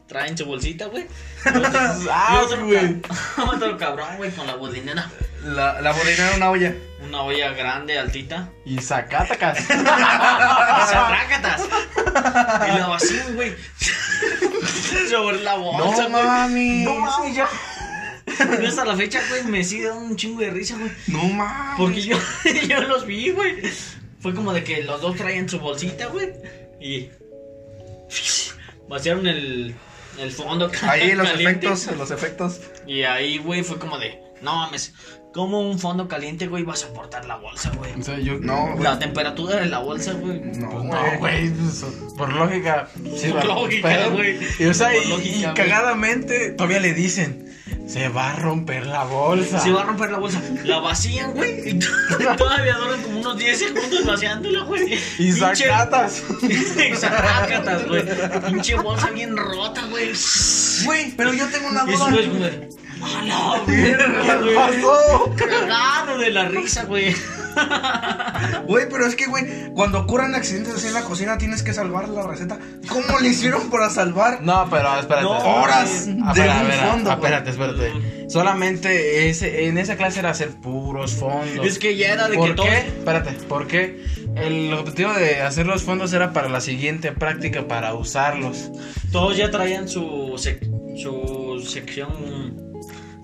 Speaker 1: Traen su bolsita, güey. Y otro-
Speaker 3: Ah,
Speaker 1: y otro,
Speaker 3: güey.
Speaker 1: ca- otro cabrón, güey, con la bodinera.
Speaker 2: La, la era una olla.
Speaker 1: Una olla grande, altita.
Speaker 3: Y sacatacas.
Speaker 1: ¡Ah, ¡Satrácatas! Y la vacío, güey. Sobre la bolsa,
Speaker 2: No
Speaker 1: güey.
Speaker 2: mami.
Speaker 1: No mames, yo. Yo hasta la fecha, güey, me sigue dando un chingo de risa, güey.
Speaker 2: No mames.
Speaker 1: Porque yo, yo los vi, güey. Fue como de que los dos traían su bolsita, güey. Y. Vaciaron el, el fondo. ca-
Speaker 2: Ahí los
Speaker 1: caliente.
Speaker 2: efectos, los efectos.
Speaker 1: Y ahí, güey, fue como de. No mames. ¿Cómo un fondo caliente, güey, va a soportar la bolsa, güey?
Speaker 3: O sea, yo.
Speaker 2: No, güey.
Speaker 1: La temperatura de la bolsa, güey.
Speaker 2: No,
Speaker 3: Pues
Speaker 2: güey.
Speaker 3: no, güey. pues, por lógica. se
Speaker 1: Por
Speaker 3: va a
Speaker 1: lógica,
Speaker 3: romper.
Speaker 1: güey.
Speaker 3: Y, o sea,
Speaker 1: Por
Speaker 3: y-
Speaker 1: lógica,
Speaker 3: y
Speaker 1: güey.
Speaker 3: cagadamente todavía le dicen: Se va a romper la bolsa.
Speaker 1: Se va a romper la bolsa. La vacían, güey. Y todavía duran como unos 10 segundos vaciándola, güey.
Speaker 3: Y
Speaker 1: Pinche-
Speaker 3: sacatas.
Speaker 1: Sacácatas, güey. Pinche bolsa bien rota, güey. Y
Speaker 2: Güey, pero yo tengo una
Speaker 1: eso
Speaker 2: duda.
Speaker 1: es, güey. A
Speaker 3: Ah,
Speaker 1: la verga, güey. Cagado de la risa, güey.
Speaker 2: Güey, pero es que, güey, cuando ocurran accidentes así en la cocina tienes que salvar la receta. ¿Cómo le hicieron para salvar?
Speaker 3: No, pero espérate.
Speaker 1: No,
Speaker 3: espérate.
Speaker 2: horas
Speaker 3: Ah,
Speaker 2: de
Speaker 3: espera,
Speaker 2: un
Speaker 3: espera,
Speaker 2: fondo, güey.
Speaker 3: Espérate, espérate. Solamente ese, en esa clase era hacer puros fondos.
Speaker 1: Es que ya era de que
Speaker 3: ¿Por
Speaker 1: todo.
Speaker 3: qué? Espérate, ¿por qué? El objetivo de hacer los fondos era para la siguiente práctica, para usarlos.
Speaker 1: Todos ya traían su, sec- su sección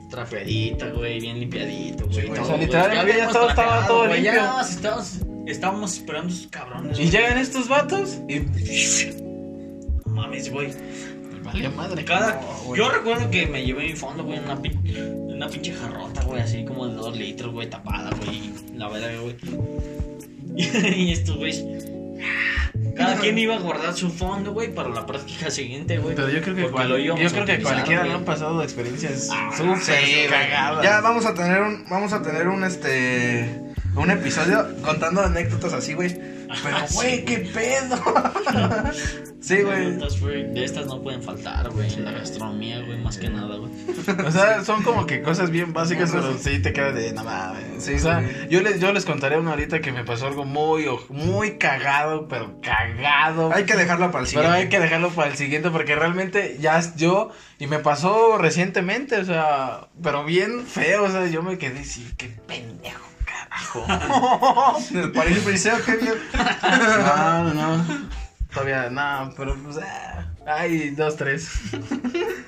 Speaker 1: trapeadita, güey, bien limpiadito, güey.
Speaker 2: Sí, güey,
Speaker 1: todo,
Speaker 2: o
Speaker 3: sea,
Speaker 1: güey.
Speaker 3: literalmente ya
Speaker 1: habíamos
Speaker 3: todo estaba
Speaker 1: trapeado,
Speaker 3: todo
Speaker 1: güey, ya
Speaker 3: limpio.
Speaker 1: nada más estábamos, estábamos esperando a esos cabrones.
Speaker 3: Y
Speaker 1: güey.
Speaker 3: llegan estos vatos y
Speaker 1: No Mames, güey.
Speaker 3: valió madre.
Speaker 1: Cada-
Speaker 2: No, güey.
Speaker 1: yo recuerdo que me llevé mi fondo, güey, en una, pin- en una pinche jarrota, güey, así como de dos litros, güey, tapada, güey, y la verdad, güey. y estos, güey, cada quien iba a guardar su fondo, güey, para la práctica siguiente, güey.
Speaker 3: Pero yo creo que,
Speaker 1: Porque
Speaker 3: cual-
Speaker 1: lo
Speaker 3: yo
Speaker 1: íbamos a
Speaker 3: creo que
Speaker 1: utilizar,
Speaker 3: cualquiera
Speaker 1: güey.
Speaker 3: le han pasado de experiencias
Speaker 1: Ah,
Speaker 3: súper
Speaker 2: sí, güey.
Speaker 3: cagadas.
Speaker 2: Ya vamos a tener un, vamos a tener un este, un episodio contando anécdotas así, güey. Pero,
Speaker 1: Ah, sí,
Speaker 2: güey, qué pedo. sí, güey.
Speaker 1: Anécdotas, güey, De estas no pueden faltar, güey, en la gastronomía, güey, más que nada, güey.
Speaker 3: O sea, son como que cosas bien básicas, pero sí te quedas de nada mames. Sí, o sea, yo les, yo les contaré una ahorita que me pasó algo muy, oj- muy cagado, pero cagado.
Speaker 2: Hay que dejarlo para el
Speaker 3: pero
Speaker 2: siguiente.
Speaker 3: hay que dejarlo para el siguiente porque realmente ya es- yo, y me pasó recientemente, o sea, pero bien feo, o sea, yo me quedé así, qué pendejo, carajo.
Speaker 2: El París Briseo, qué bien.
Speaker 3: No, no, no. Todavía, no, pero pues, ah, ay, dos, tres.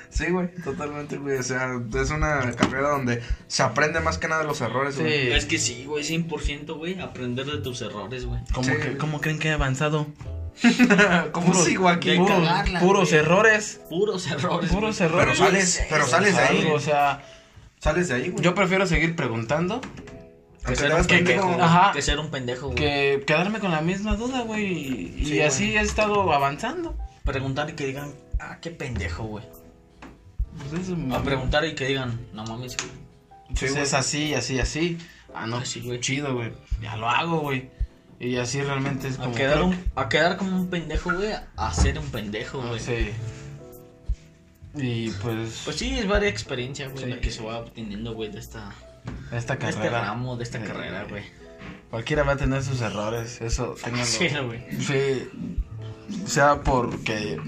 Speaker 2: Sí, güey, totalmente, güey. O sea, es una carrera donde se aprende más que nada de los errores, güey.
Speaker 3: Sí.
Speaker 1: Es que sí, güey, 100%, güey, aprender de tus errores, güey.
Speaker 3: ¿Cómo,
Speaker 2: Sí.
Speaker 3: que- cómo creen que he avanzado?
Speaker 2: ¿Cómo sigo aquí?
Speaker 1: de
Speaker 3: Puros,
Speaker 1: cagarla,
Speaker 3: puros
Speaker 1: güey.
Speaker 3: errores.
Speaker 1: Puros errores,
Speaker 3: Puros
Speaker 1: güey.
Speaker 3: errores.
Speaker 2: Pero sales, pero sales de ahí.
Speaker 3: O sea,
Speaker 2: Sales de ahí, güey.
Speaker 3: yo prefiero seguir preguntando
Speaker 1: ser
Speaker 2: Aunque te
Speaker 1: un
Speaker 2: hagas
Speaker 1: pendejo,
Speaker 2: pendejo.
Speaker 1: güey,
Speaker 3: Ajá.
Speaker 1: que ser un pendejo, güey.
Speaker 3: que quedarme con la misma duda, güey. Y, y
Speaker 2: Sí, güey.
Speaker 3: así he estado avanzando.
Speaker 1: Preguntar y que digan, ah, qué pendejo, güey.
Speaker 3: Pues eso,
Speaker 1: A
Speaker 3: mami.
Speaker 1: preguntar y que digan, no mames, güey.
Speaker 3: Pues
Speaker 2: Sí,
Speaker 3: es así, así, así. Ah, no,
Speaker 1: Así, güey.
Speaker 3: chido, güey. Ya lo hago, güey. Y así realmente es
Speaker 1: A
Speaker 3: como.
Speaker 1: quedar, un- a quedar como un pendejo, güey, a ser un pendejo,
Speaker 3: Ah,
Speaker 1: güey.
Speaker 3: Sí. Y pues,
Speaker 1: Pues sí, es varias experiencias, güey,
Speaker 3: Sí.
Speaker 1: la que se va obteniendo, güey, de esta,
Speaker 3: esta
Speaker 1: de este
Speaker 3: carrera.
Speaker 1: ramo, de esta
Speaker 3: Eh,
Speaker 1: carrera, güey.
Speaker 3: Cualquiera va a tener sus errores, eso ténganlo.
Speaker 1: Sí, güey.
Speaker 3: Sí, sea porque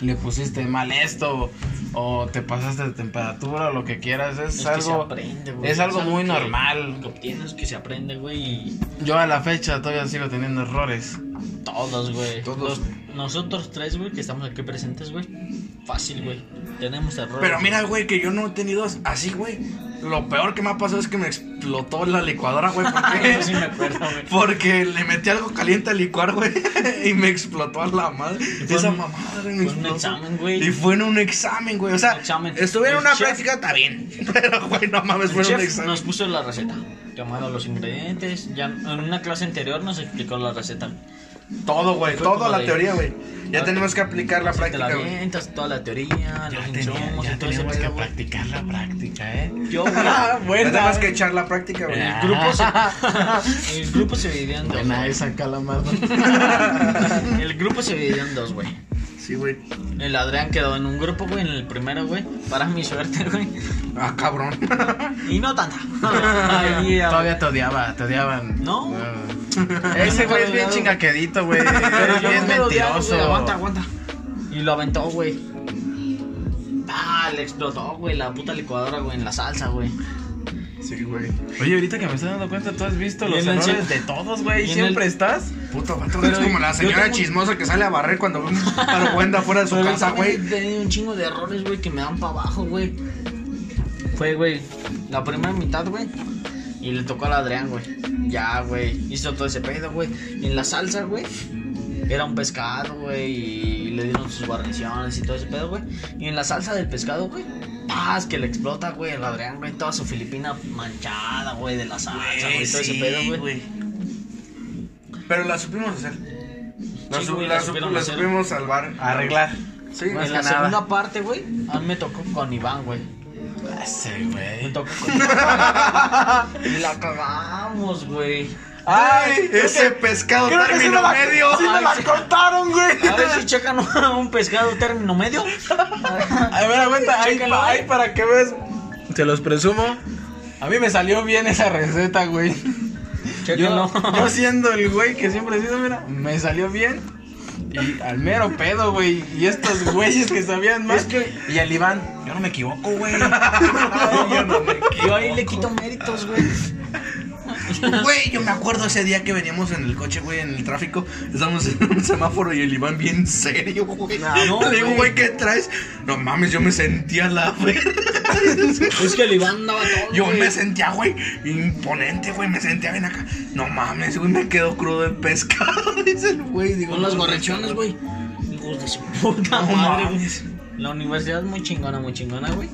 Speaker 3: le pusiste mal esto o te pasaste de temperatura o lo que quieras, es,
Speaker 1: Es que se
Speaker 3: algo...
Speaker 1: aprende,
Speaker 3: es algo muy
Speaker 1: que-
Speaker 3: normal.
Speaker 1: Lo que obtienes que se aprende, güey, y
Speaker 3: Yo a la fecha todavía sigo teniendo errores.
Speaker 1: todos, güey.
Speaker 2: Todos,
Speaker 1: Los- Nosotros tres, güey, que estamos aquí presentes, güey, fácil, güey. Tenemos errores.
Speaker 2: Pero mira, Ah, güey, que yo no he tenido así, güey. Lo peor que me ha pasado es que me explotó la licuadora, güey. ¿Por
Speaker 1: Yo sí
Speaker 2: qué?
Speaker 1: me acuerdo, güey.
Speaker 2: Porque le metí algo caliente a licuar, güey. Y me explotó a la madre.
Speaker 1: fue
Speaker 2: Esa
Speaker 1: un-
Speaker 2: mamada, güey, me
Speaker 1: Fue un
Speaker 2: explotó.
Speaker 1: examen, güey.
Speaker 2: Y fue en un examen, güey. O sea,
Speaker 1: Examen.
Speaker 2: estuviera en una
Speaker 1: El chef-
Speaker 2: práctica, está bien. Pero, güey, no mames,
Speaker 1: El
Speaker 2: fue en un
Speaker 1: chef
Speaker 2: examen.
Speaker 1: nos puso la receta. quemando los ingredientes. Ya en una clase anterior nos explicó la receta. Todo,
Speaker 2: Güey,
Speaker 1: fue
Speaker 2: toda
Speaker 1: como
Speaker 2: la
Speaker 1: de-
Speaker 2: teoría, güey. Ya
Speaker 1: no,
Speaker 2: tenemos que aplicar la
Speaker 1: si te la
Speaker 2: práctica, güey.
Speaker 1: avientas, toda la teoría, los insumos y todo ese pedo, güey.
Speaker 6: practicar la práctica, ¿eh?
Speaker 1: Yo, güey,
Speaker 2: Ya tenemos
Speaker 1: güey.
Speaker 2: que echar la práctica, güey.
Speaker 1: El grupo se, el grupo se dividía en dos.
Speaker 3: Ah. Buena esa calamardo.
Speaker 1: güey. El grupo se dividía en dos, güey.
Speaker 2: Sí, güey.
Speaker 1: El Adrián quedó en un grupo, güey, en el primero, güey. Para mi suerte, güey.
Speaker 2: Ah, cabrón.
Speaker 1: Y no tanta. Ahí, ah,
Speaker 3: Todavía te odiaba, te odiaban.
Speaker 1: No.
Speaker 3: Ese
Speaker 1: Yo nunca lo
Speaker 3: güey es bien
Speaker 1: odiaba.
Speaker 3: chingaquedito, güey.
Speaker 1: Pero
Speaker 3: Es
Speaker 1: yo
Speaker 3: bien
Speaker 1: no me lo odiaba, güey, Aguanta,
Speaker 3: mentiroso.
Speaker 1: aguanta. Y lo aventó, güey. Ah, le explotó, güey, la puta licuadora, güey, en la salsa, güey.
Speaker 2: Sí, güey.
Speaker 3: Oye, ahorita que me estoy dando cuenta, tú has visto los
Speaker 1: Y en el
Speaker 3: errores
Speaker 1: cel-
Speaker 3: de todos, güey.
Speaker 1: y en el-
Speaker 3: Siempre estás.
Speaker 2: Puto vato,
Speaker 1: Pero
Speaker 2: es como la
Speaker 1: yo
Speaker 2: señora
Speaker 1: tengo-
Speaker 2: chismosa que sale a barrer cuando ve un taruenda fuera de su
Speaker 1: Pero
Speaker 2: casa,
Speaker 1: también
Speaker 2: güey.
Speaker 1: He tenido un chingo de errores, güey, que me dan para abajo, güey. Fue, güey, la primera mitad, güey. Y le tocó al Adrián, güey. Ya, güey. Hizo todo ese pedo, güey. Y en la salsa, güey. Era un pescado, güey. Y le dieron sus guarniciones y todo ese pedo, güey. Y en la salsa del pescado, güey. Paz, que le explota, güey. El Adrián, güey. Toda su Filipina manchada, güey. De la
Speaker 3: Ah,
Speaker 1: salsa, güey. Todo ese pedo, güey.
Speaker 2: Pero la supimos hacer. La,
Speaker 1: Sí,
Speaker 2: su-
Speaker 1: güey,
Speaker 2: la
Speaker 1: la
Speaker 2: sup-
Speaker 1: supieron
Speaker 2: la
Speaker 1: hacer.
Speaker 2: supimos salvar. Sí,
Speaker 1: En la segunda parte, güey. A mí me tocó con Iván, güey.
Speaker 3: Ese,
Speaker 1: Me
Speaker 3: güey.
Speaker 1: tocó con Y la cagamos, güey.
Speaker 2: Ay, ese pescado término medio.
Speaker 1: sí me la
Speaker 2: cortaron, güey.
Speaker 1: A ver si checan un pescado término medio.
Speaker 3: A ver, aguanta, ahí,
Speaker 1: Chécalo, eh.
Speaker 3: pa-
Speaker 1: güey.
Speaker 3: ahí para que ves. Te los presumo. A mí me salió bien esa receta, güey. Yo,
Speaker 1: Chequenlo.
Speaker 3: yo siendo el güey que siempre he sido, mira, me salió bien. Y al mero pedo, güey. Y estos güeyes que sabían más. Y al Iván, yo no me equivoco, güey.
Speaker 1: Yo ahí le quito méritos, güey.
Speaker 2: Güey, yo me acuerdo ese día que veníamos en el coche, güey, en el tráfico. Estábamos en un semáforo y el Iván bien serio, güey.
Speaker 3: Ah,
Speaker 1: No, no,
Speaker 2: Le digo,
Speaker 1: güey.
Speaker 2: güey, ¿qué traes? No mames, yo me sentía la verga.
Speaker 1: Es que el Iván andaba todo.
Speaker 2: Yo
Speaker 1: güey.
Speaker 2: me sentía, güey, imponente, güey. Me sentía bien acá. No mames, güey, me quedó crudo el pescado. Dice el güey. Digo,
Speaker 1: Con las
Speaker 2: no,
Speaker 1: gorrechones,
Speaker 2: no,
Speaker 1: güey. Hijos de su puta
Speaker 2: No
Speaker 1: madre, güey.
Speaker 2: mames.
Speaker 1: La universidad es muy chingona, muy chingona, güey.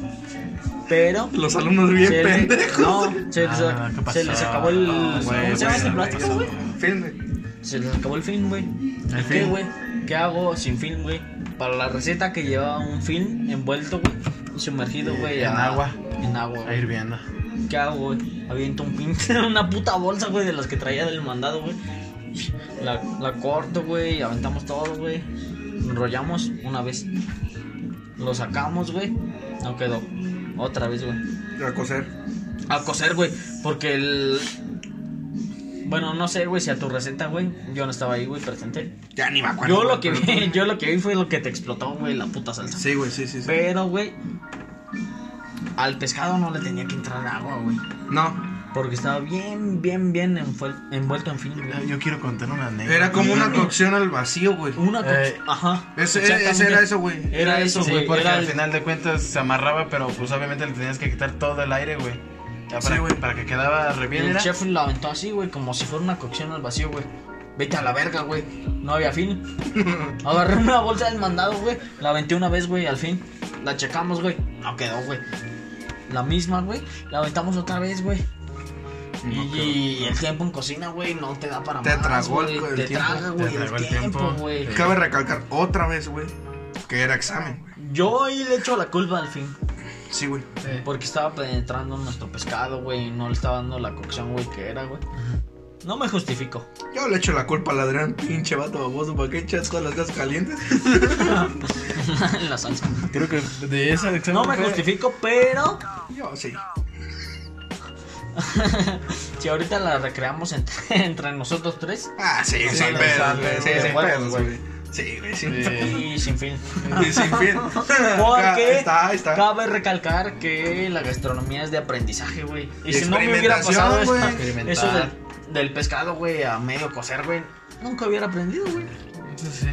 Speaker 1: Pero.
Speaker 2: Los alumnos bien
Speaker 1: se le-
Speaker 2: pendejos.
Speaker 1: no, se, les-
Speaker 3: Ah, ¿qué pasó?
Speaker 1: se les acabó el.
Speaker 3: No, güey,
Speaker 1: ¿Cómo se llama
Speaker 3: güey,
Speaker 1: ese plástico, güey?
Speaker 2: Filme.
Speaker 1: Se les acabó el film, güey. ¿Y ¿Qué,
Speaker 3: film?
Speaker 1: güey? ¿Qué hago sin film, güey? Para la receta que llevaba un film envuelto, güey. y Sumergido, güey.
Speaker 3: en
Speaker 1: a-
Speaker 3: agua.
Speaker 1: En agua,
Speaker 3: A
Speaker 1: güey.
Speaker 3: ir viendo.
Speaker 1: ¿Qué hago, güey? Aviento un pinche, una puta bolsa, güey, de las que traía del mandado, güey. La, la corto, güey. Aventamos todo, güey. Enrollamos una vez. Lo sacamos, güey. No quedó. Otra vez, güey.
Speaker 2: A coser.
Speaker 1: A coser, güey. Porque el. Bueno, no sé, güey, si a tu receta, güey. Yo no estaba ahí, güey, presente.
Speaker 2: Ya ni me acuerdo.
Speaker 1: Yo
Speaker 2: güey,
Speaker 1: lo que
Speaker 2: pero-
Speaker 1: vi, yo lo que vi fue lo que te explotó, güey, la puta salsa.
Speaker 2: Sí, güey, sí, sí. sí.
Speaker 1: Pero, güey, al pescado no le tenía que entrar agua, güey.
Speaker 2: No,
Speaker 1: Porque estaba bien, bien, bien envuel- envuelto en film, güey.
Speaker 3: Yo quiero contar una anécdota.
Speaker 2: era como una cocción al vacío, güey.
Speaker 1: Una co-
Speaker 3: Eh,
Speaker 1: Ajá.
Speaker 2: Ese, e,
Speaker 1: exactamente.
Speaker 2: ese era eso, güey.
Speaker 1: Era eso,
Speaker 3: Sí,
Speaker 1: güey.
Speaker 3: porque
Speaker 1: era
Speaker 3: al
Speaker 1: el-
Speaker 3: final de cuentas se amarraba, pero pues obviamente le tenías que quitar todo el aire, güey. Ya
Speaker 2: Sí,
Speaker 3: Para,
Speaker 2: güey.
Speaker 3: para que quedaba re bien.
Speaker 1: el
Speaker 3: era-
Speaker 1: chef lo aventó así, güey, como si fuera una cocción al vacío, güey. Vete a la verga, güey. No había fin. Agarré una bolsa del mandado, güey. La aventé una vez, güey, al fin. La checamos, güey. No quedó, güey. La misma, güey. La aventamos otra vez, güey. y el tiempo en cocina, güey, no te da para
Speaker 2: Te
Speaker 1: más,
Speaker 2: tragó el-
Speaker 1: güey.
Speaker 2: el
Speaker 1: Te
Speaker 2: tiempo.
Speaker 1: traga, güey,
Speaker 3: tragó
Speaker 1: el
Speaker 3: el tiempo.
Speaker 1: tiempo, güey.
Speaker 2: Cabe recalcar otra vez, güey, que era examen, güey.
Speaker 1: Yo ahí le echo la culpa al fin.
Speaker 2: Sí, güey.
Speaker 1: Porque estaba penetrando en nuestro pescado, güey. Y no le estaba dando la cocción, güey, que era, güey. No me justifico.
Speaker 2: Yo le echo la culpa al Adrián, pinche vato baboso, ¿para qué echas todas las cosas calientes?
Speaker 1: en la salsa.
Speaker 3: Creo que de esa exacto
Speaker 1: No me
Speaker 3: fue-
Speaker 1: justifico, pero
Speaker 2: Yo sí.
Speaker 1: si ahorita la recreamos entre, entre nosotros tres
Speaker 2: Ah, sí,
Speaker 3: Sí,
Speaker 2: sin
Speaker 3: no
Speaker 2: pedos,
Speaker 3: sale,
Speaker 2: güey. Sí,
Speaker 3: güey.
Speaker 2: sin
Speaker 1: Bueno,
Speaker 2: pedos,
Speaker 1: güey.
Speaker 2: güey. Sí, güey, sin pedos.
Speaker 3: Eh,
Speaker 1: y sin fin.
Speaker 2: Y sin fin.
Speaker 1: Porque
Speaker 2: Está, ahí está.
Speaker 1: cabe recalcar que la gastronomía es de aprendizaje, güey. Y si no me hubiera pasado
Speaker 2: Experimentación,
Speaker 1: esto-
Speaker 2: güey.
Speaker 3: Experimentar.
Speaker 1: eso del, del pescado, güey, a medio cocer, güey, nunca hubiera aprendido, güey.
Speaker 3: Eso sí.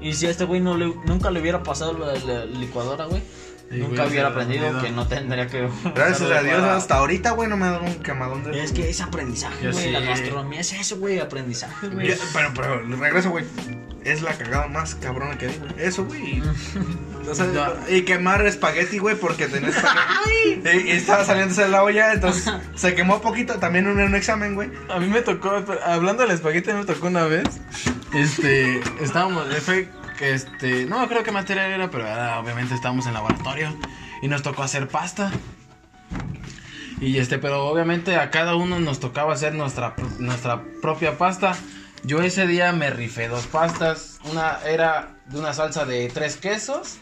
Speaker 1: Y si a este güey no le- nunca le hubiera pasado lo de la licuadora, güey,
Speaker 3: Sí,
Speaker 1: nunca
Speaker 3: güey,
Speaker 1: hubiera
Speaker 3: se lo
Speaker 1: aprendido
Speaker 3: olvidó.
Speaker 1: que no tendría que.
Speaker 2: Gracias a Dios,
Speaker 1: para-
Speaker 2: hasta ahorita, güey, no me ha dado un quemadón de...
Speaker 1: Es que es aprendizaje,
Speaker 3: Yo
Speaker 1: güey.
Speaker 3: sí.
Speaker 1: La gastronomía es eso, güey, aprendizaje, güey.
Speaker 2: Ya, Pero, pero, regreso, güey. Es la cagada más cabrona que digo. Eso, güey. O sea, Y quemar espagueti, güey, porque tenés espagueti. y, y estaba saliéndose de la olla, entonces se quemó poquito. También en un examen, güey.
Speaker 3: A mí me tocó, hablando del espagueti, me tocó una vez. Este, estábamos, fue que este, no creo que material era, pero ah, obviamente estábamos en laboratorio y nos tocó hacer pasta. Y este, pero obviamente a cada uno nos tocaba hacer nuestra, pr- nuestra propia pasta. Yo ese día me rifé dos pastas. Una era de una salsa de tres quesos.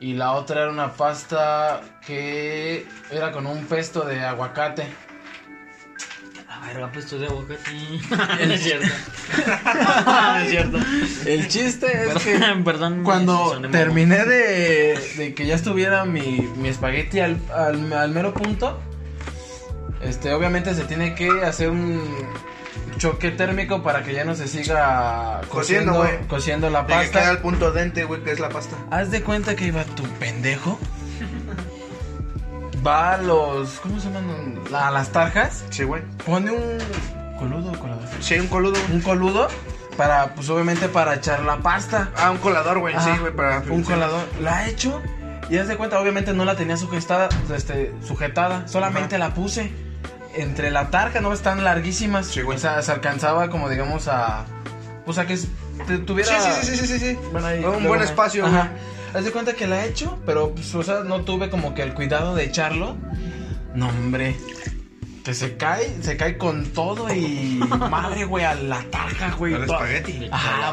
Speaker 3: Y la otra era una pasta que era con un pesto de aguacate.
Speaker 1: A ver, pues tú de aguacate. no es cierto. no es cierto.
Speaker 3: El chiste es que
Speaker 1: Perdón, perdón.
Speaker 3: cuando
Speaker 1: soné mamón.
Speaker 3: terminé de, de que ya estuviera mi, mi espagueti al, al- al mero punto, este, obviamente se tiene que hacer un choque térmico para que ya no se siga
Speaker 2: Cociendo,
Speaker 3: cociendo,
Speaker 2: güey.
Speaker 3: cociendo la
Speaker 2: De que queda
Speaker 3: pasta.
Speaker 2: el punto dente, güey, que es la pasta.
Speaker 3: Haz de cuenta que iba tu pendejo. Va a los. ¿Cómo se llaman? A las tarjas.
Speaker 2: Sí, güey.
Speaker 3: Pone un. Coludo o colador.
Speaker 2: Sí, un coludo. güey.
Speaker 3: Un coludo. Para, pues obviamente para echar la pasta.
Speaker 2: Ah, un colador, güey. Sí,
Speaker 3: Ajá,
Speaker 2: güey, para.
Speaker 3: un colador. La ha hecho y haz de cuenta, obviamente no la tenía sujetada, este, sujetada, solamente la puse entre la tarja, no están larguísimas.
Speaker 2: Sí, güey.
Speaker 3: O sea, se alcanzaba como digamos a o sea que es- te- tuviera
Speaker 2: Sí, sí, sí, sí, sí, sí.
Speaker 3: Bueno, ahí,
Speaker 2: Un
Speaker 3: luego
Speaker 2: buen
Speaker 3: me-
Speaker 2: espacio,
Speaker 3: Ajá. Haz de cuenta que la he hecho, pero pues, o sea, no tuve como que el cuidado de echarlo. No, hombre. Que se cae, se cae con todo y madre, güey, a la tarja, güey.
Speaker 2: El
Speaker 3: toda-
Speaker 2: espagueti.
Speaker 3: Ajá,
Speaker 2: Ah,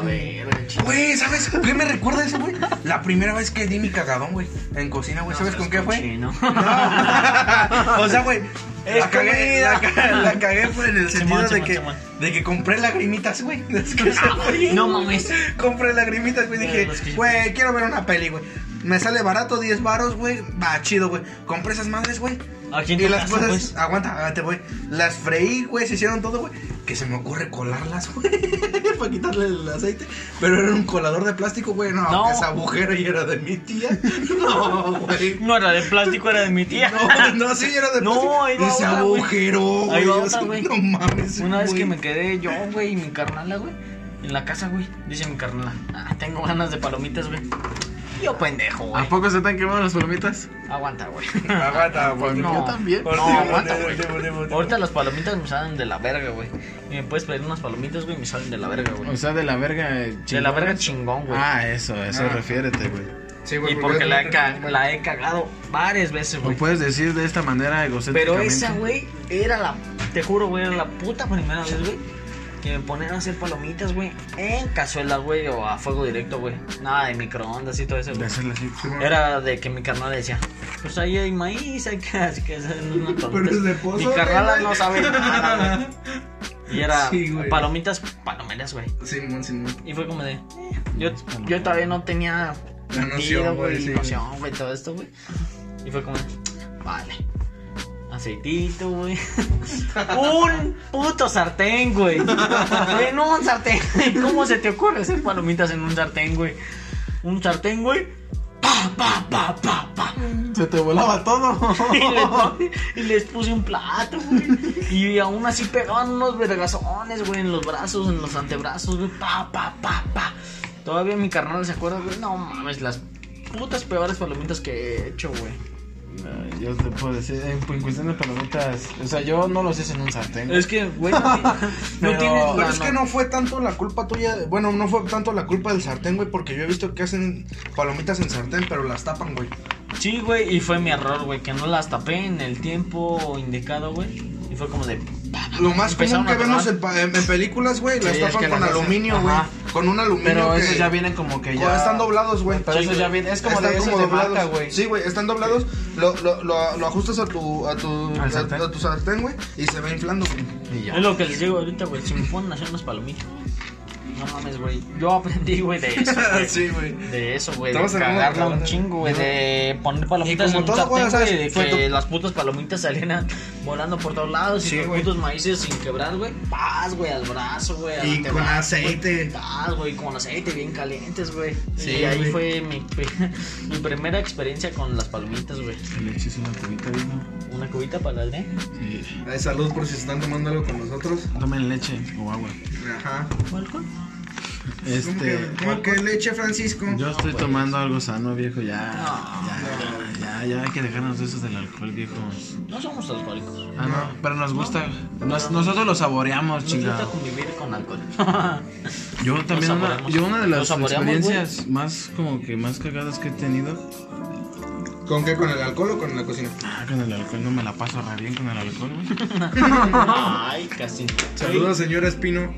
Speaker 2: Güey, ¿sabes qué me recuerda eso, güey? La primera vez que di mi cagadón, güey. En cocina, güey. ¿Sabes con qué fue?
Speaker 1: Chino.
Speaker 2: No. o sea, güey. La
Speaker 3: Es
Speaker 2: cagué, la, ca- la cagué güey, en el sentido
Speaker 1: Simón,
Speaker 2: de
Speaker 1: Simón,
Speaker 2: que,
Speaker 1: Simón. Ah,
Speaker 2: de que compré lagrimitas, güey. Es que, o sea, güey,
Speaker 1: No mames.
Speaker 2: compré lagrimitas, güey.
Speaker 1: Eh,
Speaker 2: Dije,
Speaker 1: los que-
Speaker 2: güey, quiero ver una peli, güey. Me sale barato, 10 varos, güey. Va, chido, güey. Compré esas madres, güey.
Speaker 1: Aquí en
Speaker 2: Y
Speaker 1: tu
Speaker 2: las
Speaker 1: casa,
Speaker 2: cosas,
Speaker 1: pues.
Speaker 2: aguanta, ah, te voy. Las freí, güey, se hicieron todo, güey. Que se me ocurre colarlas, güey. para quitarle el aceite. Pero era un colador de plástico, güey. No,
Speaker 1: No.
Speaker 2: esa agujero y era de mi tía. No, güey.
Speaker 1: pues? No era de plástico, era de mi tía.
Speaker 2: No, no, sí, era de
Speaker 1: No,
Speaker 2: plástico.
Speaker 1: ahí va
Speaker 2: Ese
Speaker 1: otra, güey.
Speaker 2: agujero,
Speaker 1: Ahí
Speaker 2: güey.
Speaker 1: va
Speaker 2: o
Speaker 1: otra,
Speaker 2: sea,
Speaker 1: güey.
Speaker 2: No mames.
Speaker 1: Una vez que
Speaker 2: güey.
Speaker 1: me quedé yo, güey, y mi carnala, güey, en la casa, güey, dice mi carnala, ah, tengo ganas de palomitas, güey. Yo pendejo, güey.
Speaker 3: ¿A poco se están quemando las palomitas?
Speaker 1: Aguanta, güey.
Speaker 2: Aguanta, güey.
Speaker 1: No.
Speaker 3: Yo también.
Speaker 2: Por
Speaker 1: No,
Speaker 2: ti,
Speaker 1: aguanta,
Speaker 2: por
Speaker 1: güey.
Speaker 2: ti, por ti, por ti.
Speaker 1: Ahorita las palomitas me salen de la verga, güey. Y me puedes pedir unas palomitas, güey, y me salen de la verga,
Speaker 3: O
Speaker 1: güey.
Speaker 3: sea, de la verga. eh,
Speaker 1: De la verga chingón, güey.
Speaker 3: Ah, eso, a eso
Speaker 7: Ah.
Speaker 3: refiérete, güey.
Speaker 7: Sí,
Speaker 1: y porque la, he ca- la he cagado varias veces,
Speaker 3: O
Speaker 1: güey.
Speaker 3: puedes decir de esta manera egocéntricamente.
Speaker 1: Pero esa, güey, era la. Te juro, güey, era la puta primera vez, güey. Que me ponían a hacer palomitas, güey. En cazuela, güey, o a fuego directo, güey. Nada de microondas y todo eso,
Speaker 3: De
Speaker 1: güey.
Speaker 3: hacerla así.
Speaker 1: Era de que mi carnal decía, pues ahí hay maíz, hay que así que hacer unas palomitas.
Speaker 2: es de pozo,
Speaker 1: mi carnala
Speaker 2: güey.
Speaker 1: no sabe nada, güey. Y era
Speaker 2: Sí, güey.
Speaker 1: palomitas, palomeras, güey.
Speaker 2: Simón, Simón.
Speaker 1: Y fue como de, eh, yo, yo todavía no tenía
Speaker 2: La noción,
Speaker 1: sentido,
Speaker 2: güey, sí,
Speaker 1: güey, noción, güey, todo esto, güey. Y fue como, vale. Aceitito, güey. un puto sartén, güey. En un sartén. ¿Cómo se te ocurre hacer palomitas en un sartén, güey? Un sartén, güey. Pa, pa, pa, pa, pa.
Speaker 3: Se te volaba todo.
Speaker 1: Y les, puse- y les puse un plato, güey. Y aún así pegaban unos vergazones, güey, en los brazos, en los antebrazos, güey. Pa, pa, pa, pa. Todavía mi carnal se acuerda, güey. No mames, las putas peores palomitas que he hecho, güey.
Speaker 3: No, yo te puedo decir, en, en cuestión de palomitas. O sea, yo no los hice en un sartén. güey.
Speaker 1: Es que, güey, no,
Speaker 3: Pero-
Speaker 1: no tienes
Speaker 3: Pero
Speaker 1: la-
Speaker 2: Pero es que no fue tanto la culpa tuya, de- bueno, no fue tanto la culpa del sartén, güey, porque yo he visto que hacen palomitas en sartén, pero las tapan, güey.
Speaker 1: Sí, güey, y fue mi error, güey, que no las tapé en el tiempo indicado, güey. Y fue como de.
Speaker 2: Lo más
Speaker 1: Empezaron
Speaker 2: común que
Speaker 1: a
Speaker 2: vemos
Speaker 1: tomar.
Speaker 2: en, pa- en- en películas, güey, las
Speaker 3: Sí, es
Speaker 2: tapan
Speaker 3: que
Speaker 2: con
Speaker 3: las hacen-
Speaker 2: aluminio, güey.
Speaker 3: ajá.
Speaker 2: Con un aluminio
Speaker 3: Pero
Speaker 2: que
Speaker 3: esos ya vienen como que ya.
Speaker 2: están doblados, güey.
Speaker 3: Pero esos ya vienen. Es como de esos de marca, güey.
Speaker 2: Sí, güey, están doblados. Lo, lo, lo, lo ajustas a tu a tu
Speaker 3: Al
Speaker 2: a,
Speaker 3: sartén.
Speaker 2: a tu sartén, güey, y se va inflando. güey.
Speaker 3: Y ya.
Speaker 1: Es lo que les digo ahorita, güey. Si me ponen a hacer unas palomitas. No mames, güey. Yo aprendí, güey, de eso. güey.
Speaker 2: sí, güey.
Speaker 1: De eso, güey. De
Speaker 2: Estamos hablando de
Speaker 1: cagarla un
Speaker 2: cagarla.
Speaker 1: chingo, güey. De poner palomitas
Speaker 2: Y como
Speaker 1: en un
Speaker 2: todo, güey,
Speaker 1: sartén,
Speaker 2: o sea,
Speaker 1: güey, De
Speaker 2: fue
Speaker 1: que
Speaker 2: tu-
Speaker 1: las putas palomitas salían volando por todos lados.
Speaker 2: Sí,
Speaker 1: y los
Speaker 2: güey.
Speaker 1: putos maíces sin quebrar, güey. Paz, güey, al brazo, güey. al
Speaker 2: Y
Speaker 1: antebrazo,
Speaker 2: con
Speaker 1: güey.
Speaker 2: aceite.
Speaker 1: Paz, güey, con aceite bien calientes, güey.
Speaker 2: Sí,
Speaker 1: y ahí
Speaker 2: güey.
Speaker 1: fue mi, pri- mi primera experiencia con las palomitas, güey.
Speaker 3: Le eches una cubita, ¿no?
Speaker 1: Una cubita para la
Speaker 3: Sí.
Speaker 2: Ay, salud por si se están tomando algo con nosotros.
Speaker 3: Tomen leche o agua.
Speaker 2: Ajá.
Speaker 1: ¿O alcohol?
Speaker 2: ¿Cómo que,
Speaker 3: Este.
Speaker 2: cómo que leche, Francisco?
Speaker 3: Yo
Speaker 1: Ah, pues.
Speaker 3: estoy tomando algo sano, viejo, ya. ya, ya, ya, hay que dejarnos de esos del alcohol, viejo.
Speaker 1: No somos alcohólicos.
Speaker 3: Ah, no, pero nos gusta. nos- nosotros lo saboreamos,
Speaker 1: Nos gusta
Speaker 3: chingado.
Speaker 1: convivir con alcohol.
Speaker 3: Yo también, una,
Speaker 1: saboreamos.
Speaker 3: yo una de
Speaker 1: Lo
Speaker 3: las
Speaker 1: saboreamos,
Speaker 3: experiencias más, como que más cagadas que he tenido.
Speaker 2: ¿Con qué? ¿Con el alcohol o con la cocina?
Speaker 3: Ah, con el alcohol no me la paso re bien con el alcohol, güey.
Speaker 1: Ay, casi.
Speaker 2: Saludos, señora Espino.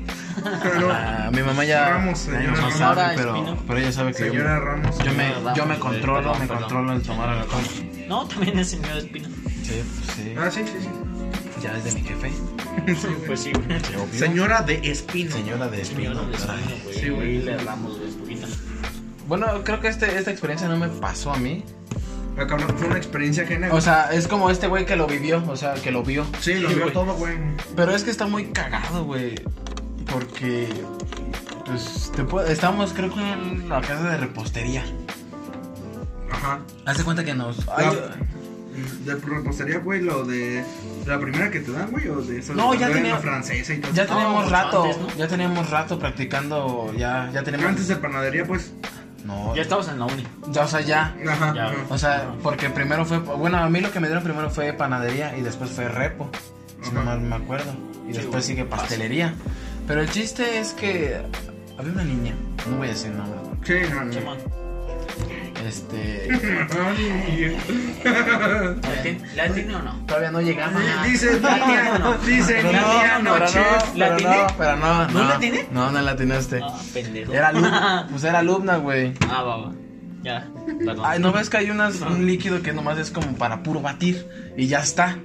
Speaker 2: Ah, no.
Speaker 3: Ah, mi mamá ya.
Speaker 2: Ramos,
Speaker 3: ya mi
Speaker 2: señora
Speaker 3: mamá
Speaker 2: Ramos.
Speaker 3: sabe,
Speaker 1: Señora
Speaker 3: pero,
Speaker 1: Espino.
Speaker 3: pero ella sabe que yo-
Speaker 2: eh, Señora Ramos.
Speaker 3: yo, me,
Speaker 1: Señora
Speaker 3: yo me
Speaker 1: Ramos, eh,
Speaker 3: controlo,
Speaker 1: perdón,
Speaker 3: me
Speaker 1: perdón.
Speaker 3: controlo el tomar alcohol.
Speaker 1: No, también es señor Espino.
Speaker 3: Sí, pues sí.
Speaker 2: Ah, sí, sí, sí.
Speaker 3: Ya es de mi jefe.
Speaker 1: Pues sí, güey.
Speaker 3: sí, obvio.
Speaker 8: Señora de Espino.
Speaker 3: Señora de
Speaker 1: Señor
Speaker 3: espino.
Speaker 1: Espino, güey. Sí, güey, le hablamos, güey, poquito.
Speaker 3: Bueno, creo que este, esta experiencia no me pasó a mí.
Speaker 2: Ah, cabrón, fue una experiencia ajena.
Speaker 3: O sea, es como este güey que lo vivió, o sea, que lo vio.
Speaker 2: sí, lo vio todo, güey.
Speaker 3: Pero es que está muy cagado, güey. Porque. Pues te puedo- estamos, creo que en la casa de repostería.
Speaker 2: Ajá.
Speaker 3: Haz de cuenta que nos.
Speaker 2: La- ¿De repostería, güey? ¿Lo de la primera que te dan, güey? ¿O de eso?
Speaker 3: No,
Speaker 2: de
Speaker 3: ya
Speaker 2: la
Speaker 3: tenía-
Speaker 2: francesa y todo
Speaker 3: ya
Speaker 2: eso?
Speaker 3: teníamos
Speaker 1: mucho
Speaker 3: rato,
Speaker 1: antes, ¿no?
Speaker 3: ya teníamos rato practicando, ya, ya teníamos.
Speaker 2: Antes de panadería, pues.
Speaker 3: No,
Speaker 1: Ya
Speaker 3: ya,
Speaker 1: estabas en la uni.
Speaker 3: o sea, ya.
Speaker 2: Ajá.
Speaker 1: Ya,
Speaker 2: ajá.
Speaker 3: O sea, porque primero fue, bueno, a mí lo que me dieron primero fue panadería y después fue repo, si no
Speaker 2: Ajá.
Speaker 3: mal me acuerdo. Y
Speaker 1: Sí,
Speaker 3: después
Speaker 1: güey,
Speaker 3: sigue pastelería. Pero el chiste es que había una niña, no voy a decir nombre,
Speaker 2: Sí, no, no.
Speaker 1: Sí, man.
Speaker 3: este,
Speaker 2: Ay,
Speaker 1: ¿La tiene- ¿La tiene o no?
Speaker 3: todavía no llegamos.
Speaker 2: Dice Tatiana, dice
Speaker 3: Pero no,
Speaker 2: Nidia
Speaker 3: pero
Speaker 2: Noche.
Speaker 1: ¿La
Speaker 3: no, pero
Speaker 1: atiné?
Speaker 3: no, pero no,
Speaker 1: ¿No la atiné?
Speaker 3: No, no la atinaste.
Speaker 1: Ah, pendejo.
Speaker 3: Era alumna, pues era alumna, güey.
Speaker 1: Ah, va, va. Ya, perdón.
Speaker 3: Ay, ¿no ves que hay unas, un líquido que nomás es como para puro batir y ya está?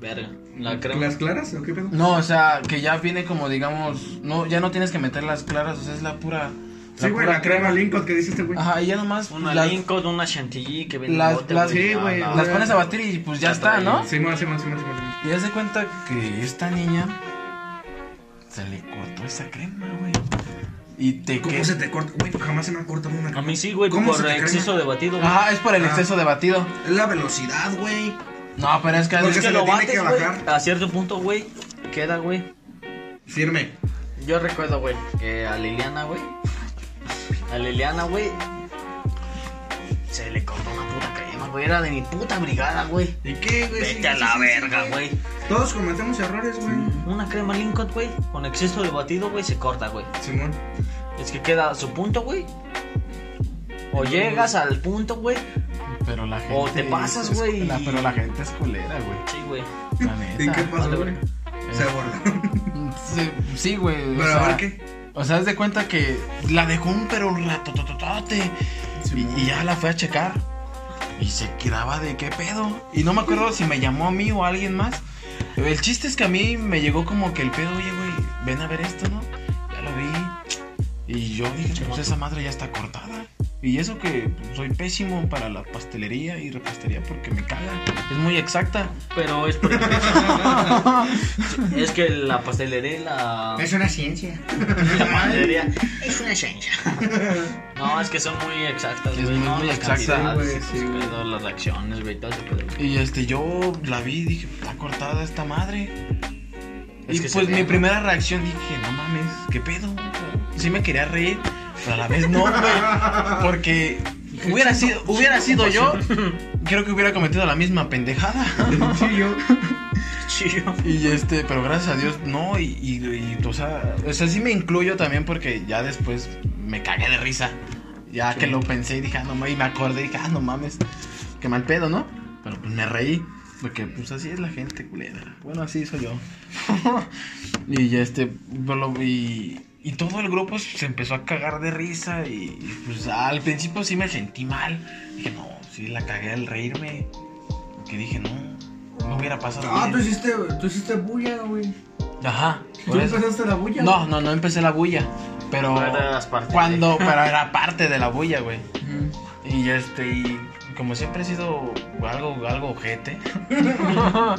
Speaker 1: Verga. La crema.
Speaker 2: ¿Las claras o qué pedo?
Speaker 3: No, o sea, que ya viene como, digamos, no, ya no tienes que meter las claras, o sea, es la pura...
Speaker 2: Sí, güey,
Speaker 3: pura
Speaker 2: la crema Lincoln que dice este güey.
Speaker 3: Ajá, y ya nomás
Speaker 1: Una
Speaker 3: las,
Speaker 1: Lincoln, una Chantilly que venden
Speaker 3: las-
Speaker 1: bote,
Speaker 3: las-
Speaker 2: Sí, güey.
Speaker 1: Ah,
Speaker 3: las pones a batir y pues ya
Speaker 1: Ya
Speaker 3: está,
Speaker 1: está
Speaker 3: ¿no?
Speaker 1: ahí.
Speaker 2: Simón, Simón, Simón, Simón.
Speaker 3: Y hace cuenta que esta niña se le cortó esa crema, güey. Y te
Speaker 2: ¿Cómo
Speaker 3: que-
Speaker 2: se te corta? Güey, jamás se me ha cortado una
Speaker 1: va. A
Speaker 2: crema.
Speaker 1: mí sí, güey,
Speaker 2: ¿Cómo se
Speaker 1: por
Speaker 2: te crema?
Speaker 1: exceso de batido. güey.
Speaker 3: Ajá, es por el
Speaker 2: Ah.
Speaker 3: exceso de batido.
Speaker 2: Es la velocidad, güey.
Speaker 3: No, pero es que...
Speaker 2: Porque
Speaker 3: es que
Speaker 2: se le
Speaker 1: Pues lo
Speaker 2: tiene
Speaker 1: bates,
Speaker 2: que
Speaker 1: güey,
Speaker 2: bajar.
Speaker 1: a cierto punto, güey, queda, güey.
Speaker 2: Firme.
Speaker 1: Yo recuerdo, güey, que a Liliana, güey. A Liliana, güey. Se le cortó una puta crema, güey. Era de mi puta brigada, güey.
Speaker 2: ¿Y qué, güey? Sí,
Speaker 1: Vete a
Speaker 2: sí,
Speaker 1: la
Speaker 2: sí,
Speaker 1: verga,
Speaker 2: sí,
Speaker 1: güey.
Speaker 2: Todos cometemos errores, güey.
Speaker 1: Una crema Lincoln, güey, con exceso de batido, güey, se corta, güey.
Speaker 2: Simón.
Speaker 1: Es que queda a su punto, güey. O llegas al punto, güey.
Speaker 3: Pero la gente...
Speaker 1: O te pasas,
Speaker 3: es-
Speaker 1: güey,
Speaker 3: la-
Speaker 1: y-
Speaker 3: Pero la gente es culera, güey.
Speaker 1: Sí, güey.
Speaker 3: La
Speaker 2: ¿Y
Speaker 3: neta.
Speaker 2: qué pasó,
Speaker 1: vale,
Speaker 2: güey? Se borraron.
Speaker 3: Sí, sí, güey. o
Speaker 2: Pero
Speaker 3: sea,
Speaker 2: a ver qué.
Speaker 3: O sea, haz de cuenta que la dejó un pero un rato, y, y ya la fue a checar. Y se quedaba de qué pedo. Y no me acuerdo si me llamó a mí o a alguien más. El chiste es que a mí me llegó como que el pedo, oye, güey, ven a ver esto, ¿no? Ya lo vi. Y yo dije, pues esa madre ya está cortada. Y eso que soy pésimo para la pastelería y repostería porque me caga. Es muy exacta.
Speaker 1: Pero es por Es que la pastelería y la.
Speaker 2: Es una ciencia.
Speaker 1: La panadería es una ciencia. No, es que son muy exactas,
Speaker 3: Es
Speaker 1: güey.
Speaker 3: muy,
Speaker 1: no,
Speaker 3: muy
Speaker 1: las
Speaker 3: exacta,
Speaker 1: cantidades,
Speaker 2: güey, sí,
Speaker 1: esas
Speaker 2: güey.
Speaker 1: pedo, las reacciones, güey, todo ese pedo.
Speaker 3: Y este, yo la vi y dije, está cortada esta madre.
Speaker 1: Es
Speaker 3: y
Speaker 1: que se
Speaker 3: pues
Speaker 1: ve,
Speaker 3: mi
Speaker 1: ¿no?
Speaker 3: primera reacción dije, no mames, ¿qué pedo? Sí me quería reír, pero a la vez no, güey. Porque hubiera sido, hubiera sido yo, creo que hubiera cometido la misma pendejada.
Speaker 2: Sí, yo.
Speaker 1: Chido.
Speaker 3: Y este, pero gracias a Dios, no, y, y- y, o sea, o sea, sí me incluyo también porque ya después me cagué de risa. Ya que lo pensé y dije, ah, no mames, y me acordé y dije, ah, no mames, qué mal pedo, ¿no? Pero pues me reí, porque pues así es la gente culera. Bueno, así soy yo. y ya este, bueno, y, y todo el grupo se empezó a cagar de risa y, y, pues al principio sí me sentí mal. Dije, no, sí la cagué al reírme. Que dije, no, no hubiera pasado.
Speaker 2: Ah,
Speaker 3: bien".
Speaker 2: tú hiciste, tú hiciste bulla, güey.
Speaker 3: Ajá.
Speaker 2: Tú
Speaker 3: por eso.
Speaker 2: empezaste la bulla.
Speaker 3: No, no, no empecé la bulla. Pero.
Speaker 1: Pero era de las partes, ¿eh?
Speaker 3: Cuando. Pero era parte de la bulla, güey. Y este. Y como siempre he sido algo, algo ojete.
Speaker 1: No,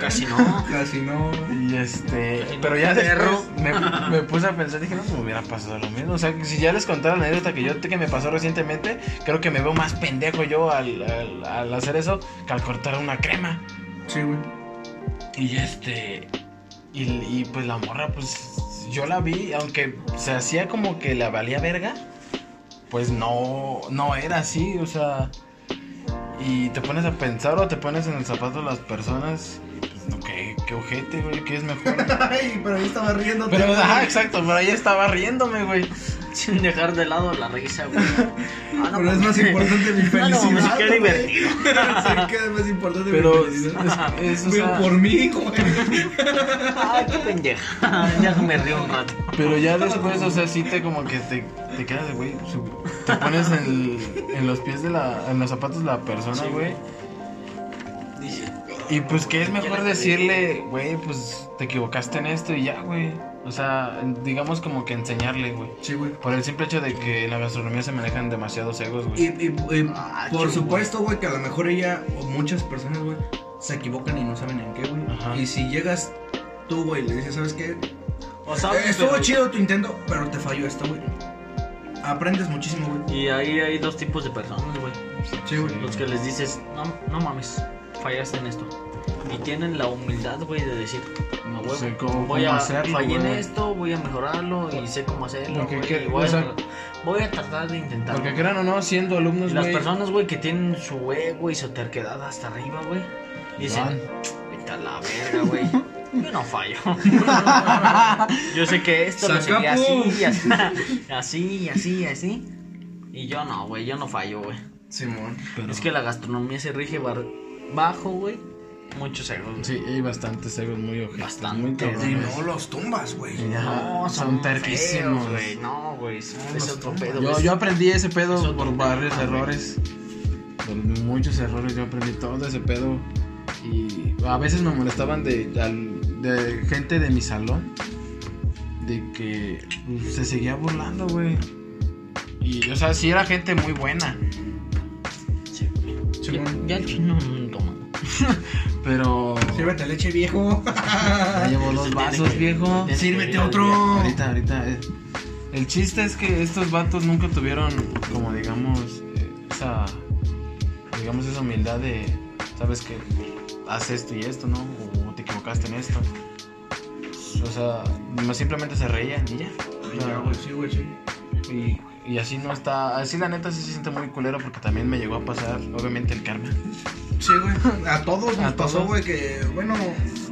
Speaker 1: casi no.
Speaker 2: Casi no.
Speaker 3: Y este. Pero ya después me, me puse a pensar, dije, no me hubiera pasado lo mismo. O sea, que si ya les contara la anécdota que yo que me pasó recientemente, creo que me veo más pendejo yo al, al- al hacer eso que al cortar una crema.
Speaker 2: Sí, güey.
Speaker 3: Y este. Y, y pues la morra, pues. pues yo la vi, aunque se hacía como que la valía verga, pues no, no era así, o sea. Y te pones a pensar o te pones en el zapato de las personas, y pues no, qué, qué ojete, güey, qué es mejor.
Speaker 9: Ay, pero ahí estaba riendo.
Speaker 3: Pero, ajá, exacto, pero ahí estaba riéndome, güey.
Speaker 1: Sin dejar de lado la risa, güey. Ah, no,
Speaker 9: Pero es más importante mi
Speaker 1: No,
Speaker 9: felicidad.
Speaker 1: no, me quedé
Speaker 9: güey.
Speaker 1: divertido.
Speaker 9: Sí, que es más importante
Speaker 3: Pero
Speaker 9: mi
Speaker 3: es,
Speaker 9: felicidad.
Speaker 3: es- es, o
Speaker 9: Güey,
Speaker 3: sea,
Speaker 9: por mí, güey.
Speaker 1: Ay, qué pendeja. Ya me río un rato.
Speaker 3: Pero ya
Speaker 1: Pues,
Speaker 3: después, o sea, sí te como que te, te quedas de güey. su- Te pones en, en los pies de la. en los zapatos de la persona, güey.
Speaker 1: Dice,
Speaker 3: Y pues que es mejor decirle, güey, pues te equivocaste en esto y ya, güey. O sea, digamos como que enseñarle, güey.
Speaker 9: Sí, güey.
Speaker 3: Por el simple hecho de que en la gastronomía se manejan demasiados egos,
Speaker 9: Y,
Speaker 3: güey.
Speaker 9: y- y por supuesto, güey, que a lo mejor ella o muchas personas, güey, se equivocan y no saben en qué,
Speaker 3: Ajá.
Speaker 9: güey. Y si llegas tú, güey, y le dices, ¿sabes qué?
Speaker 1: O sabes,
Speaker 9: Eh, estuvo
Speaker 1: pero-
Speaker 9: chido tu intento, pero te falló esto, güey. Aprendes muchísimo, güey.
Speaker 1: Y ahí hay dos tipos de personas, güey.
Speaker 9: Sí, güey.
Speaker 1: Los que les dices, no, no mames, fallaste en esto. Y tienen la humildad, güey, de decir,
Speaker 3: No
Speaker 1: a huevo,
Speaker 3: sé cómo,
Speaker 1: voy
Speaker 3: cómo
Speaker 1: a
Speaker 3: hacerlo,
Speaker 1: fallé en
Speaker 3: güey.
Speaker 1: esto, voy a mejorarlo y sé cómo hacerlo.
Speaker 3: Porque
Speaker 1: güey,
Speaker 3: que-
Speaker 1: y voy,
Speaker 3: o sea-
Speaker 1: a, tra- voy a tratar de intentarlo.
Speaker 3: Porque crean o no, siendo
Speaker 1: Y
Speaker 3: alumnos,
Speaker 1: las
Speaker 3: güey.
Speaker 1: personas, güey, que tienen su ego y su terquedad hasta arriba, güey, dicen, vete a la verga, güey. Yo no fallo. yo sé que esto lo seguí así, y así, así, y así, y así. Y yo no, güey, yo no fallo, güey.
Speaker 9: Simón.
Speaker 1: Es que la gastronomía se rige bar- bajo, güey. Muchos egos. güey.
Speaker 3: Sí, hay bastantes egos muy ojetes. Muy
Speaker 1: Bastantes,
Speaker 9: Y
Speaker 3: cabrones.
Speaker 9: no los tumbas, güey.
Speaker 3: No,
Speaker 1: feos,
Speaker 3: son terquísimos,
Speaker 1: güey. No, güey. Es es otro pedo.
Speaker 3: Yo,
Speaker 1: güey.
Speaker 3: yo aprendí ese pedo
Speaker 1: Eso
Speaker 3: por
Speaker 1: también,
Speaker 3: varios
Speaker 1: madre.
Speaker 3: errores. Por muchos errores yo aprendí todo ese pedo. Y a veces me molestaban de, al- de gente de mi salón. De que pues, se seguía burlando, güey. Y, o sea, sí era gente muy buena.
Speaker 1: Sí, güey.
Speaker 9: Sí,
Speaker 1: Ya- Ya el chino no toma.
Speaker 3: Pero...
Speaker 9: Sírvete leche, viejo.
Speaker 3: Ya llevo
Speaker 1: Se
Speaker 3: dos
Speaker 1: tiene
Speaker 3: vasos,
Speaker 1: que-
Speaker 3: viejo.
Speaker 1: tiene que
Speaker 9: Sírvete
Speaker 1: ir al
Speaker 9: otro.
Speaker 1: día.
Speaker 3: Ahorita, ahorita. eh. El chiste es que estos vatos nunca tuvieron, como digamos, eh, esa. Digamos, esa humildad de. Sabes que haz esto y esto, ¿no? O te equivocaste en esto. O sea, no simplemente se reían y ya. O sea,
Speaker 9: Ya, güey, sí, güey, sí.
Speaker 3: y, y así no está. Así la neta sí se siente muy culero porque también me llegó a pasar, obviamente, el karma.
Speaker 9: Sí, güey. A todos nos
Speaker 3: A
Speaker 9: pasó,
Speaker 3: todos.
Speaker 9: güey, que, bueno,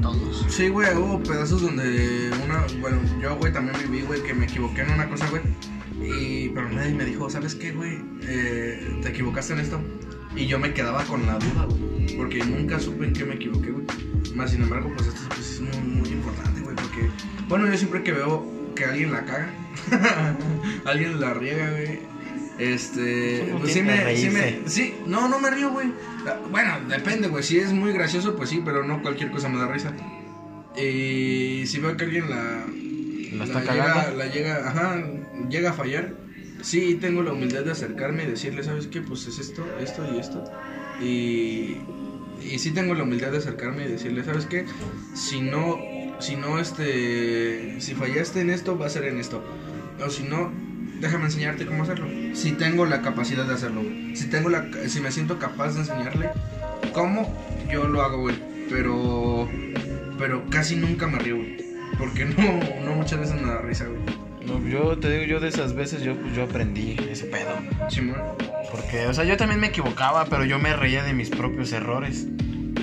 Speaker 1: Todos.
Speaker 9: Sí, güey, hubo pedazos donde una, bueno, yo, güey, también viví, güey, que me equivoqué en una cosa, güey. Y, pero nadie me dijo, ¿sabes qué, güey? Eh, te equivocaste en esto. Y yo me quedaba con la duda, güey. Porque nunca supe en qué me equivoqué, güey. Más sin embargo, pues esto pues, es muy, muy importante, güey. Porque, bueno, yo siempre que veo que alguien la caga, alguien la riega, güey. Este,
Speaker 3: Uno
Speaker 9: pues sí
Speaker 3: tiende a
Speaker 9: me, sí me,
Speaker 3: reírse.
Speaker 9: sí, no, no me río, güey. Ah, Bueno, depende, güey. Si es muy gracioso, pues sí, pero no cualquier cosa me da risa. Y si veo que alguien la.
Speaker 3: La está
Speaker 9: llega,
Speaker 3: cagando.
Speaker 9: la llega, ajá, llega a fallar. Sí, tengo la humildad de acercarme y decirle, ¿sabes qué? Pues es esto, esto y esto. Y. Y sí tengo la humildad de acercarme y decirle, ¿sabes qué? Si no. Si no, este. Si fallaste en esto, va a ser en esto. O si no, déjame enseñarte cómo hacerlo. Si tengo la capacidad de hacerlo, güey. Si, tengo la, si me siento capaz de enseñarle cómo, yo lo hago, güey. Pero. Pero casi nunca me río, güey. Porque no, no muchas veces me da risa, güey.
Speaker 3: No, yo te digo, yo de esas veces yo, pues, yo aprendí ese pedo.
Speaker 9: Simón.
Speaker 3: Porque, o sea, yo también me equivocaba, pero yo me reía de mis propios errores.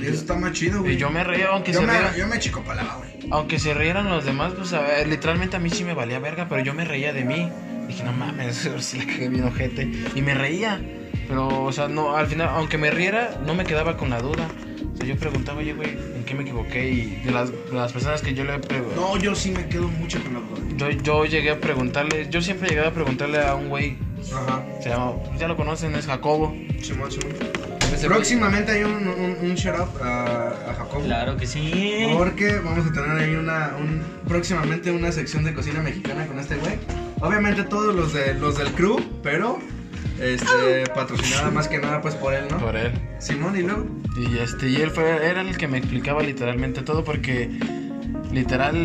Speaker 9: Y eso está más chido,
Speaker 3: Y
Speaker 9: güey.
Speaker 3: yo me reía, aunque
Speaker 9: yo
Speaker 3: se
Speaker 9: me,
Speaker 3: riera-
Speaker 9: yo me chico palaba, güey.
Speaker 3: aunque se rieran los demás, pues a ver, literalmente a mí sí me valía verga, pero yo me reía de mí. Dije, no mames, si la cagué bien ojete. Y me reía. Pero, o sea, no, al final, aunque me riera, no me quedaba con la duda. O sea, yo preguntaba, oye, güey, ¿en qué me equivoqué? Y de las, de las personas que yo le pregunté.
Speaker 9: No, yo sí me quedo mucho con la duda.
Speaker 3: Yo, yo llegué a preguntarle, yo siempre llegaba a preguntarle a un güey,
Speaker 9: Ajá.
Speaker 3: se llama, ya lo conocen, es Jacobo.
Speaker 9: Simón, Simón.
Speaker 3: Ese güey-
Speaker 9: Próximamente hay un, un, un shout out a, a Jacob.
Speaker 1: Claro que sí.
Speaker 9: Porque vamos a tener ahí una, un- próximamente una sección de cocina mexicana con este güey. Obviamente todos los, de, los del crew, pero este, patrocinada más que nada pues por él, ¿no?
Speaker 3: Por él.
Speaker 9: Simón y luego.
Speaker 3: Y este, y él fue, era el que me explicaba literalmente todo porque literal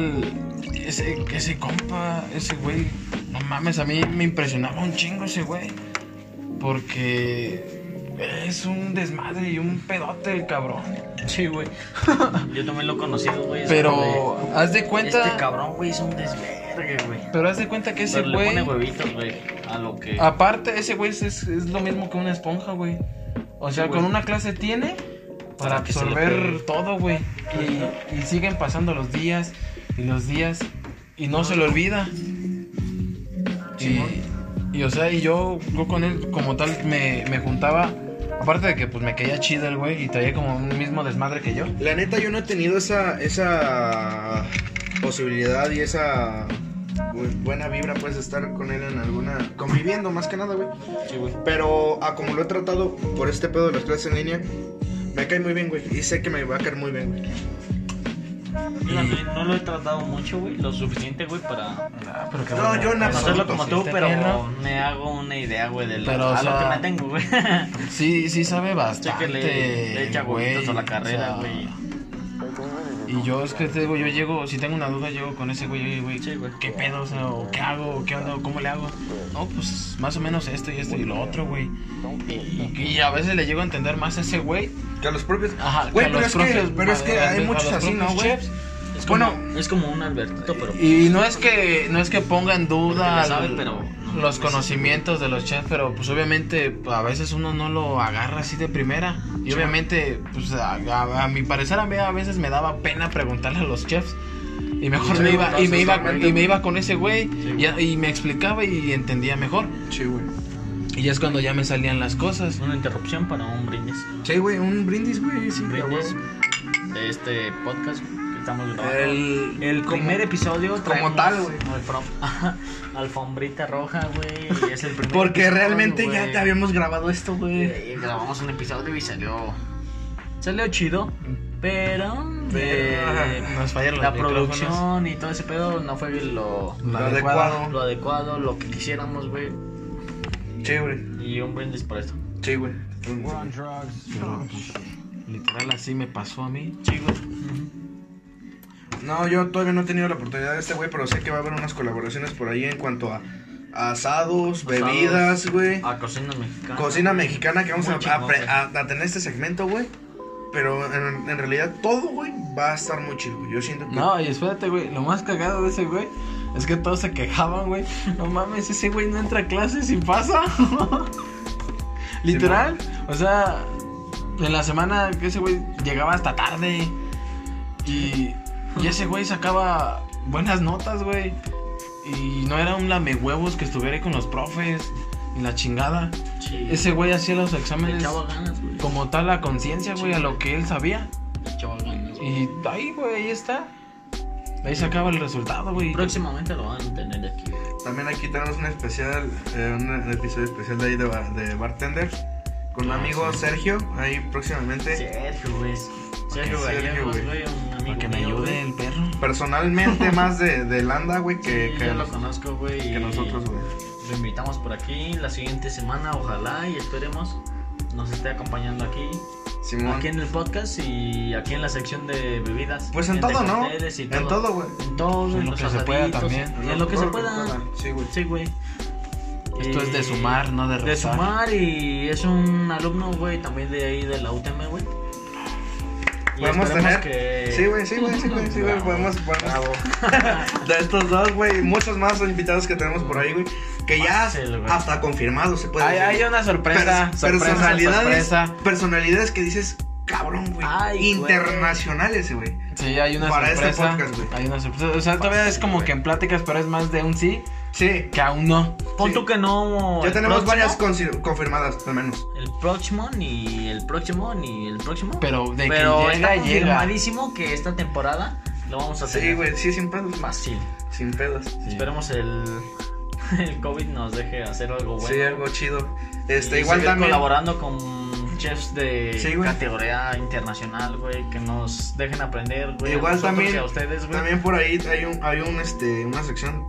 Speaker 3: ese, ese compa, ese güey, no mames, a mí me impresionaba un chingo ese güey. Porque Es un desmadre y un pedote el cabrón.
Speaker 1: Sí, güey. Yo también lo he conocido, güey. es como
Speaker 3: Pero haz de
Speaker 1: de,
Speaker 3: cuenta.
Speaker 1: Este cabrón, güey, es un desvergue, güey.
Speaker 3: Pero haz de cuenta que ese
Speaker 1: Pero le
Speaker 3: güey. Ah.
Speaker 1: pone huevitos, güey, a lo que...
Speaker 3: Aparte, ese güey es, es lo mismo que una esponja, güey. O sea,
Speaker 1: Sí, güey.
Speaker 3: con una clase tiene para
Speaker 1: Para que se le pegue.
Speaker 3: absorber todo, güey. Y, y siguen pasando los días y los días y no se le olvida. Y, y, o sea, y yo, yo con él como tal me, me juntaba. Aparte de que pues me caía chido el güey y traía como un mismo desmadre que yo.
Speaker 2: La neta, yo no he tenido esa, esa posibilidad y esa bu- buena vibra, pues, de estar con él en alguna. conviviendo, más que nada, güey.
Speaker 1: Sí, güey.
Speaker 2: Pero a como lo he tratado por este pedo de las clases en línea, me cae muy bien, güey. Y sé que me va a caer muy bien, güey.
Speaker 1: Yo no, sé, no lo he tratado mucho, güey, lo suficiente, güey, para
Speaker 3: Ah, pero
Speaker 2: No,
Speaker 3: bueno,
Speaker 2: yo
Speaker 3: pues,
Speaker 2: nada más.
Speaker 1: conocerlo
Speaker 2: absoluto,
Speaker 1: como
Speaker 3: sí,
Speaker 1: tú,
Speaker 3: este
Speaker 1: pero
Speaker 3: perro.
Speaker 1: me hago una idea, güey, de lo,
Speaker 3: Pero, o
Speaker 1: a
Speaker 3: sea,
Speaker 1: lo que me tengo, güey.
Speaker 3: Sí, sí sabe
Speaker 1: Sé
Speaker 3: bastante.
Speaker 1: que le, le echa
Speaker 3: güey,
Speaker 1: huevitos a la
Speaker 3: o
Speaker 1: carrera,
Speaker 3: sea,
Speaker 1: güey.
Speaker 3: Y yo es que te digo, yo llego, si tengo una duda, llego con ese güey, oye, güey,
Speaker 1: Sí, güey.
Speaker 3: ¿qué pedo? O sea, o ¿qué hago? ¿Qué onda? ¿Cómo le hago? No, pues más o menos esto y esto y lo otro, güey. Y, y- y a veces le llego a entender más a ese güey.
Speaker 2: Que a los propios.
Speaker 3: Ajá,
Speaker 2: Güey,
Speaker 3: a
Speaker 2: pero
Speaker 3: los
Speaker 2: es que-
Speaker 3: propios-
Speaker 2: pero es que
Speaker 3: a- a-
Speaker 2: hay
Speaker 3: a los
Speaker 2: muchos así,
Speaker 3: propios
Speaker 2: ¿no, güey?
Speaker 3: chefs.
Speaker 1: Es
Speaker 2: Bueno.
Speaker 1: como, es como un Albertito, pero...
Speaker 3: Y no es que no es que ponga en duda
Speaker 1: Porque le sabe,
Speaker 3: l-
Speaker 1: pero no-
Speaker 3: los conocimientos de los chefs, pero pues obviamente a veces uno no lo agarra así de primera. Y obviamente, pues a, a- a mi parecer a mí a veces me daba pena preguntarle a los chefs. Y mejor
Speaker 9: Sí,
Speaker 3: me iba, y me iba,
Speaker 9: totalmente.
Speaker 3: y me iba con ese güey y, a- y me explicaba y entendía mejor.
Speaker 9: Sí, güey.
Speaker 3: Y ya es cuando ya me salían las cosas.
Speaker 1: Una interrupción para un brindis.
Speaker 2: Sí, güey, un brindis, güey. Sí,
Speaker 1: Brindis de este podcast que estamos grabando.
Speaker 2: El,
Speaker 1: El primer episodio traemos
Speaker 2: tal, güey.
Speaker 1: alfom- Alfombrita roja, güey. y Es el primer
Speaker 2: Porque
Speaker 1: episodio,
Speaker 2: realmente ya
Speaker 1: güey.
Speaker 2: te habíamos grabado esto, güey.
Speaker 1: Eh, grabamos un episodio y salió. Salió chido. Pero. eh,
Speaker 3: Nos fallaron
Speaker 1: la
Speaker 3: los micrófonos.
Speaker 1: producción y todo ese pedo no fue lo,
Speaker 2: Lo
Speaker 3: La
Speaker 2: adecuado.
Speaker 1: lo adecuado, lo que quisiéramos, güey.
Speaker 2: Sí, güey.
Speaker 1: Y un brindis por esto.
Speaker 2: Sí, güey.
Speaker 3: Pero, pues, Literal así me pasó a mí.
Speaker 1: Chido.
Speaker 2: No, yo todavía no he tenido la oportunidad de este güey, pero sé que va a haber unas colaboraciones por ahí en cuanto a asados, bebidas, güey.
Speaker 1: A Ah, cocina mexicana.
Speaker 2: Cocina mexicana que vamos a,
Speaker 1: Muy chingón,
Speaker 2: a pre-
Speaker 1: güey.
Speaker 2: a- a tener este segmento, güey. Pero en, en realidad todo, güey, va a estar muy chido. güey. Yo siento que...
Speaker 3: No, y espérate, güey. Lo más cagado de ese güey es que todos se quejaban, güey. No mames, ese güey no entra a clases y pasa. Literal. O sea, en la semana que ese güey llegaba hasta tarde. Y, y ese güey sacaba buenas notas, güey. Y no era un lame huevos que estuviera ahí con los profes. Y la chingada.
Speaker 1: Sí.
Speaker 3: Ese güey hacía los
Speaker 1: Le
Speaker 3: exámenes
Speaker 1: echaba ganas, güey.
Speaker 3: como tal a conciencia, güey, a lo que él sabía.
Speaker 1: Le echaba ganas, güey.
Speaker 3: Y ahí, güey, ahí está. Ahí se acaba el resultado, güey.
Speaker 1: Próximamente lo van a tener aquí.
Speaker 2: También aquí tenemos un especial, eh, un episodio especial de ahí de, bar- de Bartender. Con mi
Speaker 1: Ah,
Speaker 2: amigo Sergio, ahí próximamente.
Speaker 1: Sergio, güey. Sergio
Speaker 2: Sergio,
Speaker 1: Gallegos,
Speaker 2: güey.
Speaker 1: güey. Un
Speaker 3: Para
Speaker 1: amigo
Speaker 3: que me
Speaker 1: mío,
Speaker 3: ayude
Speaker 1: güey.
Speaker 3: el perro.
Speaker 2: Personalmente más de, de Landa, güey, que,
Speaker 1: Sí,
Speaker 2: que,
Speaker 1: yo lo conozco, güey.
Speaker 2: que
Speaker 1: y
Speaker 2: nosotros, güey.
Speaker 1: Lo invitamos por aquí la siguiente semana, ojalá y esperemos nos esté acompañando aquí,
Speaker 2: Simón.
Speaker 1: aquí en el podcast y aquí en la sección de bebidas.
Speaker 2: Pues en todo, ¿no?
Speaker 1: Entrecócteles y
Speaker 2: En todo, güey.
Speaker 1: En todo,
Speaker 3: En lo
Speaker 1: los
Speaker 3: que se pueda
Speaker 1: asaditos,
Speaker 3: también.
Speaker 1: En lo que se pueda.
Speaker 2: Sí, güey.
Speaker 1: Sí, güey.
Speaker 3: Esto es de
Speaker 1: Eh,
Speaker 3: sumar, no de restar.
Speaker 1: De sumar y es un alumno, güey, también de ahí de la UTM, güey. Y
Speaker 2: Podemos
Speaker 1: esperemos
Speaker 2: tener.
Speaker 1: que-
Speaker 2: Sí, güey, sí, güey, sí, güey, sí, güey.
Speaker 1: Bravo.
Speaker 2: Podemos, podemos. De estos dos, güey. y Muchos más invitados que tenemos por ahí, güey. Que ya
Speaker 1: Marcel, güey.
Speaker 2: hasta confirmado se puede
Speaker 3: Hay, hay
Speaker 2: decir.
Speaker 3: una sorpresa.
Speaker 2: Pers-
Speaker 3: sorpresa
Speaker 2: personalidades,
Speaker 3: sorpresa.
Speaker 2: personalidades que dices, cabrón, güey.
Speaker 1: Ay, güey.
Speaker 2: Internacionales, güey.
Speaker 3: Sí, hay una
Speaker 2: Para este
Speaker 3: sorpresa.
Speaker 2: podcast, güey.
Speaker 3: hay una sorpresa. O sea, todavía es como
Speaker 2: güey.
Speaker 3: que en pláticas, pero es más de un sí
Speaker 2: Sí.
Speaker 3: que a un no.
Speaker 1: Pon
Speaker 2: Sí.
Speaker 1: tú que no.
Speaker 2: Ya
Speaker 1: el
Speaker 2: tenemos
Speaker 1: próximo,
Speaker 2: varias consi- confirmadas, al menos.
Speaker 1: El próximo, ni el próximo, ni el próximo.
Speaker 3: Pero de
Speaker 1: Pero
Speaker 3: que llega,
Speaker 1: está
Speaker 3: llega.
Speaker 1: confirmadísimo que esta temporada lo vamos a tener.
Speaker 2: Sí, güey, sí, sin pedos. güey.
Speaker 1: Fácil.
Speaker 2: Sin pedos.
Speaker 3: Sí.
Speaker 1: Esperemos el, el COVID nos deje hacer algo Pues bueno.
Speaker 2: Sí, algo chido.
Speaker 1: Y
Speaker 2: Este, igual
Speaker 1: seguir
Speaker 2: también.
Speaker 1: colaborando con chefs de
Speaker 2: Sí, güey.
Speaker 1: categoría internacional, güey, que nos dejen aprender, güey. a
Speaker 2: Igual
Speaker 1: nosotros
Speaker 2: también,
Speaker 1: y a ustedes, güey.
Speaker 2: también por ahí hay un, hay un este, una sección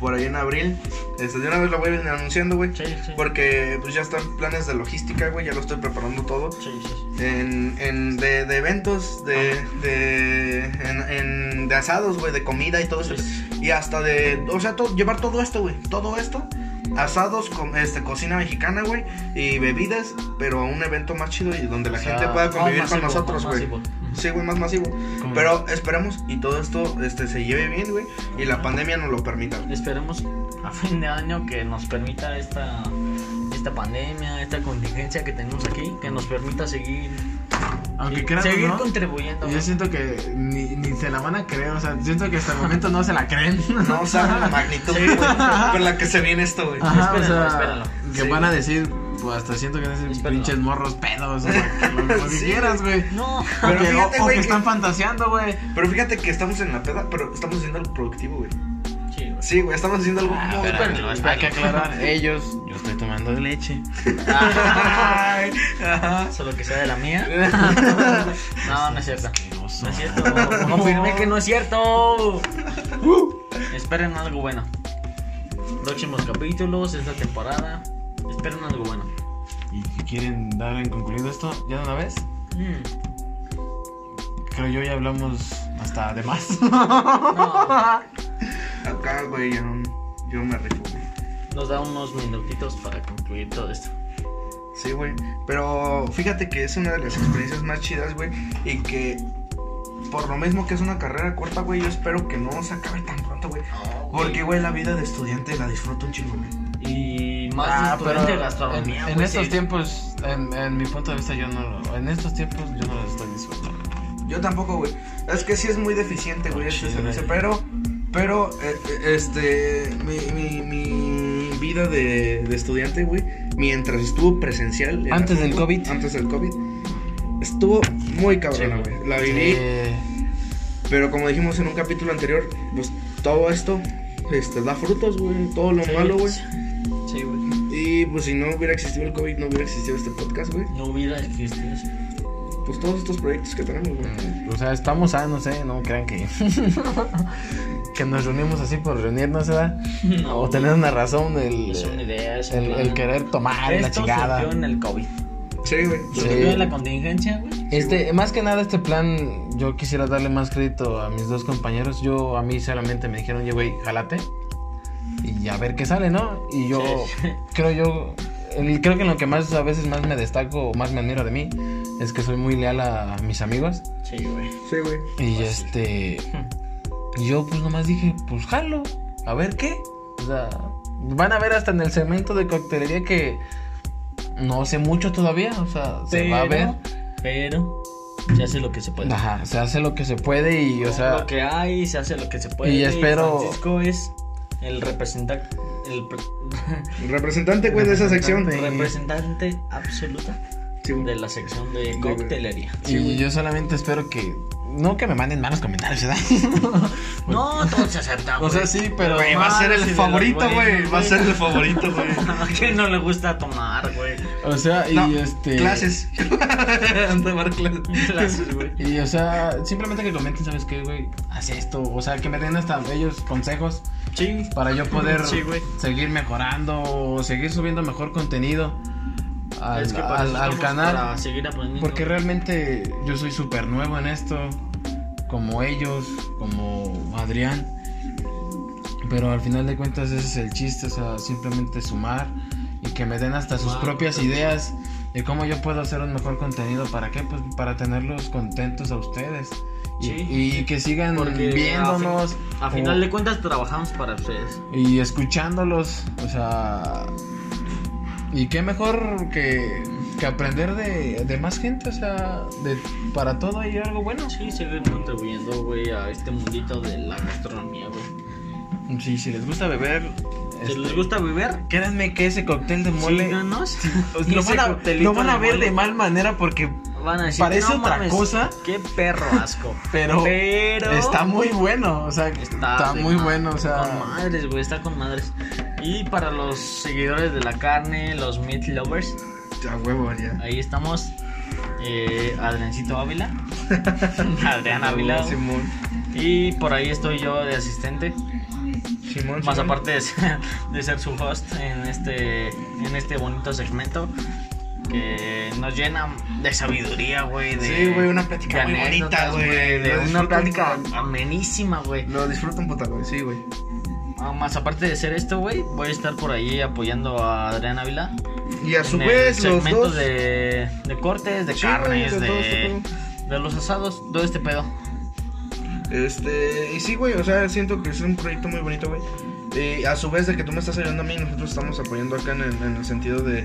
Speaker 2: por ahí en abril. Este, de una vez lo voy a ir anunciando, güey.
Speaker 1: Sí, sí.
Speaker 2: Porque pues ya están planes de logística, güey, ya lo estoy preparando todo.
Speaker 1: Sí, sí, sí.
Speaker 2: En, en- de, de eventos, de, de, en, en- de asados, güey, de comida y todo eso.
Speaker 1: Sí.
Speaker 2: Y hasta de, o sea, to- llevar todo esto, güey, todo esto asados, com- este, cocina mexicana, güey, y bebidas, pero un evento más chido y donde la
Speaker 10: O sea,
Speaker 2: gente pueda convivir
Speaker 1: más
Speaker 2: con
Speaker 1: masivo,
Speaker 2: nosotros,
Speaker 1: más
Speaker 2: güey.
Speaker 1: masivo.
Speaker 2: Sí, güey, más masivo.
Speaker 3: Como-
Speaker 2: Pero esperemos y todo esto este, se lleve bien, güey, y la pandemia nos lo permita. güey.
Speaker 1: Esperemos a fin de año que nos permita esta, esta pandemia, esta contingencia que tenemos aquí, que nos permita seguir,
Speaker 3: aunque
Speaker 1: y-
Speaker 3: crean o
Speaker 1: seguir
Speaker 3: no,
Speaker 1: contribuyendo.
Speaker 3: yo siento que ni, ni se la van a creer, o sea, siento que hasta el momento no se la creen.
Speaker 2: No saben la magnitud
Speaker 1: Sí,
Speaker 2: güey,
Speaker 1: güey.
Speaker 2: con la que se viene esto, güey.
Speaker 3: Ajá,
Speaker 1: Espérenlo,
Speaker 3: o sea,
Speaker 1: espérenlo.
Speaker 3: que
Speaker 2: Sí.
Speaker 3: van a decir, pues hasta siento que van a decir
Speaker 1: Espérenlo.
Speaker 3: pinches morros pedos, o sea, lo, lo que
Speaker 2: Sí,
Speaker 3: quieras, güey.
Speaker 1: No,
Speaker 2: Pero
Speaker 3: O que- o-
Speaker 2: fíjate,
Speaker 3: o
Speaker 2: güey,
Speaker 3: que
Speaker 2: que-
Speaker 3: están fantaseando, güey.
Speaker 2: Pero fíjate que estamos en la peda, pero estamos haciendo algo productivo, güey.
Speaker 1: sí, güey.
Speaker 2: Sí, güey, estamos haciendo algo
Speaker 1: Ah,
Speaker 2: muy
Speaker 1: espérenlo,
Speaker 2: bueno.
Speaker 1: espérenlo.
Speaker 10: ellos, yo estoy tomando leche.
Speaker 2: Ay, ajá.
Speaker 1: Ah. Solo que sea de la mía. No, no es cierto. No es cierto. Confirmé que no es cierto.
Speaker 3: Uh.
Speaker 1: Esperen algo bueno. Próximos capítulos, esta temporada. Esperen algo bueno.
Speaker 3: ¿Y quieren dar en concluido esto ya de una vez?
Speaker 1: Mm,
Speaker 3: Creo yo ya hablamos hasta de más.
Speaker 1: no,
Speaker 2: Acá, güey, yo, yo me rifo, güey.
Speaker 1: nos da unos minutitos para concluir todo esto.
Speaker 2: Sí, güey. Pero fíjate que es una de las experiencias más chidas, güey. Y que por lo mismo que es una carrera corta, güey, yo espero que no se acabe tan pronto, güey. Porque, güey, la vida de estudiante la disfruto un chingo, güey.
Speaker 1: Y más
Speaker 3: Ah,
Speaker 1: estudiante de
Speaker 3: pero
Speaker 1: gastronomía.
Speaker 3: En, en
Speaker 1: güey,
Speaker 3: estos
Speaker 1: sí.
Speaker 3: tiempos, en, en mi punto de vista, yo no lo. En estos tiempos, yo no lo estoy disfrutando.
Speaker 2: Yo tampoco, güey. Es que sí es muy deficiente, güey, este
Speaker 3: Chido,
Speaker 2: servicio.
Speaker 3: güey.
Speaker 2: Pero, pero, eh, eh, este, mi, mi, mi vida de, de estudiante, güey, mientras estuvo presencial. en
Speaker 3: Antes del
Speaker 2: Acapulco,
Speaker 3: COVID.
Speaker 2: Antes del COVID. Estuvo muy cabrona,
Speaker 1: Sí,
Speaker 2: güey. La viví.
Speaker 3: Eh,
Speaker 2: Pero como dijimos en un capítulo anterior, pues todo esto este, da frutos, güey. Todo lo
Speaker 1: Sí, pues.
Speaker 2: malo, güey.
Speaker 1: Sí, güey.
Speaker 2: Y pues si no hubiera existido el COVID, no hubiera existido este podcast, güey.
Speaker 1: No hubiera existido eso.
Speaker 2: Pues todos estos proyectos que tenemos, güey.
Speaker 3: mm, o sea, estamos sanos, ¿eh? No crean que. que nos reunimos así por reunirnos, ¿verdad?
Speaker 1: No,
Speaker 3: o tener una razón el,
Speaker 1: es una idea. Es un
Speaker 3: el,
Speaker 1: plan.
Speaker 3: el querer tomar la
Speaker 1: Esto
Speaker 3: chingada.
Speaker 1: surgió en el COVID.
Speaker 2: Sí, güey.
Speaker 3: Sí.
Speaker 1: Surgió en la contingencia, güey.
Speaker 3: Este, más que nada este plan, yo quisiera darle más crédito a mis dos compañeros. Yo a mí solamente me dijeron, "Oye, güey, jalate y a ver qué sale, ¿no?" Y yo
Speaker 1: Sí.
Speaker 3: creo yo el- creo que en lo que más a veces más me destaco o más me admiro de mí es que soy muy leal a mis amigos
Speaker 1: Sí, güey.
Speaker 2: Sí, güey.
Speaker 3: y este y yo pues nomás dije, "Pues jalo, a ver qué." O sea, van a ver hasta en el segmento de coctelería que no sé mucho todavía, o sea, se va a ver.
Speaker 1: Pero se hace lo que se puede.
Speaker 3: Ajá, se hace lo que se puede y, o sea,
Speaker 1: lo que hay, se hace lo que se puede.
Speaker 3: y espero-
Speaker 1: Francisco es el representante. El pre-
Speaker 2: Representante, güey, de esa sección.
Speaker 3: Sí.
Speaker 1: representante absoluta
Speaker 2: Sí, güey.
Speaker 1: de la sección de coctelería.
Speaker 3: y yo solamente espero que no que me manden malos comentarios, ¿verdad?
Speaker 1: No, todo se acepta.
Speaker 3: o
Speaker 1: güey.
Speaker 3: sea, sí, pero
Speaker 2: Güey, va a ser el
Speaker 1: Madres y de
Speaker 2: favorito,
Speaker 1: los
Speaker 2: güey.
Speaker 1: buenos,
Speaker 2: Va a ser el favorito, güey.
Speaker 1: ¿A quién no le gusta tomar, güey?
Speaker 3: o sea, y
Speaker 2: No,
Speaker 3: este
Speaker 2: Clases. Ando a dar clases.
Speaker 1: Clases, güey.
Speaker 3: y o sea, simplemente que comenten, ¿sabes qué, güey? Haz esto, o sea, que me den hasta ellos consejos
Speaker 1: Sí.
Speaker 3: para yo poder
Speaker 1: Sí, güey.
Speaker 3: seguir mejorando, o seguir subiendo mejor contenido al,
Speaker 1: Es que para
Speaker 3: al-
Speaker 1: eso
Speaker 3: al
Speaker 1: estamos,
Speaker 3: canal.
Speaker 1: Para seguir aprendiendo.
Speaker 3: Porque realmente yo soy súper nuevo en esto, como ellos, como Adrián. Pero al final de cuentas ese es el chiste, o sea, simplemente sumar y que me den hasta sus
Speaker 1: Sumar,
Speaker 3: propias
Speaker 1: sí.
Speaker 3: ideas de cómo yo puedo hacer un mejor contenido. ¿Para qué? Pues para tenerlos contentos a ustedes. Y,
Speaker 1: Sí,
Speaker 3: y
Speaker 1: sí.
Speaker 3: que sigan
Speaker 1: Porque a fin-
Speaker 3: viéndonos
Speaker 1: A final de cuentas trabajamos para ustedes.
Speaker 3: y escuchándolos, o sea... Y qué mejor que, que aprender de, de más gente, o sea, de, para todo hay algo bueno.
Speaker 1: Sí, seguir contribuyendo, güey, a este mundito de la gastronomía, güey.
Speaker 3: Sí, si les gusta beber,
Speaker 1: Si
Speaker 3: este,
Speaker 1: les gusta beber,
Speaker 3: créanme que ese cóctel de mole...
Speaker 1: síganos.
Speaker 3: os- lo,
Speaker 1: Ese
Speaker 3: van a,
Speaker 1: coctelito
Speaker 3: lo van a
Speaker 1: de
Speaker 3: ver de
Speaker 1: mole.
Speaker 3: mal manera porque
Speaker 1: Van a decir,
Speaker 3: parece
Speaker 1: "No
Speaker 3: otra
Speaker 1: mames,
Speaker 3: cosa,
Speaker 1: Qué perro asco.
Speaker 3: pero,
Speaker 1: Pero-
Speaker 3: está muy bueno, o sea,
Speaker 1: Está,
Speaker 3: está,
Speaker 1: de
Speaker 3: muy
Speaker 1: ma-
Speaker 3: bueno, o sea...
Speaker 1: Con madres, güey, está con madres. Y para los seguidores de la carne, los meat lovers,
Speaker 2: A huevo, ya.
Speaker 1: ahí estamos. Eh, Adrencito Ávila. Adrián Ávila. güey.
Speaker 2: Simón.
Speaker 1: Y por ahí estoy yo de asistente.
Speaker 2: Simón.
Speaker 1: Más
Speaker 2: Simón.
Speaker 1: aparte de ser, de ser su host en este, en este bonito segmento que nos llena de sabiduría, güey. de-
Speaker 2: Sí, güey, una plática
Speaker 1: de
Speaker 2: muy
Speaker 1: anécdotas,
Speaker 2: bonita, güey.
Speaker 1: De
Speaker 2: Lo
Speaker 1: una
Speaker 2: disfruto
Speaker 1: plática
Speaker 2: un
Speaker 1: amenísima, güey.
Speaker 2: Lo disfruto un puta, güey. Sí, güey.
Speaker 1: Ah, Ah, más aparte de ser esto, güey, voy a estar por ahí apoyando a Adrián Ávila.
Speaker 9: Y a su
Speaker 1: en el
Speaker 9: vez, los
Speaker 1: segmento
Speaker 9: dos.
Speaker 1: De, de cortes, de
Speaker 9: Sí,
Speaker 1: carnes,
Speaker 9: güey, de todo
Speaker 1: de,
Speaker 9: este
Speaker 1: de los asados, todo este pedo.
Speaker 9: Este, y sí, güey, o sea, siento que es un proyecto muy bonito, güey. Y a su vez de que tú me estás ayudando a mí, nosotros estamos apoyando acá en el, en el sentido de,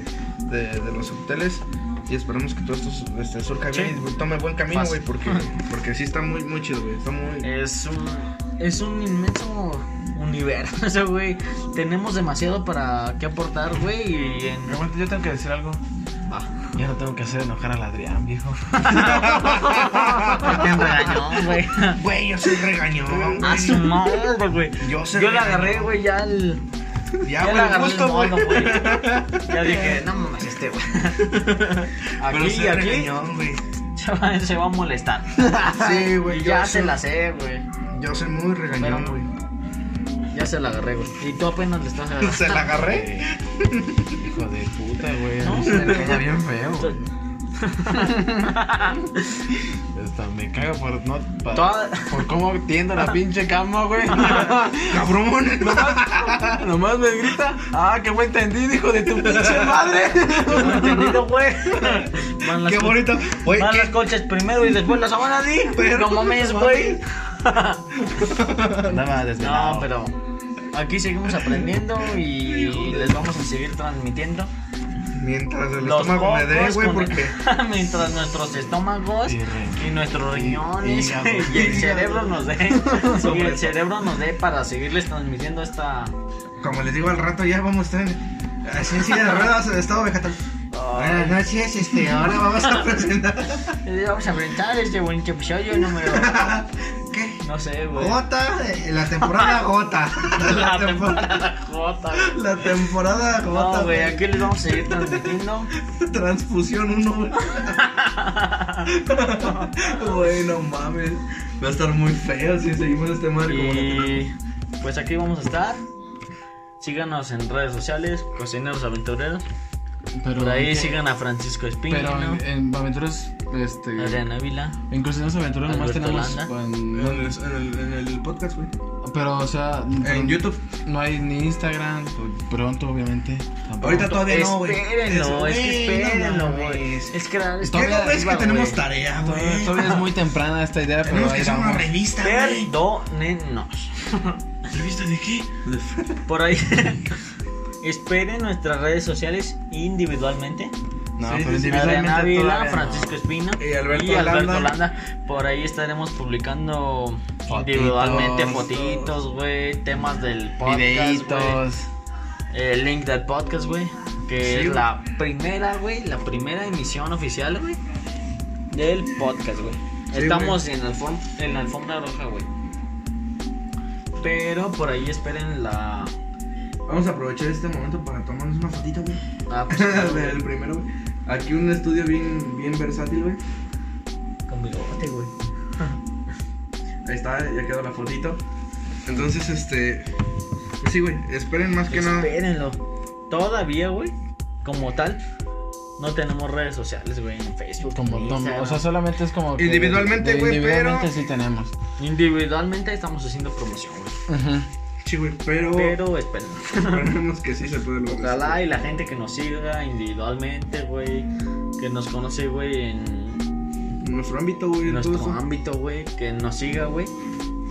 Speaker 9: de, de los hoteles. Y esperamos que todo esto su- este, surja bien y tome buen camino,
Speaker 1: Fácil.
Speaker 9: güey, porque, porque sí está muy, muy chido, güey. Está
Speaker 2: Eh.
Speaker 9: muy.
Speaker 1: Es un, es un inmenso universo, güey. Tenemos demasiado para qué aportar, güey. Y en...
Speaker 3: Aguanta, yo tengo que decir algo. Ya no tengo que hacer enojar al Adrián, viejo.
Speaker 1: Te regañó, güey.
Speaker 9: Güey, yo soy regañón.
Speaker 2: Ah,
Speaker 1: A su madre, güey.
Speaker 9: Yo sé.
Speaker 1: Yo la agarré, güey, ya el.
Speaker 9: Ya,
Speaker 1: la
Speaker 9: güey,
Speaker 1: agarré el
Speaker 9: justo, güey.
Speaker 1: modo, güey. Ya dije, no mames, este, güey.
Speaker 9: Pero
Speaker 1: Aquí,
Speaker 9: soy
Speaker 1: aquí,
Speaker 9: regañón, güey.
Speaker 1: se va, se va a molestar.
Speaker 9: Sí, güey.
Speaker 1: Y
Speaker 9: yo
Speaker 1: ya
Speaker 9: soy-
Speaker 1: se la sé, güey.
Speaker 9: Yo soy muy regañón,
Speaker 1: Pero-
Speaker 9: güey.
Speaker 1: Ya se la agarré, güey. Y tú apenas le estás agarrando.
Speaker 9: ¿Se la agarré?
Speaker 3: Hijo de puta, güey.
Speaker 1: ¿Eh? No,
Speaker 3: me
Speaker 1: pero-
Speaker 3: caga bien feo. Hasta me cago por no. pa-
Speaker 1: Toda-
Speaker 3: Por cómo tiendo la pinche cama, güey.
Speaker 9: ¡Cabrón!
Speaker 3: Nomás me grita. Ah, qué buen tendido, hijo de tu pinche madre.
Speaker 1: ¿Entendido, güey? Van las
Speaker 9: ¡Qué
Speaker 1: co-
Speaker 9: bonito! Güey,
Speaker 1: Van
Speaker 9: qué-
Speaker 1: las colchas primero y después las sábana, di.
Speaker 9: Pero-
Speaker 1: No mames, güey.
Speaker 3: Andaba
Speaker 1: No,
Speaker 3: desvelado.
Speaker 1: pero aquí seguimos aprendiendo y les vamos a seguir transmitiendo.
Speaker 9: Mientras el
Speaker 1: Los
Speaker 9: estómago me dé,
Speaker 1: cocos
Speaker 9: güey,
Speaker 1: con-
Speaker 9: porque.
Speaker 1: mientras nuestros estómagos
Speaker 3: Y re-
Speaker 1: y nuestros riñones
Speaker 3: hígado.
Speaker 1: y el cerebro nos dé y el cerebro nos dé para seguirles transmitiendo esta
Speaker 9: Como les digo al rato, ya vamos a estar en- eh, así en silla de ruedas, en estado vegetal. Buenas noches, este, ahora vamos a presentar.
Speaker 1: Eh, vamos a enfrentar este bonito episodio número
Speaker 9: ¿Qué?
Speaker 1: no sé, güey.
Speaker 9: Gota, eh, la temporada gota.
Speaker 1: La
Speaker 9: tempo-
Speaker 1: temporada J. güey.
Speaker 9: La temporada gota.
Speaker 1: No, güey, aquí les vamos a seguir transmitiendo.
Speaker 9: Transfusión 1, güey.
Speaker 2: Güey, no mames. Va a estar muy feo si seguimos este madre como la tenemos.
Speaker 1: Y pues aquí vamos a estar. Síganos en redes sociales, Cocineros Aventureros.
Speaker 3: pero
Speaker 1: Por ahí sigan a Francisco Espino,
Speaker 3: Pero en, en aventuras, este.
Speaker 1: Adriana Vila.
Speaker 3: En Cocineros Aventuras nomás
Speaker 1: Alberto
Speaker 3: tenemos.
Speaker 1: Landa.
Speaker 3: cuando-
Speaker 2: En el, en el- en el podcast, güey.
Speaker 3: pero, o sea.
Speaker 2: En YouTube.
Speaker 3: No hay ni Instagram. pues, Pronto, obviamente. tampoco.
Speaker 2: Ahorita todavía no, güey.
Speaker 1: Espérenlo, es que
Speaker 9: Güey, no
Speaker 1: espérenlo,
Speaker 9: mames.
Speaker 1: güey. Es que la- es
Speaker 9: ¿Qué no ves que
Speaker 1: arriba,
Speaker 9: tenemos
Speaker 1: güey.
Speaker 9: tarea,
Speaker 3: Todavía,
Speaker 9: güey?
Speaker 3: todavía es muy temprana esta idea, pero
Speaker 9: Tenemos
Speaker 3: ahí
Speaker 9: que hacer una
Speaker 3: vamos.
Speaker 9: revista, güey.
Speaker 1: Perdónenos.
Speaker 3: ¿Revista de qué?
Speaker 1: Por ahí. Esperen nuestras redes sociales individualmente.
Speaker 3: No,
Speaker 2: Sí,
Speaker 3: pero
Speaker 2: sí, sí.
Speaker 3: individualmente
Speaker 1: Adriana Ávila,
Speaker 3: todavía no.
Speaker 1: Pues Francisco Espina
Speaker 2: Y Alberto Holanda.
Speaker 1: Holanda. Por ahí estaremos publicando
Speaker 3: Fotitos.
Speaker 1: individualmente fotitos, güey, temas del podcast, güey.
Speaker 3: Videitos.
Speaker 1: el link del podcast, güey, que es la primera, güey, la primera emisión oficial, güey, del podcast, güey. Estamos en la alfom- en la alfombra roja, güey. Pero por ahí esperen la
Speaker 2: Vamos a aprovechar este momento para tomarnos una fotita, güey.
Speaker 1: la-
Speaker 2: el primero, güey. Aquí un estudio bien, bien versátil, güey.
Speaker 1: con bigote, güey.
Speaker 2: Ahí está, ya quedó la fotito. Entonces, este. Sí, güey. Esperen más que nada.
Speaker 1: Espérenlo. Todavía, güey, como tal, no tenemos redes sociales, güey, en Facebook.
Speaker 3: Como
Speaker 1: en
Speaker 3: tomo,
Speaker 1: Instagram.
Speaker 3: o sea, solamente es como. que-
Speaker 2: Individualmente,
Speaker 3: de-
Speaker 2: güey,
Speaker 3: Individualmente
Speaker 2: pero-
Speaker 3: sí tenemos.
Speaker 1: Individualmente estamos haciendo promoción, güey.
Speaker 2: Sí, güey. Pero.
Speaker 1: Pero esperen.
Speaker 2: Esperemos que sí se puede lograr.
Speaker 1: Ojalá y la gente que nos siga individualmente, güey, que nos conoce, güey, en
Speaker 2: En Nuestro ámbito, güey. en
Speaker 1: nuestro
Speaker 2: todo eso.
Speaker 1: ámbito, güey, que nos siga, güey.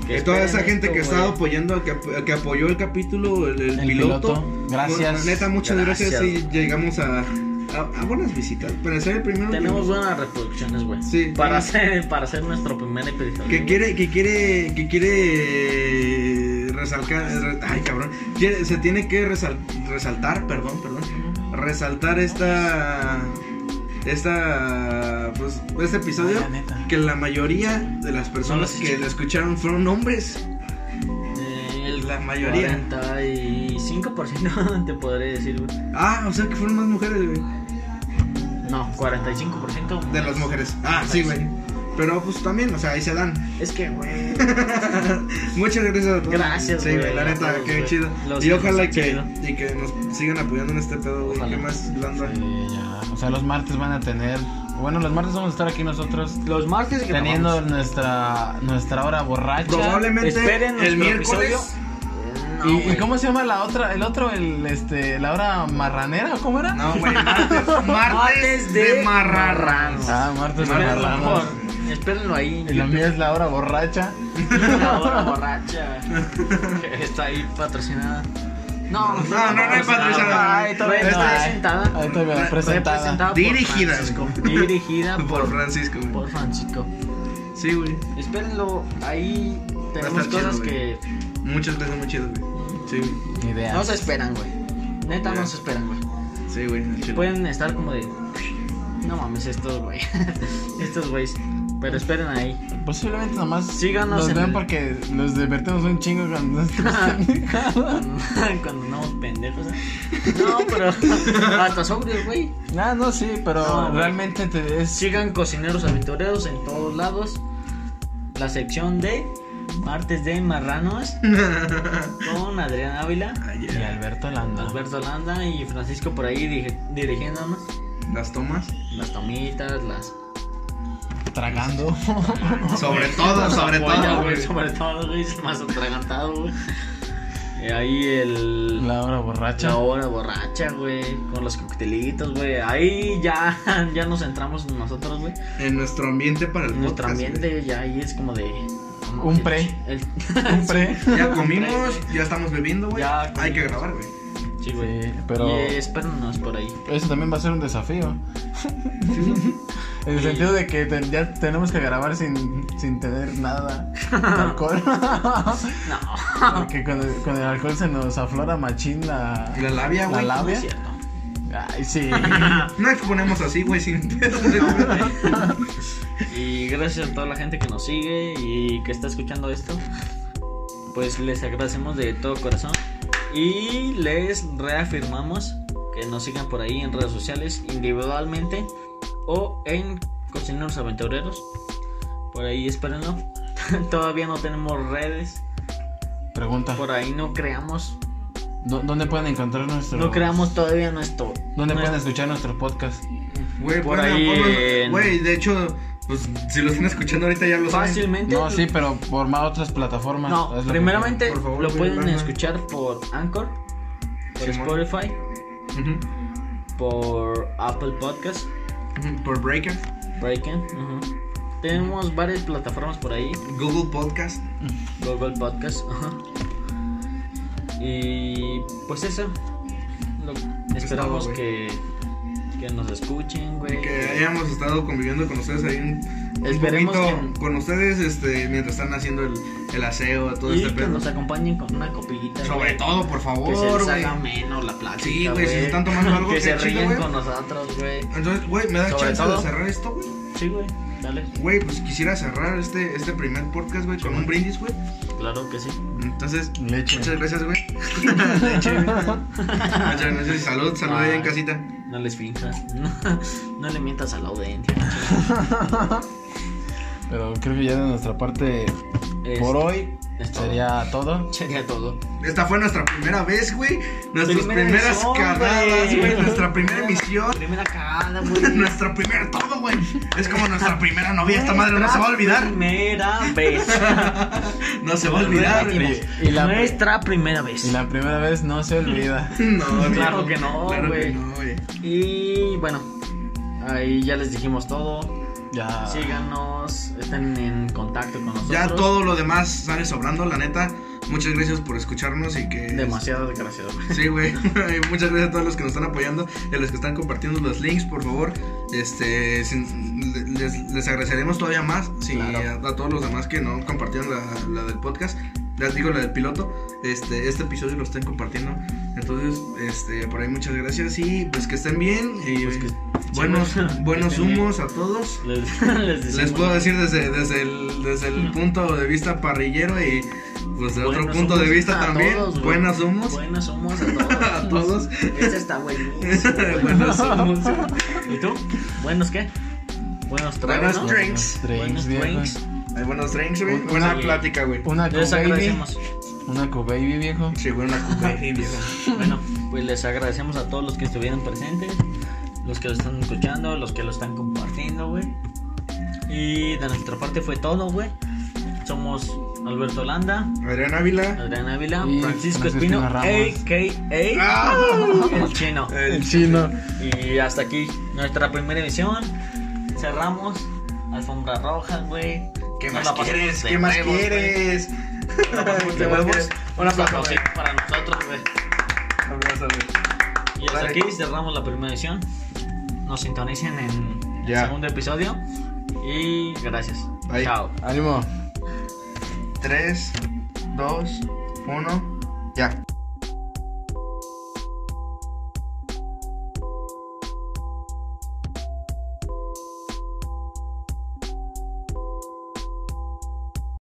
Speaker 1: que
Speaker 2: Que toda esa
Speaker 1: esperen
Speaker 2: gente que ha
Speaker 1: esto,
Speaker 2: estado pues,
Speaker 1: güey.
Speaker 2: apoyando, que, ap- que apoyó el capítulo, el, el
Speaker 3: El
Speaker 2: piloto.
Speaker 3: piloto. Gracias.
Speaker 2: Bueno, Neta, muchas gracias.
Speaker 1: Gracias.
Speaker 2: Y llegamos a, a, a buenas visitas. Para ser el primero.
Speaker 1: Tenemos
Speaker 2: que,
Speaker 1: buenas reproducciones, güey.
Speaker 2: Sí.
Speaker 1: Para hacer, para hacer nuestro primer episodio.
Speaker 2: que
Speaker 1: güey.
Speaker 2: quiere, que quiere, que quiere resaltar. Ay, cabrón. Quiere- se tiene que resal- resaltar, perdón, perdón. Resaltar esta. Esta. Pues, este episodio.
Speaker 3: La neta.
Speaker 2: Que la mayoría de las personas que lo escucharon fueron hombres.
Speaker 1: Eh, el
Speaker 2: La mayoría.
Speaker 1: 45% te podré decir, güey.
Speaker 2: Ah, o sea que fueron más mujeres, güey.
Speaker 1: No, 45%.
Speaker 2: De las mujeres. Ah, sí, güey. Pero pues también, o sea, ahí se dan.
Speaker 1: Es que, güey.
Speaker 2: Muchas gracias a todos.
Speaker 1: Gracias,
Speaker 2: Sí,
Speaker 1: güey,
Speaker 2: güey, la
Speaker 1: a
Speaker 2: neta,
Speaker 1: todos,
Speaker 2: qué
Speaker 1: güey.
Speaker 2: chido.
Speaker 1: Los
Speaker 2: y
Speaker 1: que
Speaker 2: ojalá
Speaker 1: nos
Speaker 2: que,
Speaker 1: han
Speaker 2: y que nos sigan apoyando en este pedo, güey.
Speaker 1: Ojalá.
Speaker 2: ¿Qué más, Landa?
Speaker 3: Sí, ya. O sea, los martes van a tener. Bueno, los martes vamos a estar aquí nosotros.
Speaker 1: Los martes grabamos.
Speaker 3: Teniendo nuestra nuestra hora borracha.
Speaker 2: Probablemente
Speaker 1: Esperen
Speaker 2: el
Speaker 1: nuestro
Speaker 2: miércoles.
Speaker 1: episodio. no,
Speaker 3: ¿Y- ¿Y,
Speaker 1: güey.
Speaker 3: cómo se llama la otra? El otro, el este, la hora marranera, ¿o ¿cómo era?
Speaker 11: No, güey, martes, martes de,
Speaker 1: de
Speaker 11: marrarranos.
Speaker 3: Ah, martes
Speaker 1: Espérenlo,
Speaker 3: marranera.
Speaker 1: por- espérenlo ahí.
Speaker 3: Y la mía es la hora borracha.
Speaker 1: La hora borracha. Está ahí patrocinada. No,
Speaker 11: No, no, no hay patrocinada.
Speaker 1: Ay, todavía
Speaker 11: Esta
Speaker 1: no
Speaker 11: es-
Speaker 1: hay. Presentada.
Speaker 3: Ahí todavía
Speaker 11: Re-
Speaker 3: presentada.
Speaker 1: por
Speaker 11: Dirigida,
Speaker 1: Francisco. Dirigida
Speaker 11: Por
Speaker 1: por,
Speaker 11: Francisco, güey.
Speaker 1: por Francisco.
Speaker 11: Sí, güey.
Speaker 1: Espérenlo, ahí
Speaker 11: a
Speaker 1: tenemos
Speaker 11: estar
Speaker 1: cosas
Speaker 11: chido,
Speaker 1: que
Speaker 11: Muchas veces muy chido, güey. Sí, güey.
Speaker 3: Ni idea.
Speaker 1: no se esperan, güey. Neta, no se esperan, güey.
Speaker 11: Sí, güey. el chile.
Speaker 1: Pueden estar como de. No mames, estos, güey. estos, güeyes. Pero esperen ahí.
Speaker 3: Posiblemente nomás
Speaker 1: Síganos
Speaker 3: los
Speaker 1: en
Speaker 3: vean
Speaker 1: el-
Speaker 3: porque nos divertimos un chingo con nuestros
Speaker 1: Cuando andamos pendejos. ¿eh? No, pero. Hasta sobrios, güey.
Speaker 3: Ah, no, sí, pero
Speaker 1: No, güey.
Speaker 3: realmente te es...
Speaker 1: Sigan cocineros aventureros en todos lados. La sección de martes de marranos con Adrián Ávila,
Speaker 3: Y Alberto Landa.
Speaker 1: Alberto Landa y Francisco por ahí diri- dirigiéndonos
Speaker 2: Las tomas.
Speaker 1: las tomitas, las
Speaker 3: Tragando.
Speaker 11: Sobre todo, sobre
Speaker 1: Apoya,
Speaker 11: todo,
Speaker 1: güey,
Speaker 11: güey.
Speaker 1: sobre todo, güey, es más atragantado, güey. Y ahí el
Speaker 3: La hora borracha.
Speaker 1: la hora borracha, güey, con los coctelitos, güey. Ahí ya ya nos centramos nosotros, güey.
Speaker 2: En nuestro ambiente para el
Speaker 1: En nuestro
Speaker 2: podcast,
Speaker 1: ambiente ya ahí es como de
Speaker 3: Un pre.
Speaker 1: el-
Speaker 3: Un pre.
Speaker 2: güey. Ya comimos, ya estamos bebiendo, güey.
Speaker 1: Ya
Speaker 2: Hay
Speaker 1: comimos.
Speaker 2: que grabar, güey.
Speaker 1: Sí, güey.
Speaker 3: Sí, pero-
Speaker 1: Y espérennos por ahí.
Speaker 3: Eso también va a ser un desafío. en el sentido de que te- ya tenemos que grabar sin, sin tener nada de alcohol.
Speaker 1: No.
Speaker 3: Porque con el, con el alcohol se nos aflora machín la,
Speaker 2: La labia,
Speaker 3: la
Speaker 2: güey.
Speaker 1: No es
Speaker 3: labia.
Speaker 1: cierto.
Speaker 3: Ay, sí.
Speaker 2: No exponemos así, güey, sin pedo.
Speaker 1: Y gracias a toda la gente que nos sigue y que está escuchando esto. Pues les agradecemos de todo corazón. Y les reafirmamos que nos sigan por ahí en redes sociales individualmente o en Cocineros Aventureros. Por ahí espérenlo. Todavía no tenemos redes.
Speaker 3: Pregunta.
Speaker 1: Por ahí no creamos.
Speaker 3: ¿dó- ¿Dónde pueden encontrar nuestro...
Speaker 1: No creamos todavía nuestro.
Speaker 3: ¿Dónde
Speaker 1: nuestro-
Speaker 3: pueden escuchar nuestro podcast?
Speaker 2: Güey,
Speaker 1: Por
Speaker 2: ponlo,
Speaker 1: ahí
Speaker 2: ponlo.
Speaker 1: en-
Speaker 2: Güey, de hecho, pues si lo están escuchando ahorita ya lo saben.
Speaker 1: Fácilmente.
Speaker 3: No, sí, pero por más otras plataformas.
Speaker 1: No,
Speaker 3: es lo que-
Speaker 1: primeramente
Speaker 2: por favor,
Speaker 1: lo
Speaker 2: güey,
Speaker 1: pueden
Speaker 2: Batman.
Speaker 1: escuchar por Anchor, por
Speaker 2: Simón.
Speaker 1: Spotify,
Speaker 2: Ujú,
Speaker 1: por Apple Podcast,
Speaker 2: ujú, Por Breaker,
Speaker 1: Breaking. Tenemos varias plataformas por ahí,
Speaker 2: Google Podcast.
Speaker 1: Google Podcast. ajá. Y pues eso. Lo- esperamos
Speaker 2: todo,
Speaker 1: que, que nos escuchen, güey.
Speaker 2: Que hayamos estado conviviendo con ustedes ahí un, un
Speaker 1: Esperemos
Speaker 2: poquito
Speaker 1: que-
Speaker 2: con ustedes este, mientras están haciendo el, el aseo, todo
Speaker 1: Y
Speaker 2: este
Speaker 1: que
Speaker 2: pedo.
Speaker 1: nos acompañen con una copillita.
Speaker 2: Sobre
Speaker 1: güey,
Speaker 2: todo, por
Speaker 1: Que se
Speaker 2: favor,
Speaker 1: les
Speaker 2: güey.
Speaker 1: haga menos la plática.
Speaker 2: Sí, güey, si se están tomando algo,
Speaker 1: que
Speaker 2: qué
Speaker 1: se
Speaker 2: chido,
Speaker 1: ríen
Speaker 2: güey.
Speaker 1: con nosotros, güey.
Speaker 2: Entonces, güey, me da
Speaker 1: Sobre
Speaker 2: chance
Speaker 1: todo-
Speaker 2: de cerrar esto, güey.
Speaker 1: Sí, güey, dale.
Speaker 2: Güey, pues quisiera cerrar este, este primer podcast, güey, con un brindis, güey.
Speaker 1: Claro que sí.
Speaker 2: Entonces,
Speaker 3: Leche.
Speaker 2: muchas gracias, güey. Leche, güey. Muchas gracias y salud, salud ahí en casita.
Speaker 1: No les finjas. No, no le mientas a la audiencia.
Speaker 3: Pero creo que ya de nuestra parte,
Speaker 1: Es-
Speaker 3: por hoy,
Speaker 1: es todo.
Speaker 3: sería todo.
Speaker 1: Sería todo.
Speaker 2: Esta fue nuestra primera vez, güey. Nuestras
Speaker 1: Primera
Speaker 2: primeras
Speaker 1: edición,
Speaker 2: cagadas,
Speaker 1: güey.
Speaker 2: güey. Nuestra primera emisión.
Speaker 1: Primera cagada, güey.
Speaker 2: Nuestra primera todo, güey. Es como nuestra primera novia. Esta madre no se va a olvidar.
Speaker 1: Primera vez.
Speaker 2: No se va a olvidar, güey.
Speaker 1: Repetimos,
Speaker 3: Y la-
Speaker 1: Nuestra primera
Speaker 3: Y
Speaker 1: vez.
Speaker 3: la primera vez no se olvida.
Speaker 2: No, güey.
Speaker 1: Claro que no,
Speaker 2: Claro que
Speaker 1: güey.
Speaker 2: no, güey.
Speaker 1: Y bueno, ahí ya les dijimos todo.
Speaker 3: Ya.
Speaker 1: Síganos, estén en contacto con nosotros.
Speaker 2: Ya todo lo demás sale sobrando, la neta. Muchas gracias por escucharnos y que.
Speaker 1: Demasiado desgraciado. güey.
Speaker 2: Sí, güey. Muchas gracias a todos los que nos están apoyando y a los que están compartiendo los links, por favor. Este, sin- les, les agradeceremos todavía más si
Speaker 1: Claro.
Speaker 2: a, a todos los demás que no compartieron la, la del podcast. Les digo la del piloto. Este, este episodio lo están compartiendo. Entonces, este, por ahí muchas gracias y pues que estén bien. Y,
Speaker 1: Pues que-
Speaker 2: buenos,
Speaker 1: sí, güey.
Speaker 2: buenos
Speaker 1: Que estén bien.
Speaker 2: humos a todos.
Speaker 1: Les, les decimos.
Speaker 2: Les puedo decir desde, desde el, desde el punto de vista parrillero y pues de otro
Speaker 1: Buenos
Speaker 2: punto de
Speaker 1: humos
Speaker 2: vista
Speaker 1: a
Speaker 2: también.
Speaker 1: todos, güey.
Speaker 2: buenos humos.
Speaker 1: Buenas somos a todos.
Speaker 2: A todos.
Speaker 1: Ese está buenísimo. güey.
Speaker 2: buenos humos.
Speaker 1: ¿Y tú? ¿Buenos qué? Buenos tragos.
Speaker 2: Buenos
Speaker 1: ¿no?
Speaker 2: drinks.
Speaker 1: Buenos
Speaker 3: Drinks, viejo.
Speaker 1: drinks.
Speaker 2: Hay buenos drinks, güey.
Speaker 3: Un-
Speaker 2: Buena
Speaker 1: una-
Speaker 2: plática, güey.
Speaker 3: Una
Speaker 1: Les
Speaker 3: co-baby.
Speaker 1: agradecemos.
Speaker 3: Una co-baby, viejo.
Speaker 2: Sí, güey, una cuca.
Speaker 1: Bueno, pues les agradecemos a todos los que estuvieron presentes, los que lo están escuchando, los que lo están compartiendo, güey. Y de nuestra parte fue todo, güey. Somos Alberto Landa,
Speaker 12: Adrián Ávila.
Speaker 1: Adrián Ávila,
Speaker 13: Y
Speaker 1: Francisco
Speaker 13: Francisco
Speaker 1: Espino,
Speaker 13: Espino Ramos.
Speaker 1: a.k.a.
Speaker 2: ¡Ah!
Speaker 1: El Chino.
Speaker 2: eh,
Speaker 13: El chino.
Speaker 1: Y hasta aquí nuestra primera emisión. Cerramos. Alfombra roja, güey.
Speaker 2: ¿Qué
Speaker 1: Nos
Speaker 2: más
Speaker 1: la pasamos
Speaker 2: quieres?
Speaker 1: de
Speaker 2: ¿Qué más
Speaker 1: huevos, güey.
Speaker 2: quieres?
Speaker 1: Nos la pasamos de
Speaker 2: ¿Qué más
Speaker 1: huevos.
Speaker 2: quieres? pues,
Speaker 1: Un aplauso para nosotros, güey.
Speaker 2: Un abrazo, güey.
Speaker 1: Y hasta
Speaker 2: Dale.
Speaker 1: aquí cerramos la primera edición. Nos sintonicen en el
Speaker 12: Ya.
Speaker 1: segundo episodio. Y gracias.
Speaker 12: Bye.
Speaker 1: Chao.
Speaker 13: Ánimo.
Speaker 12: 3, 2, 1, ya.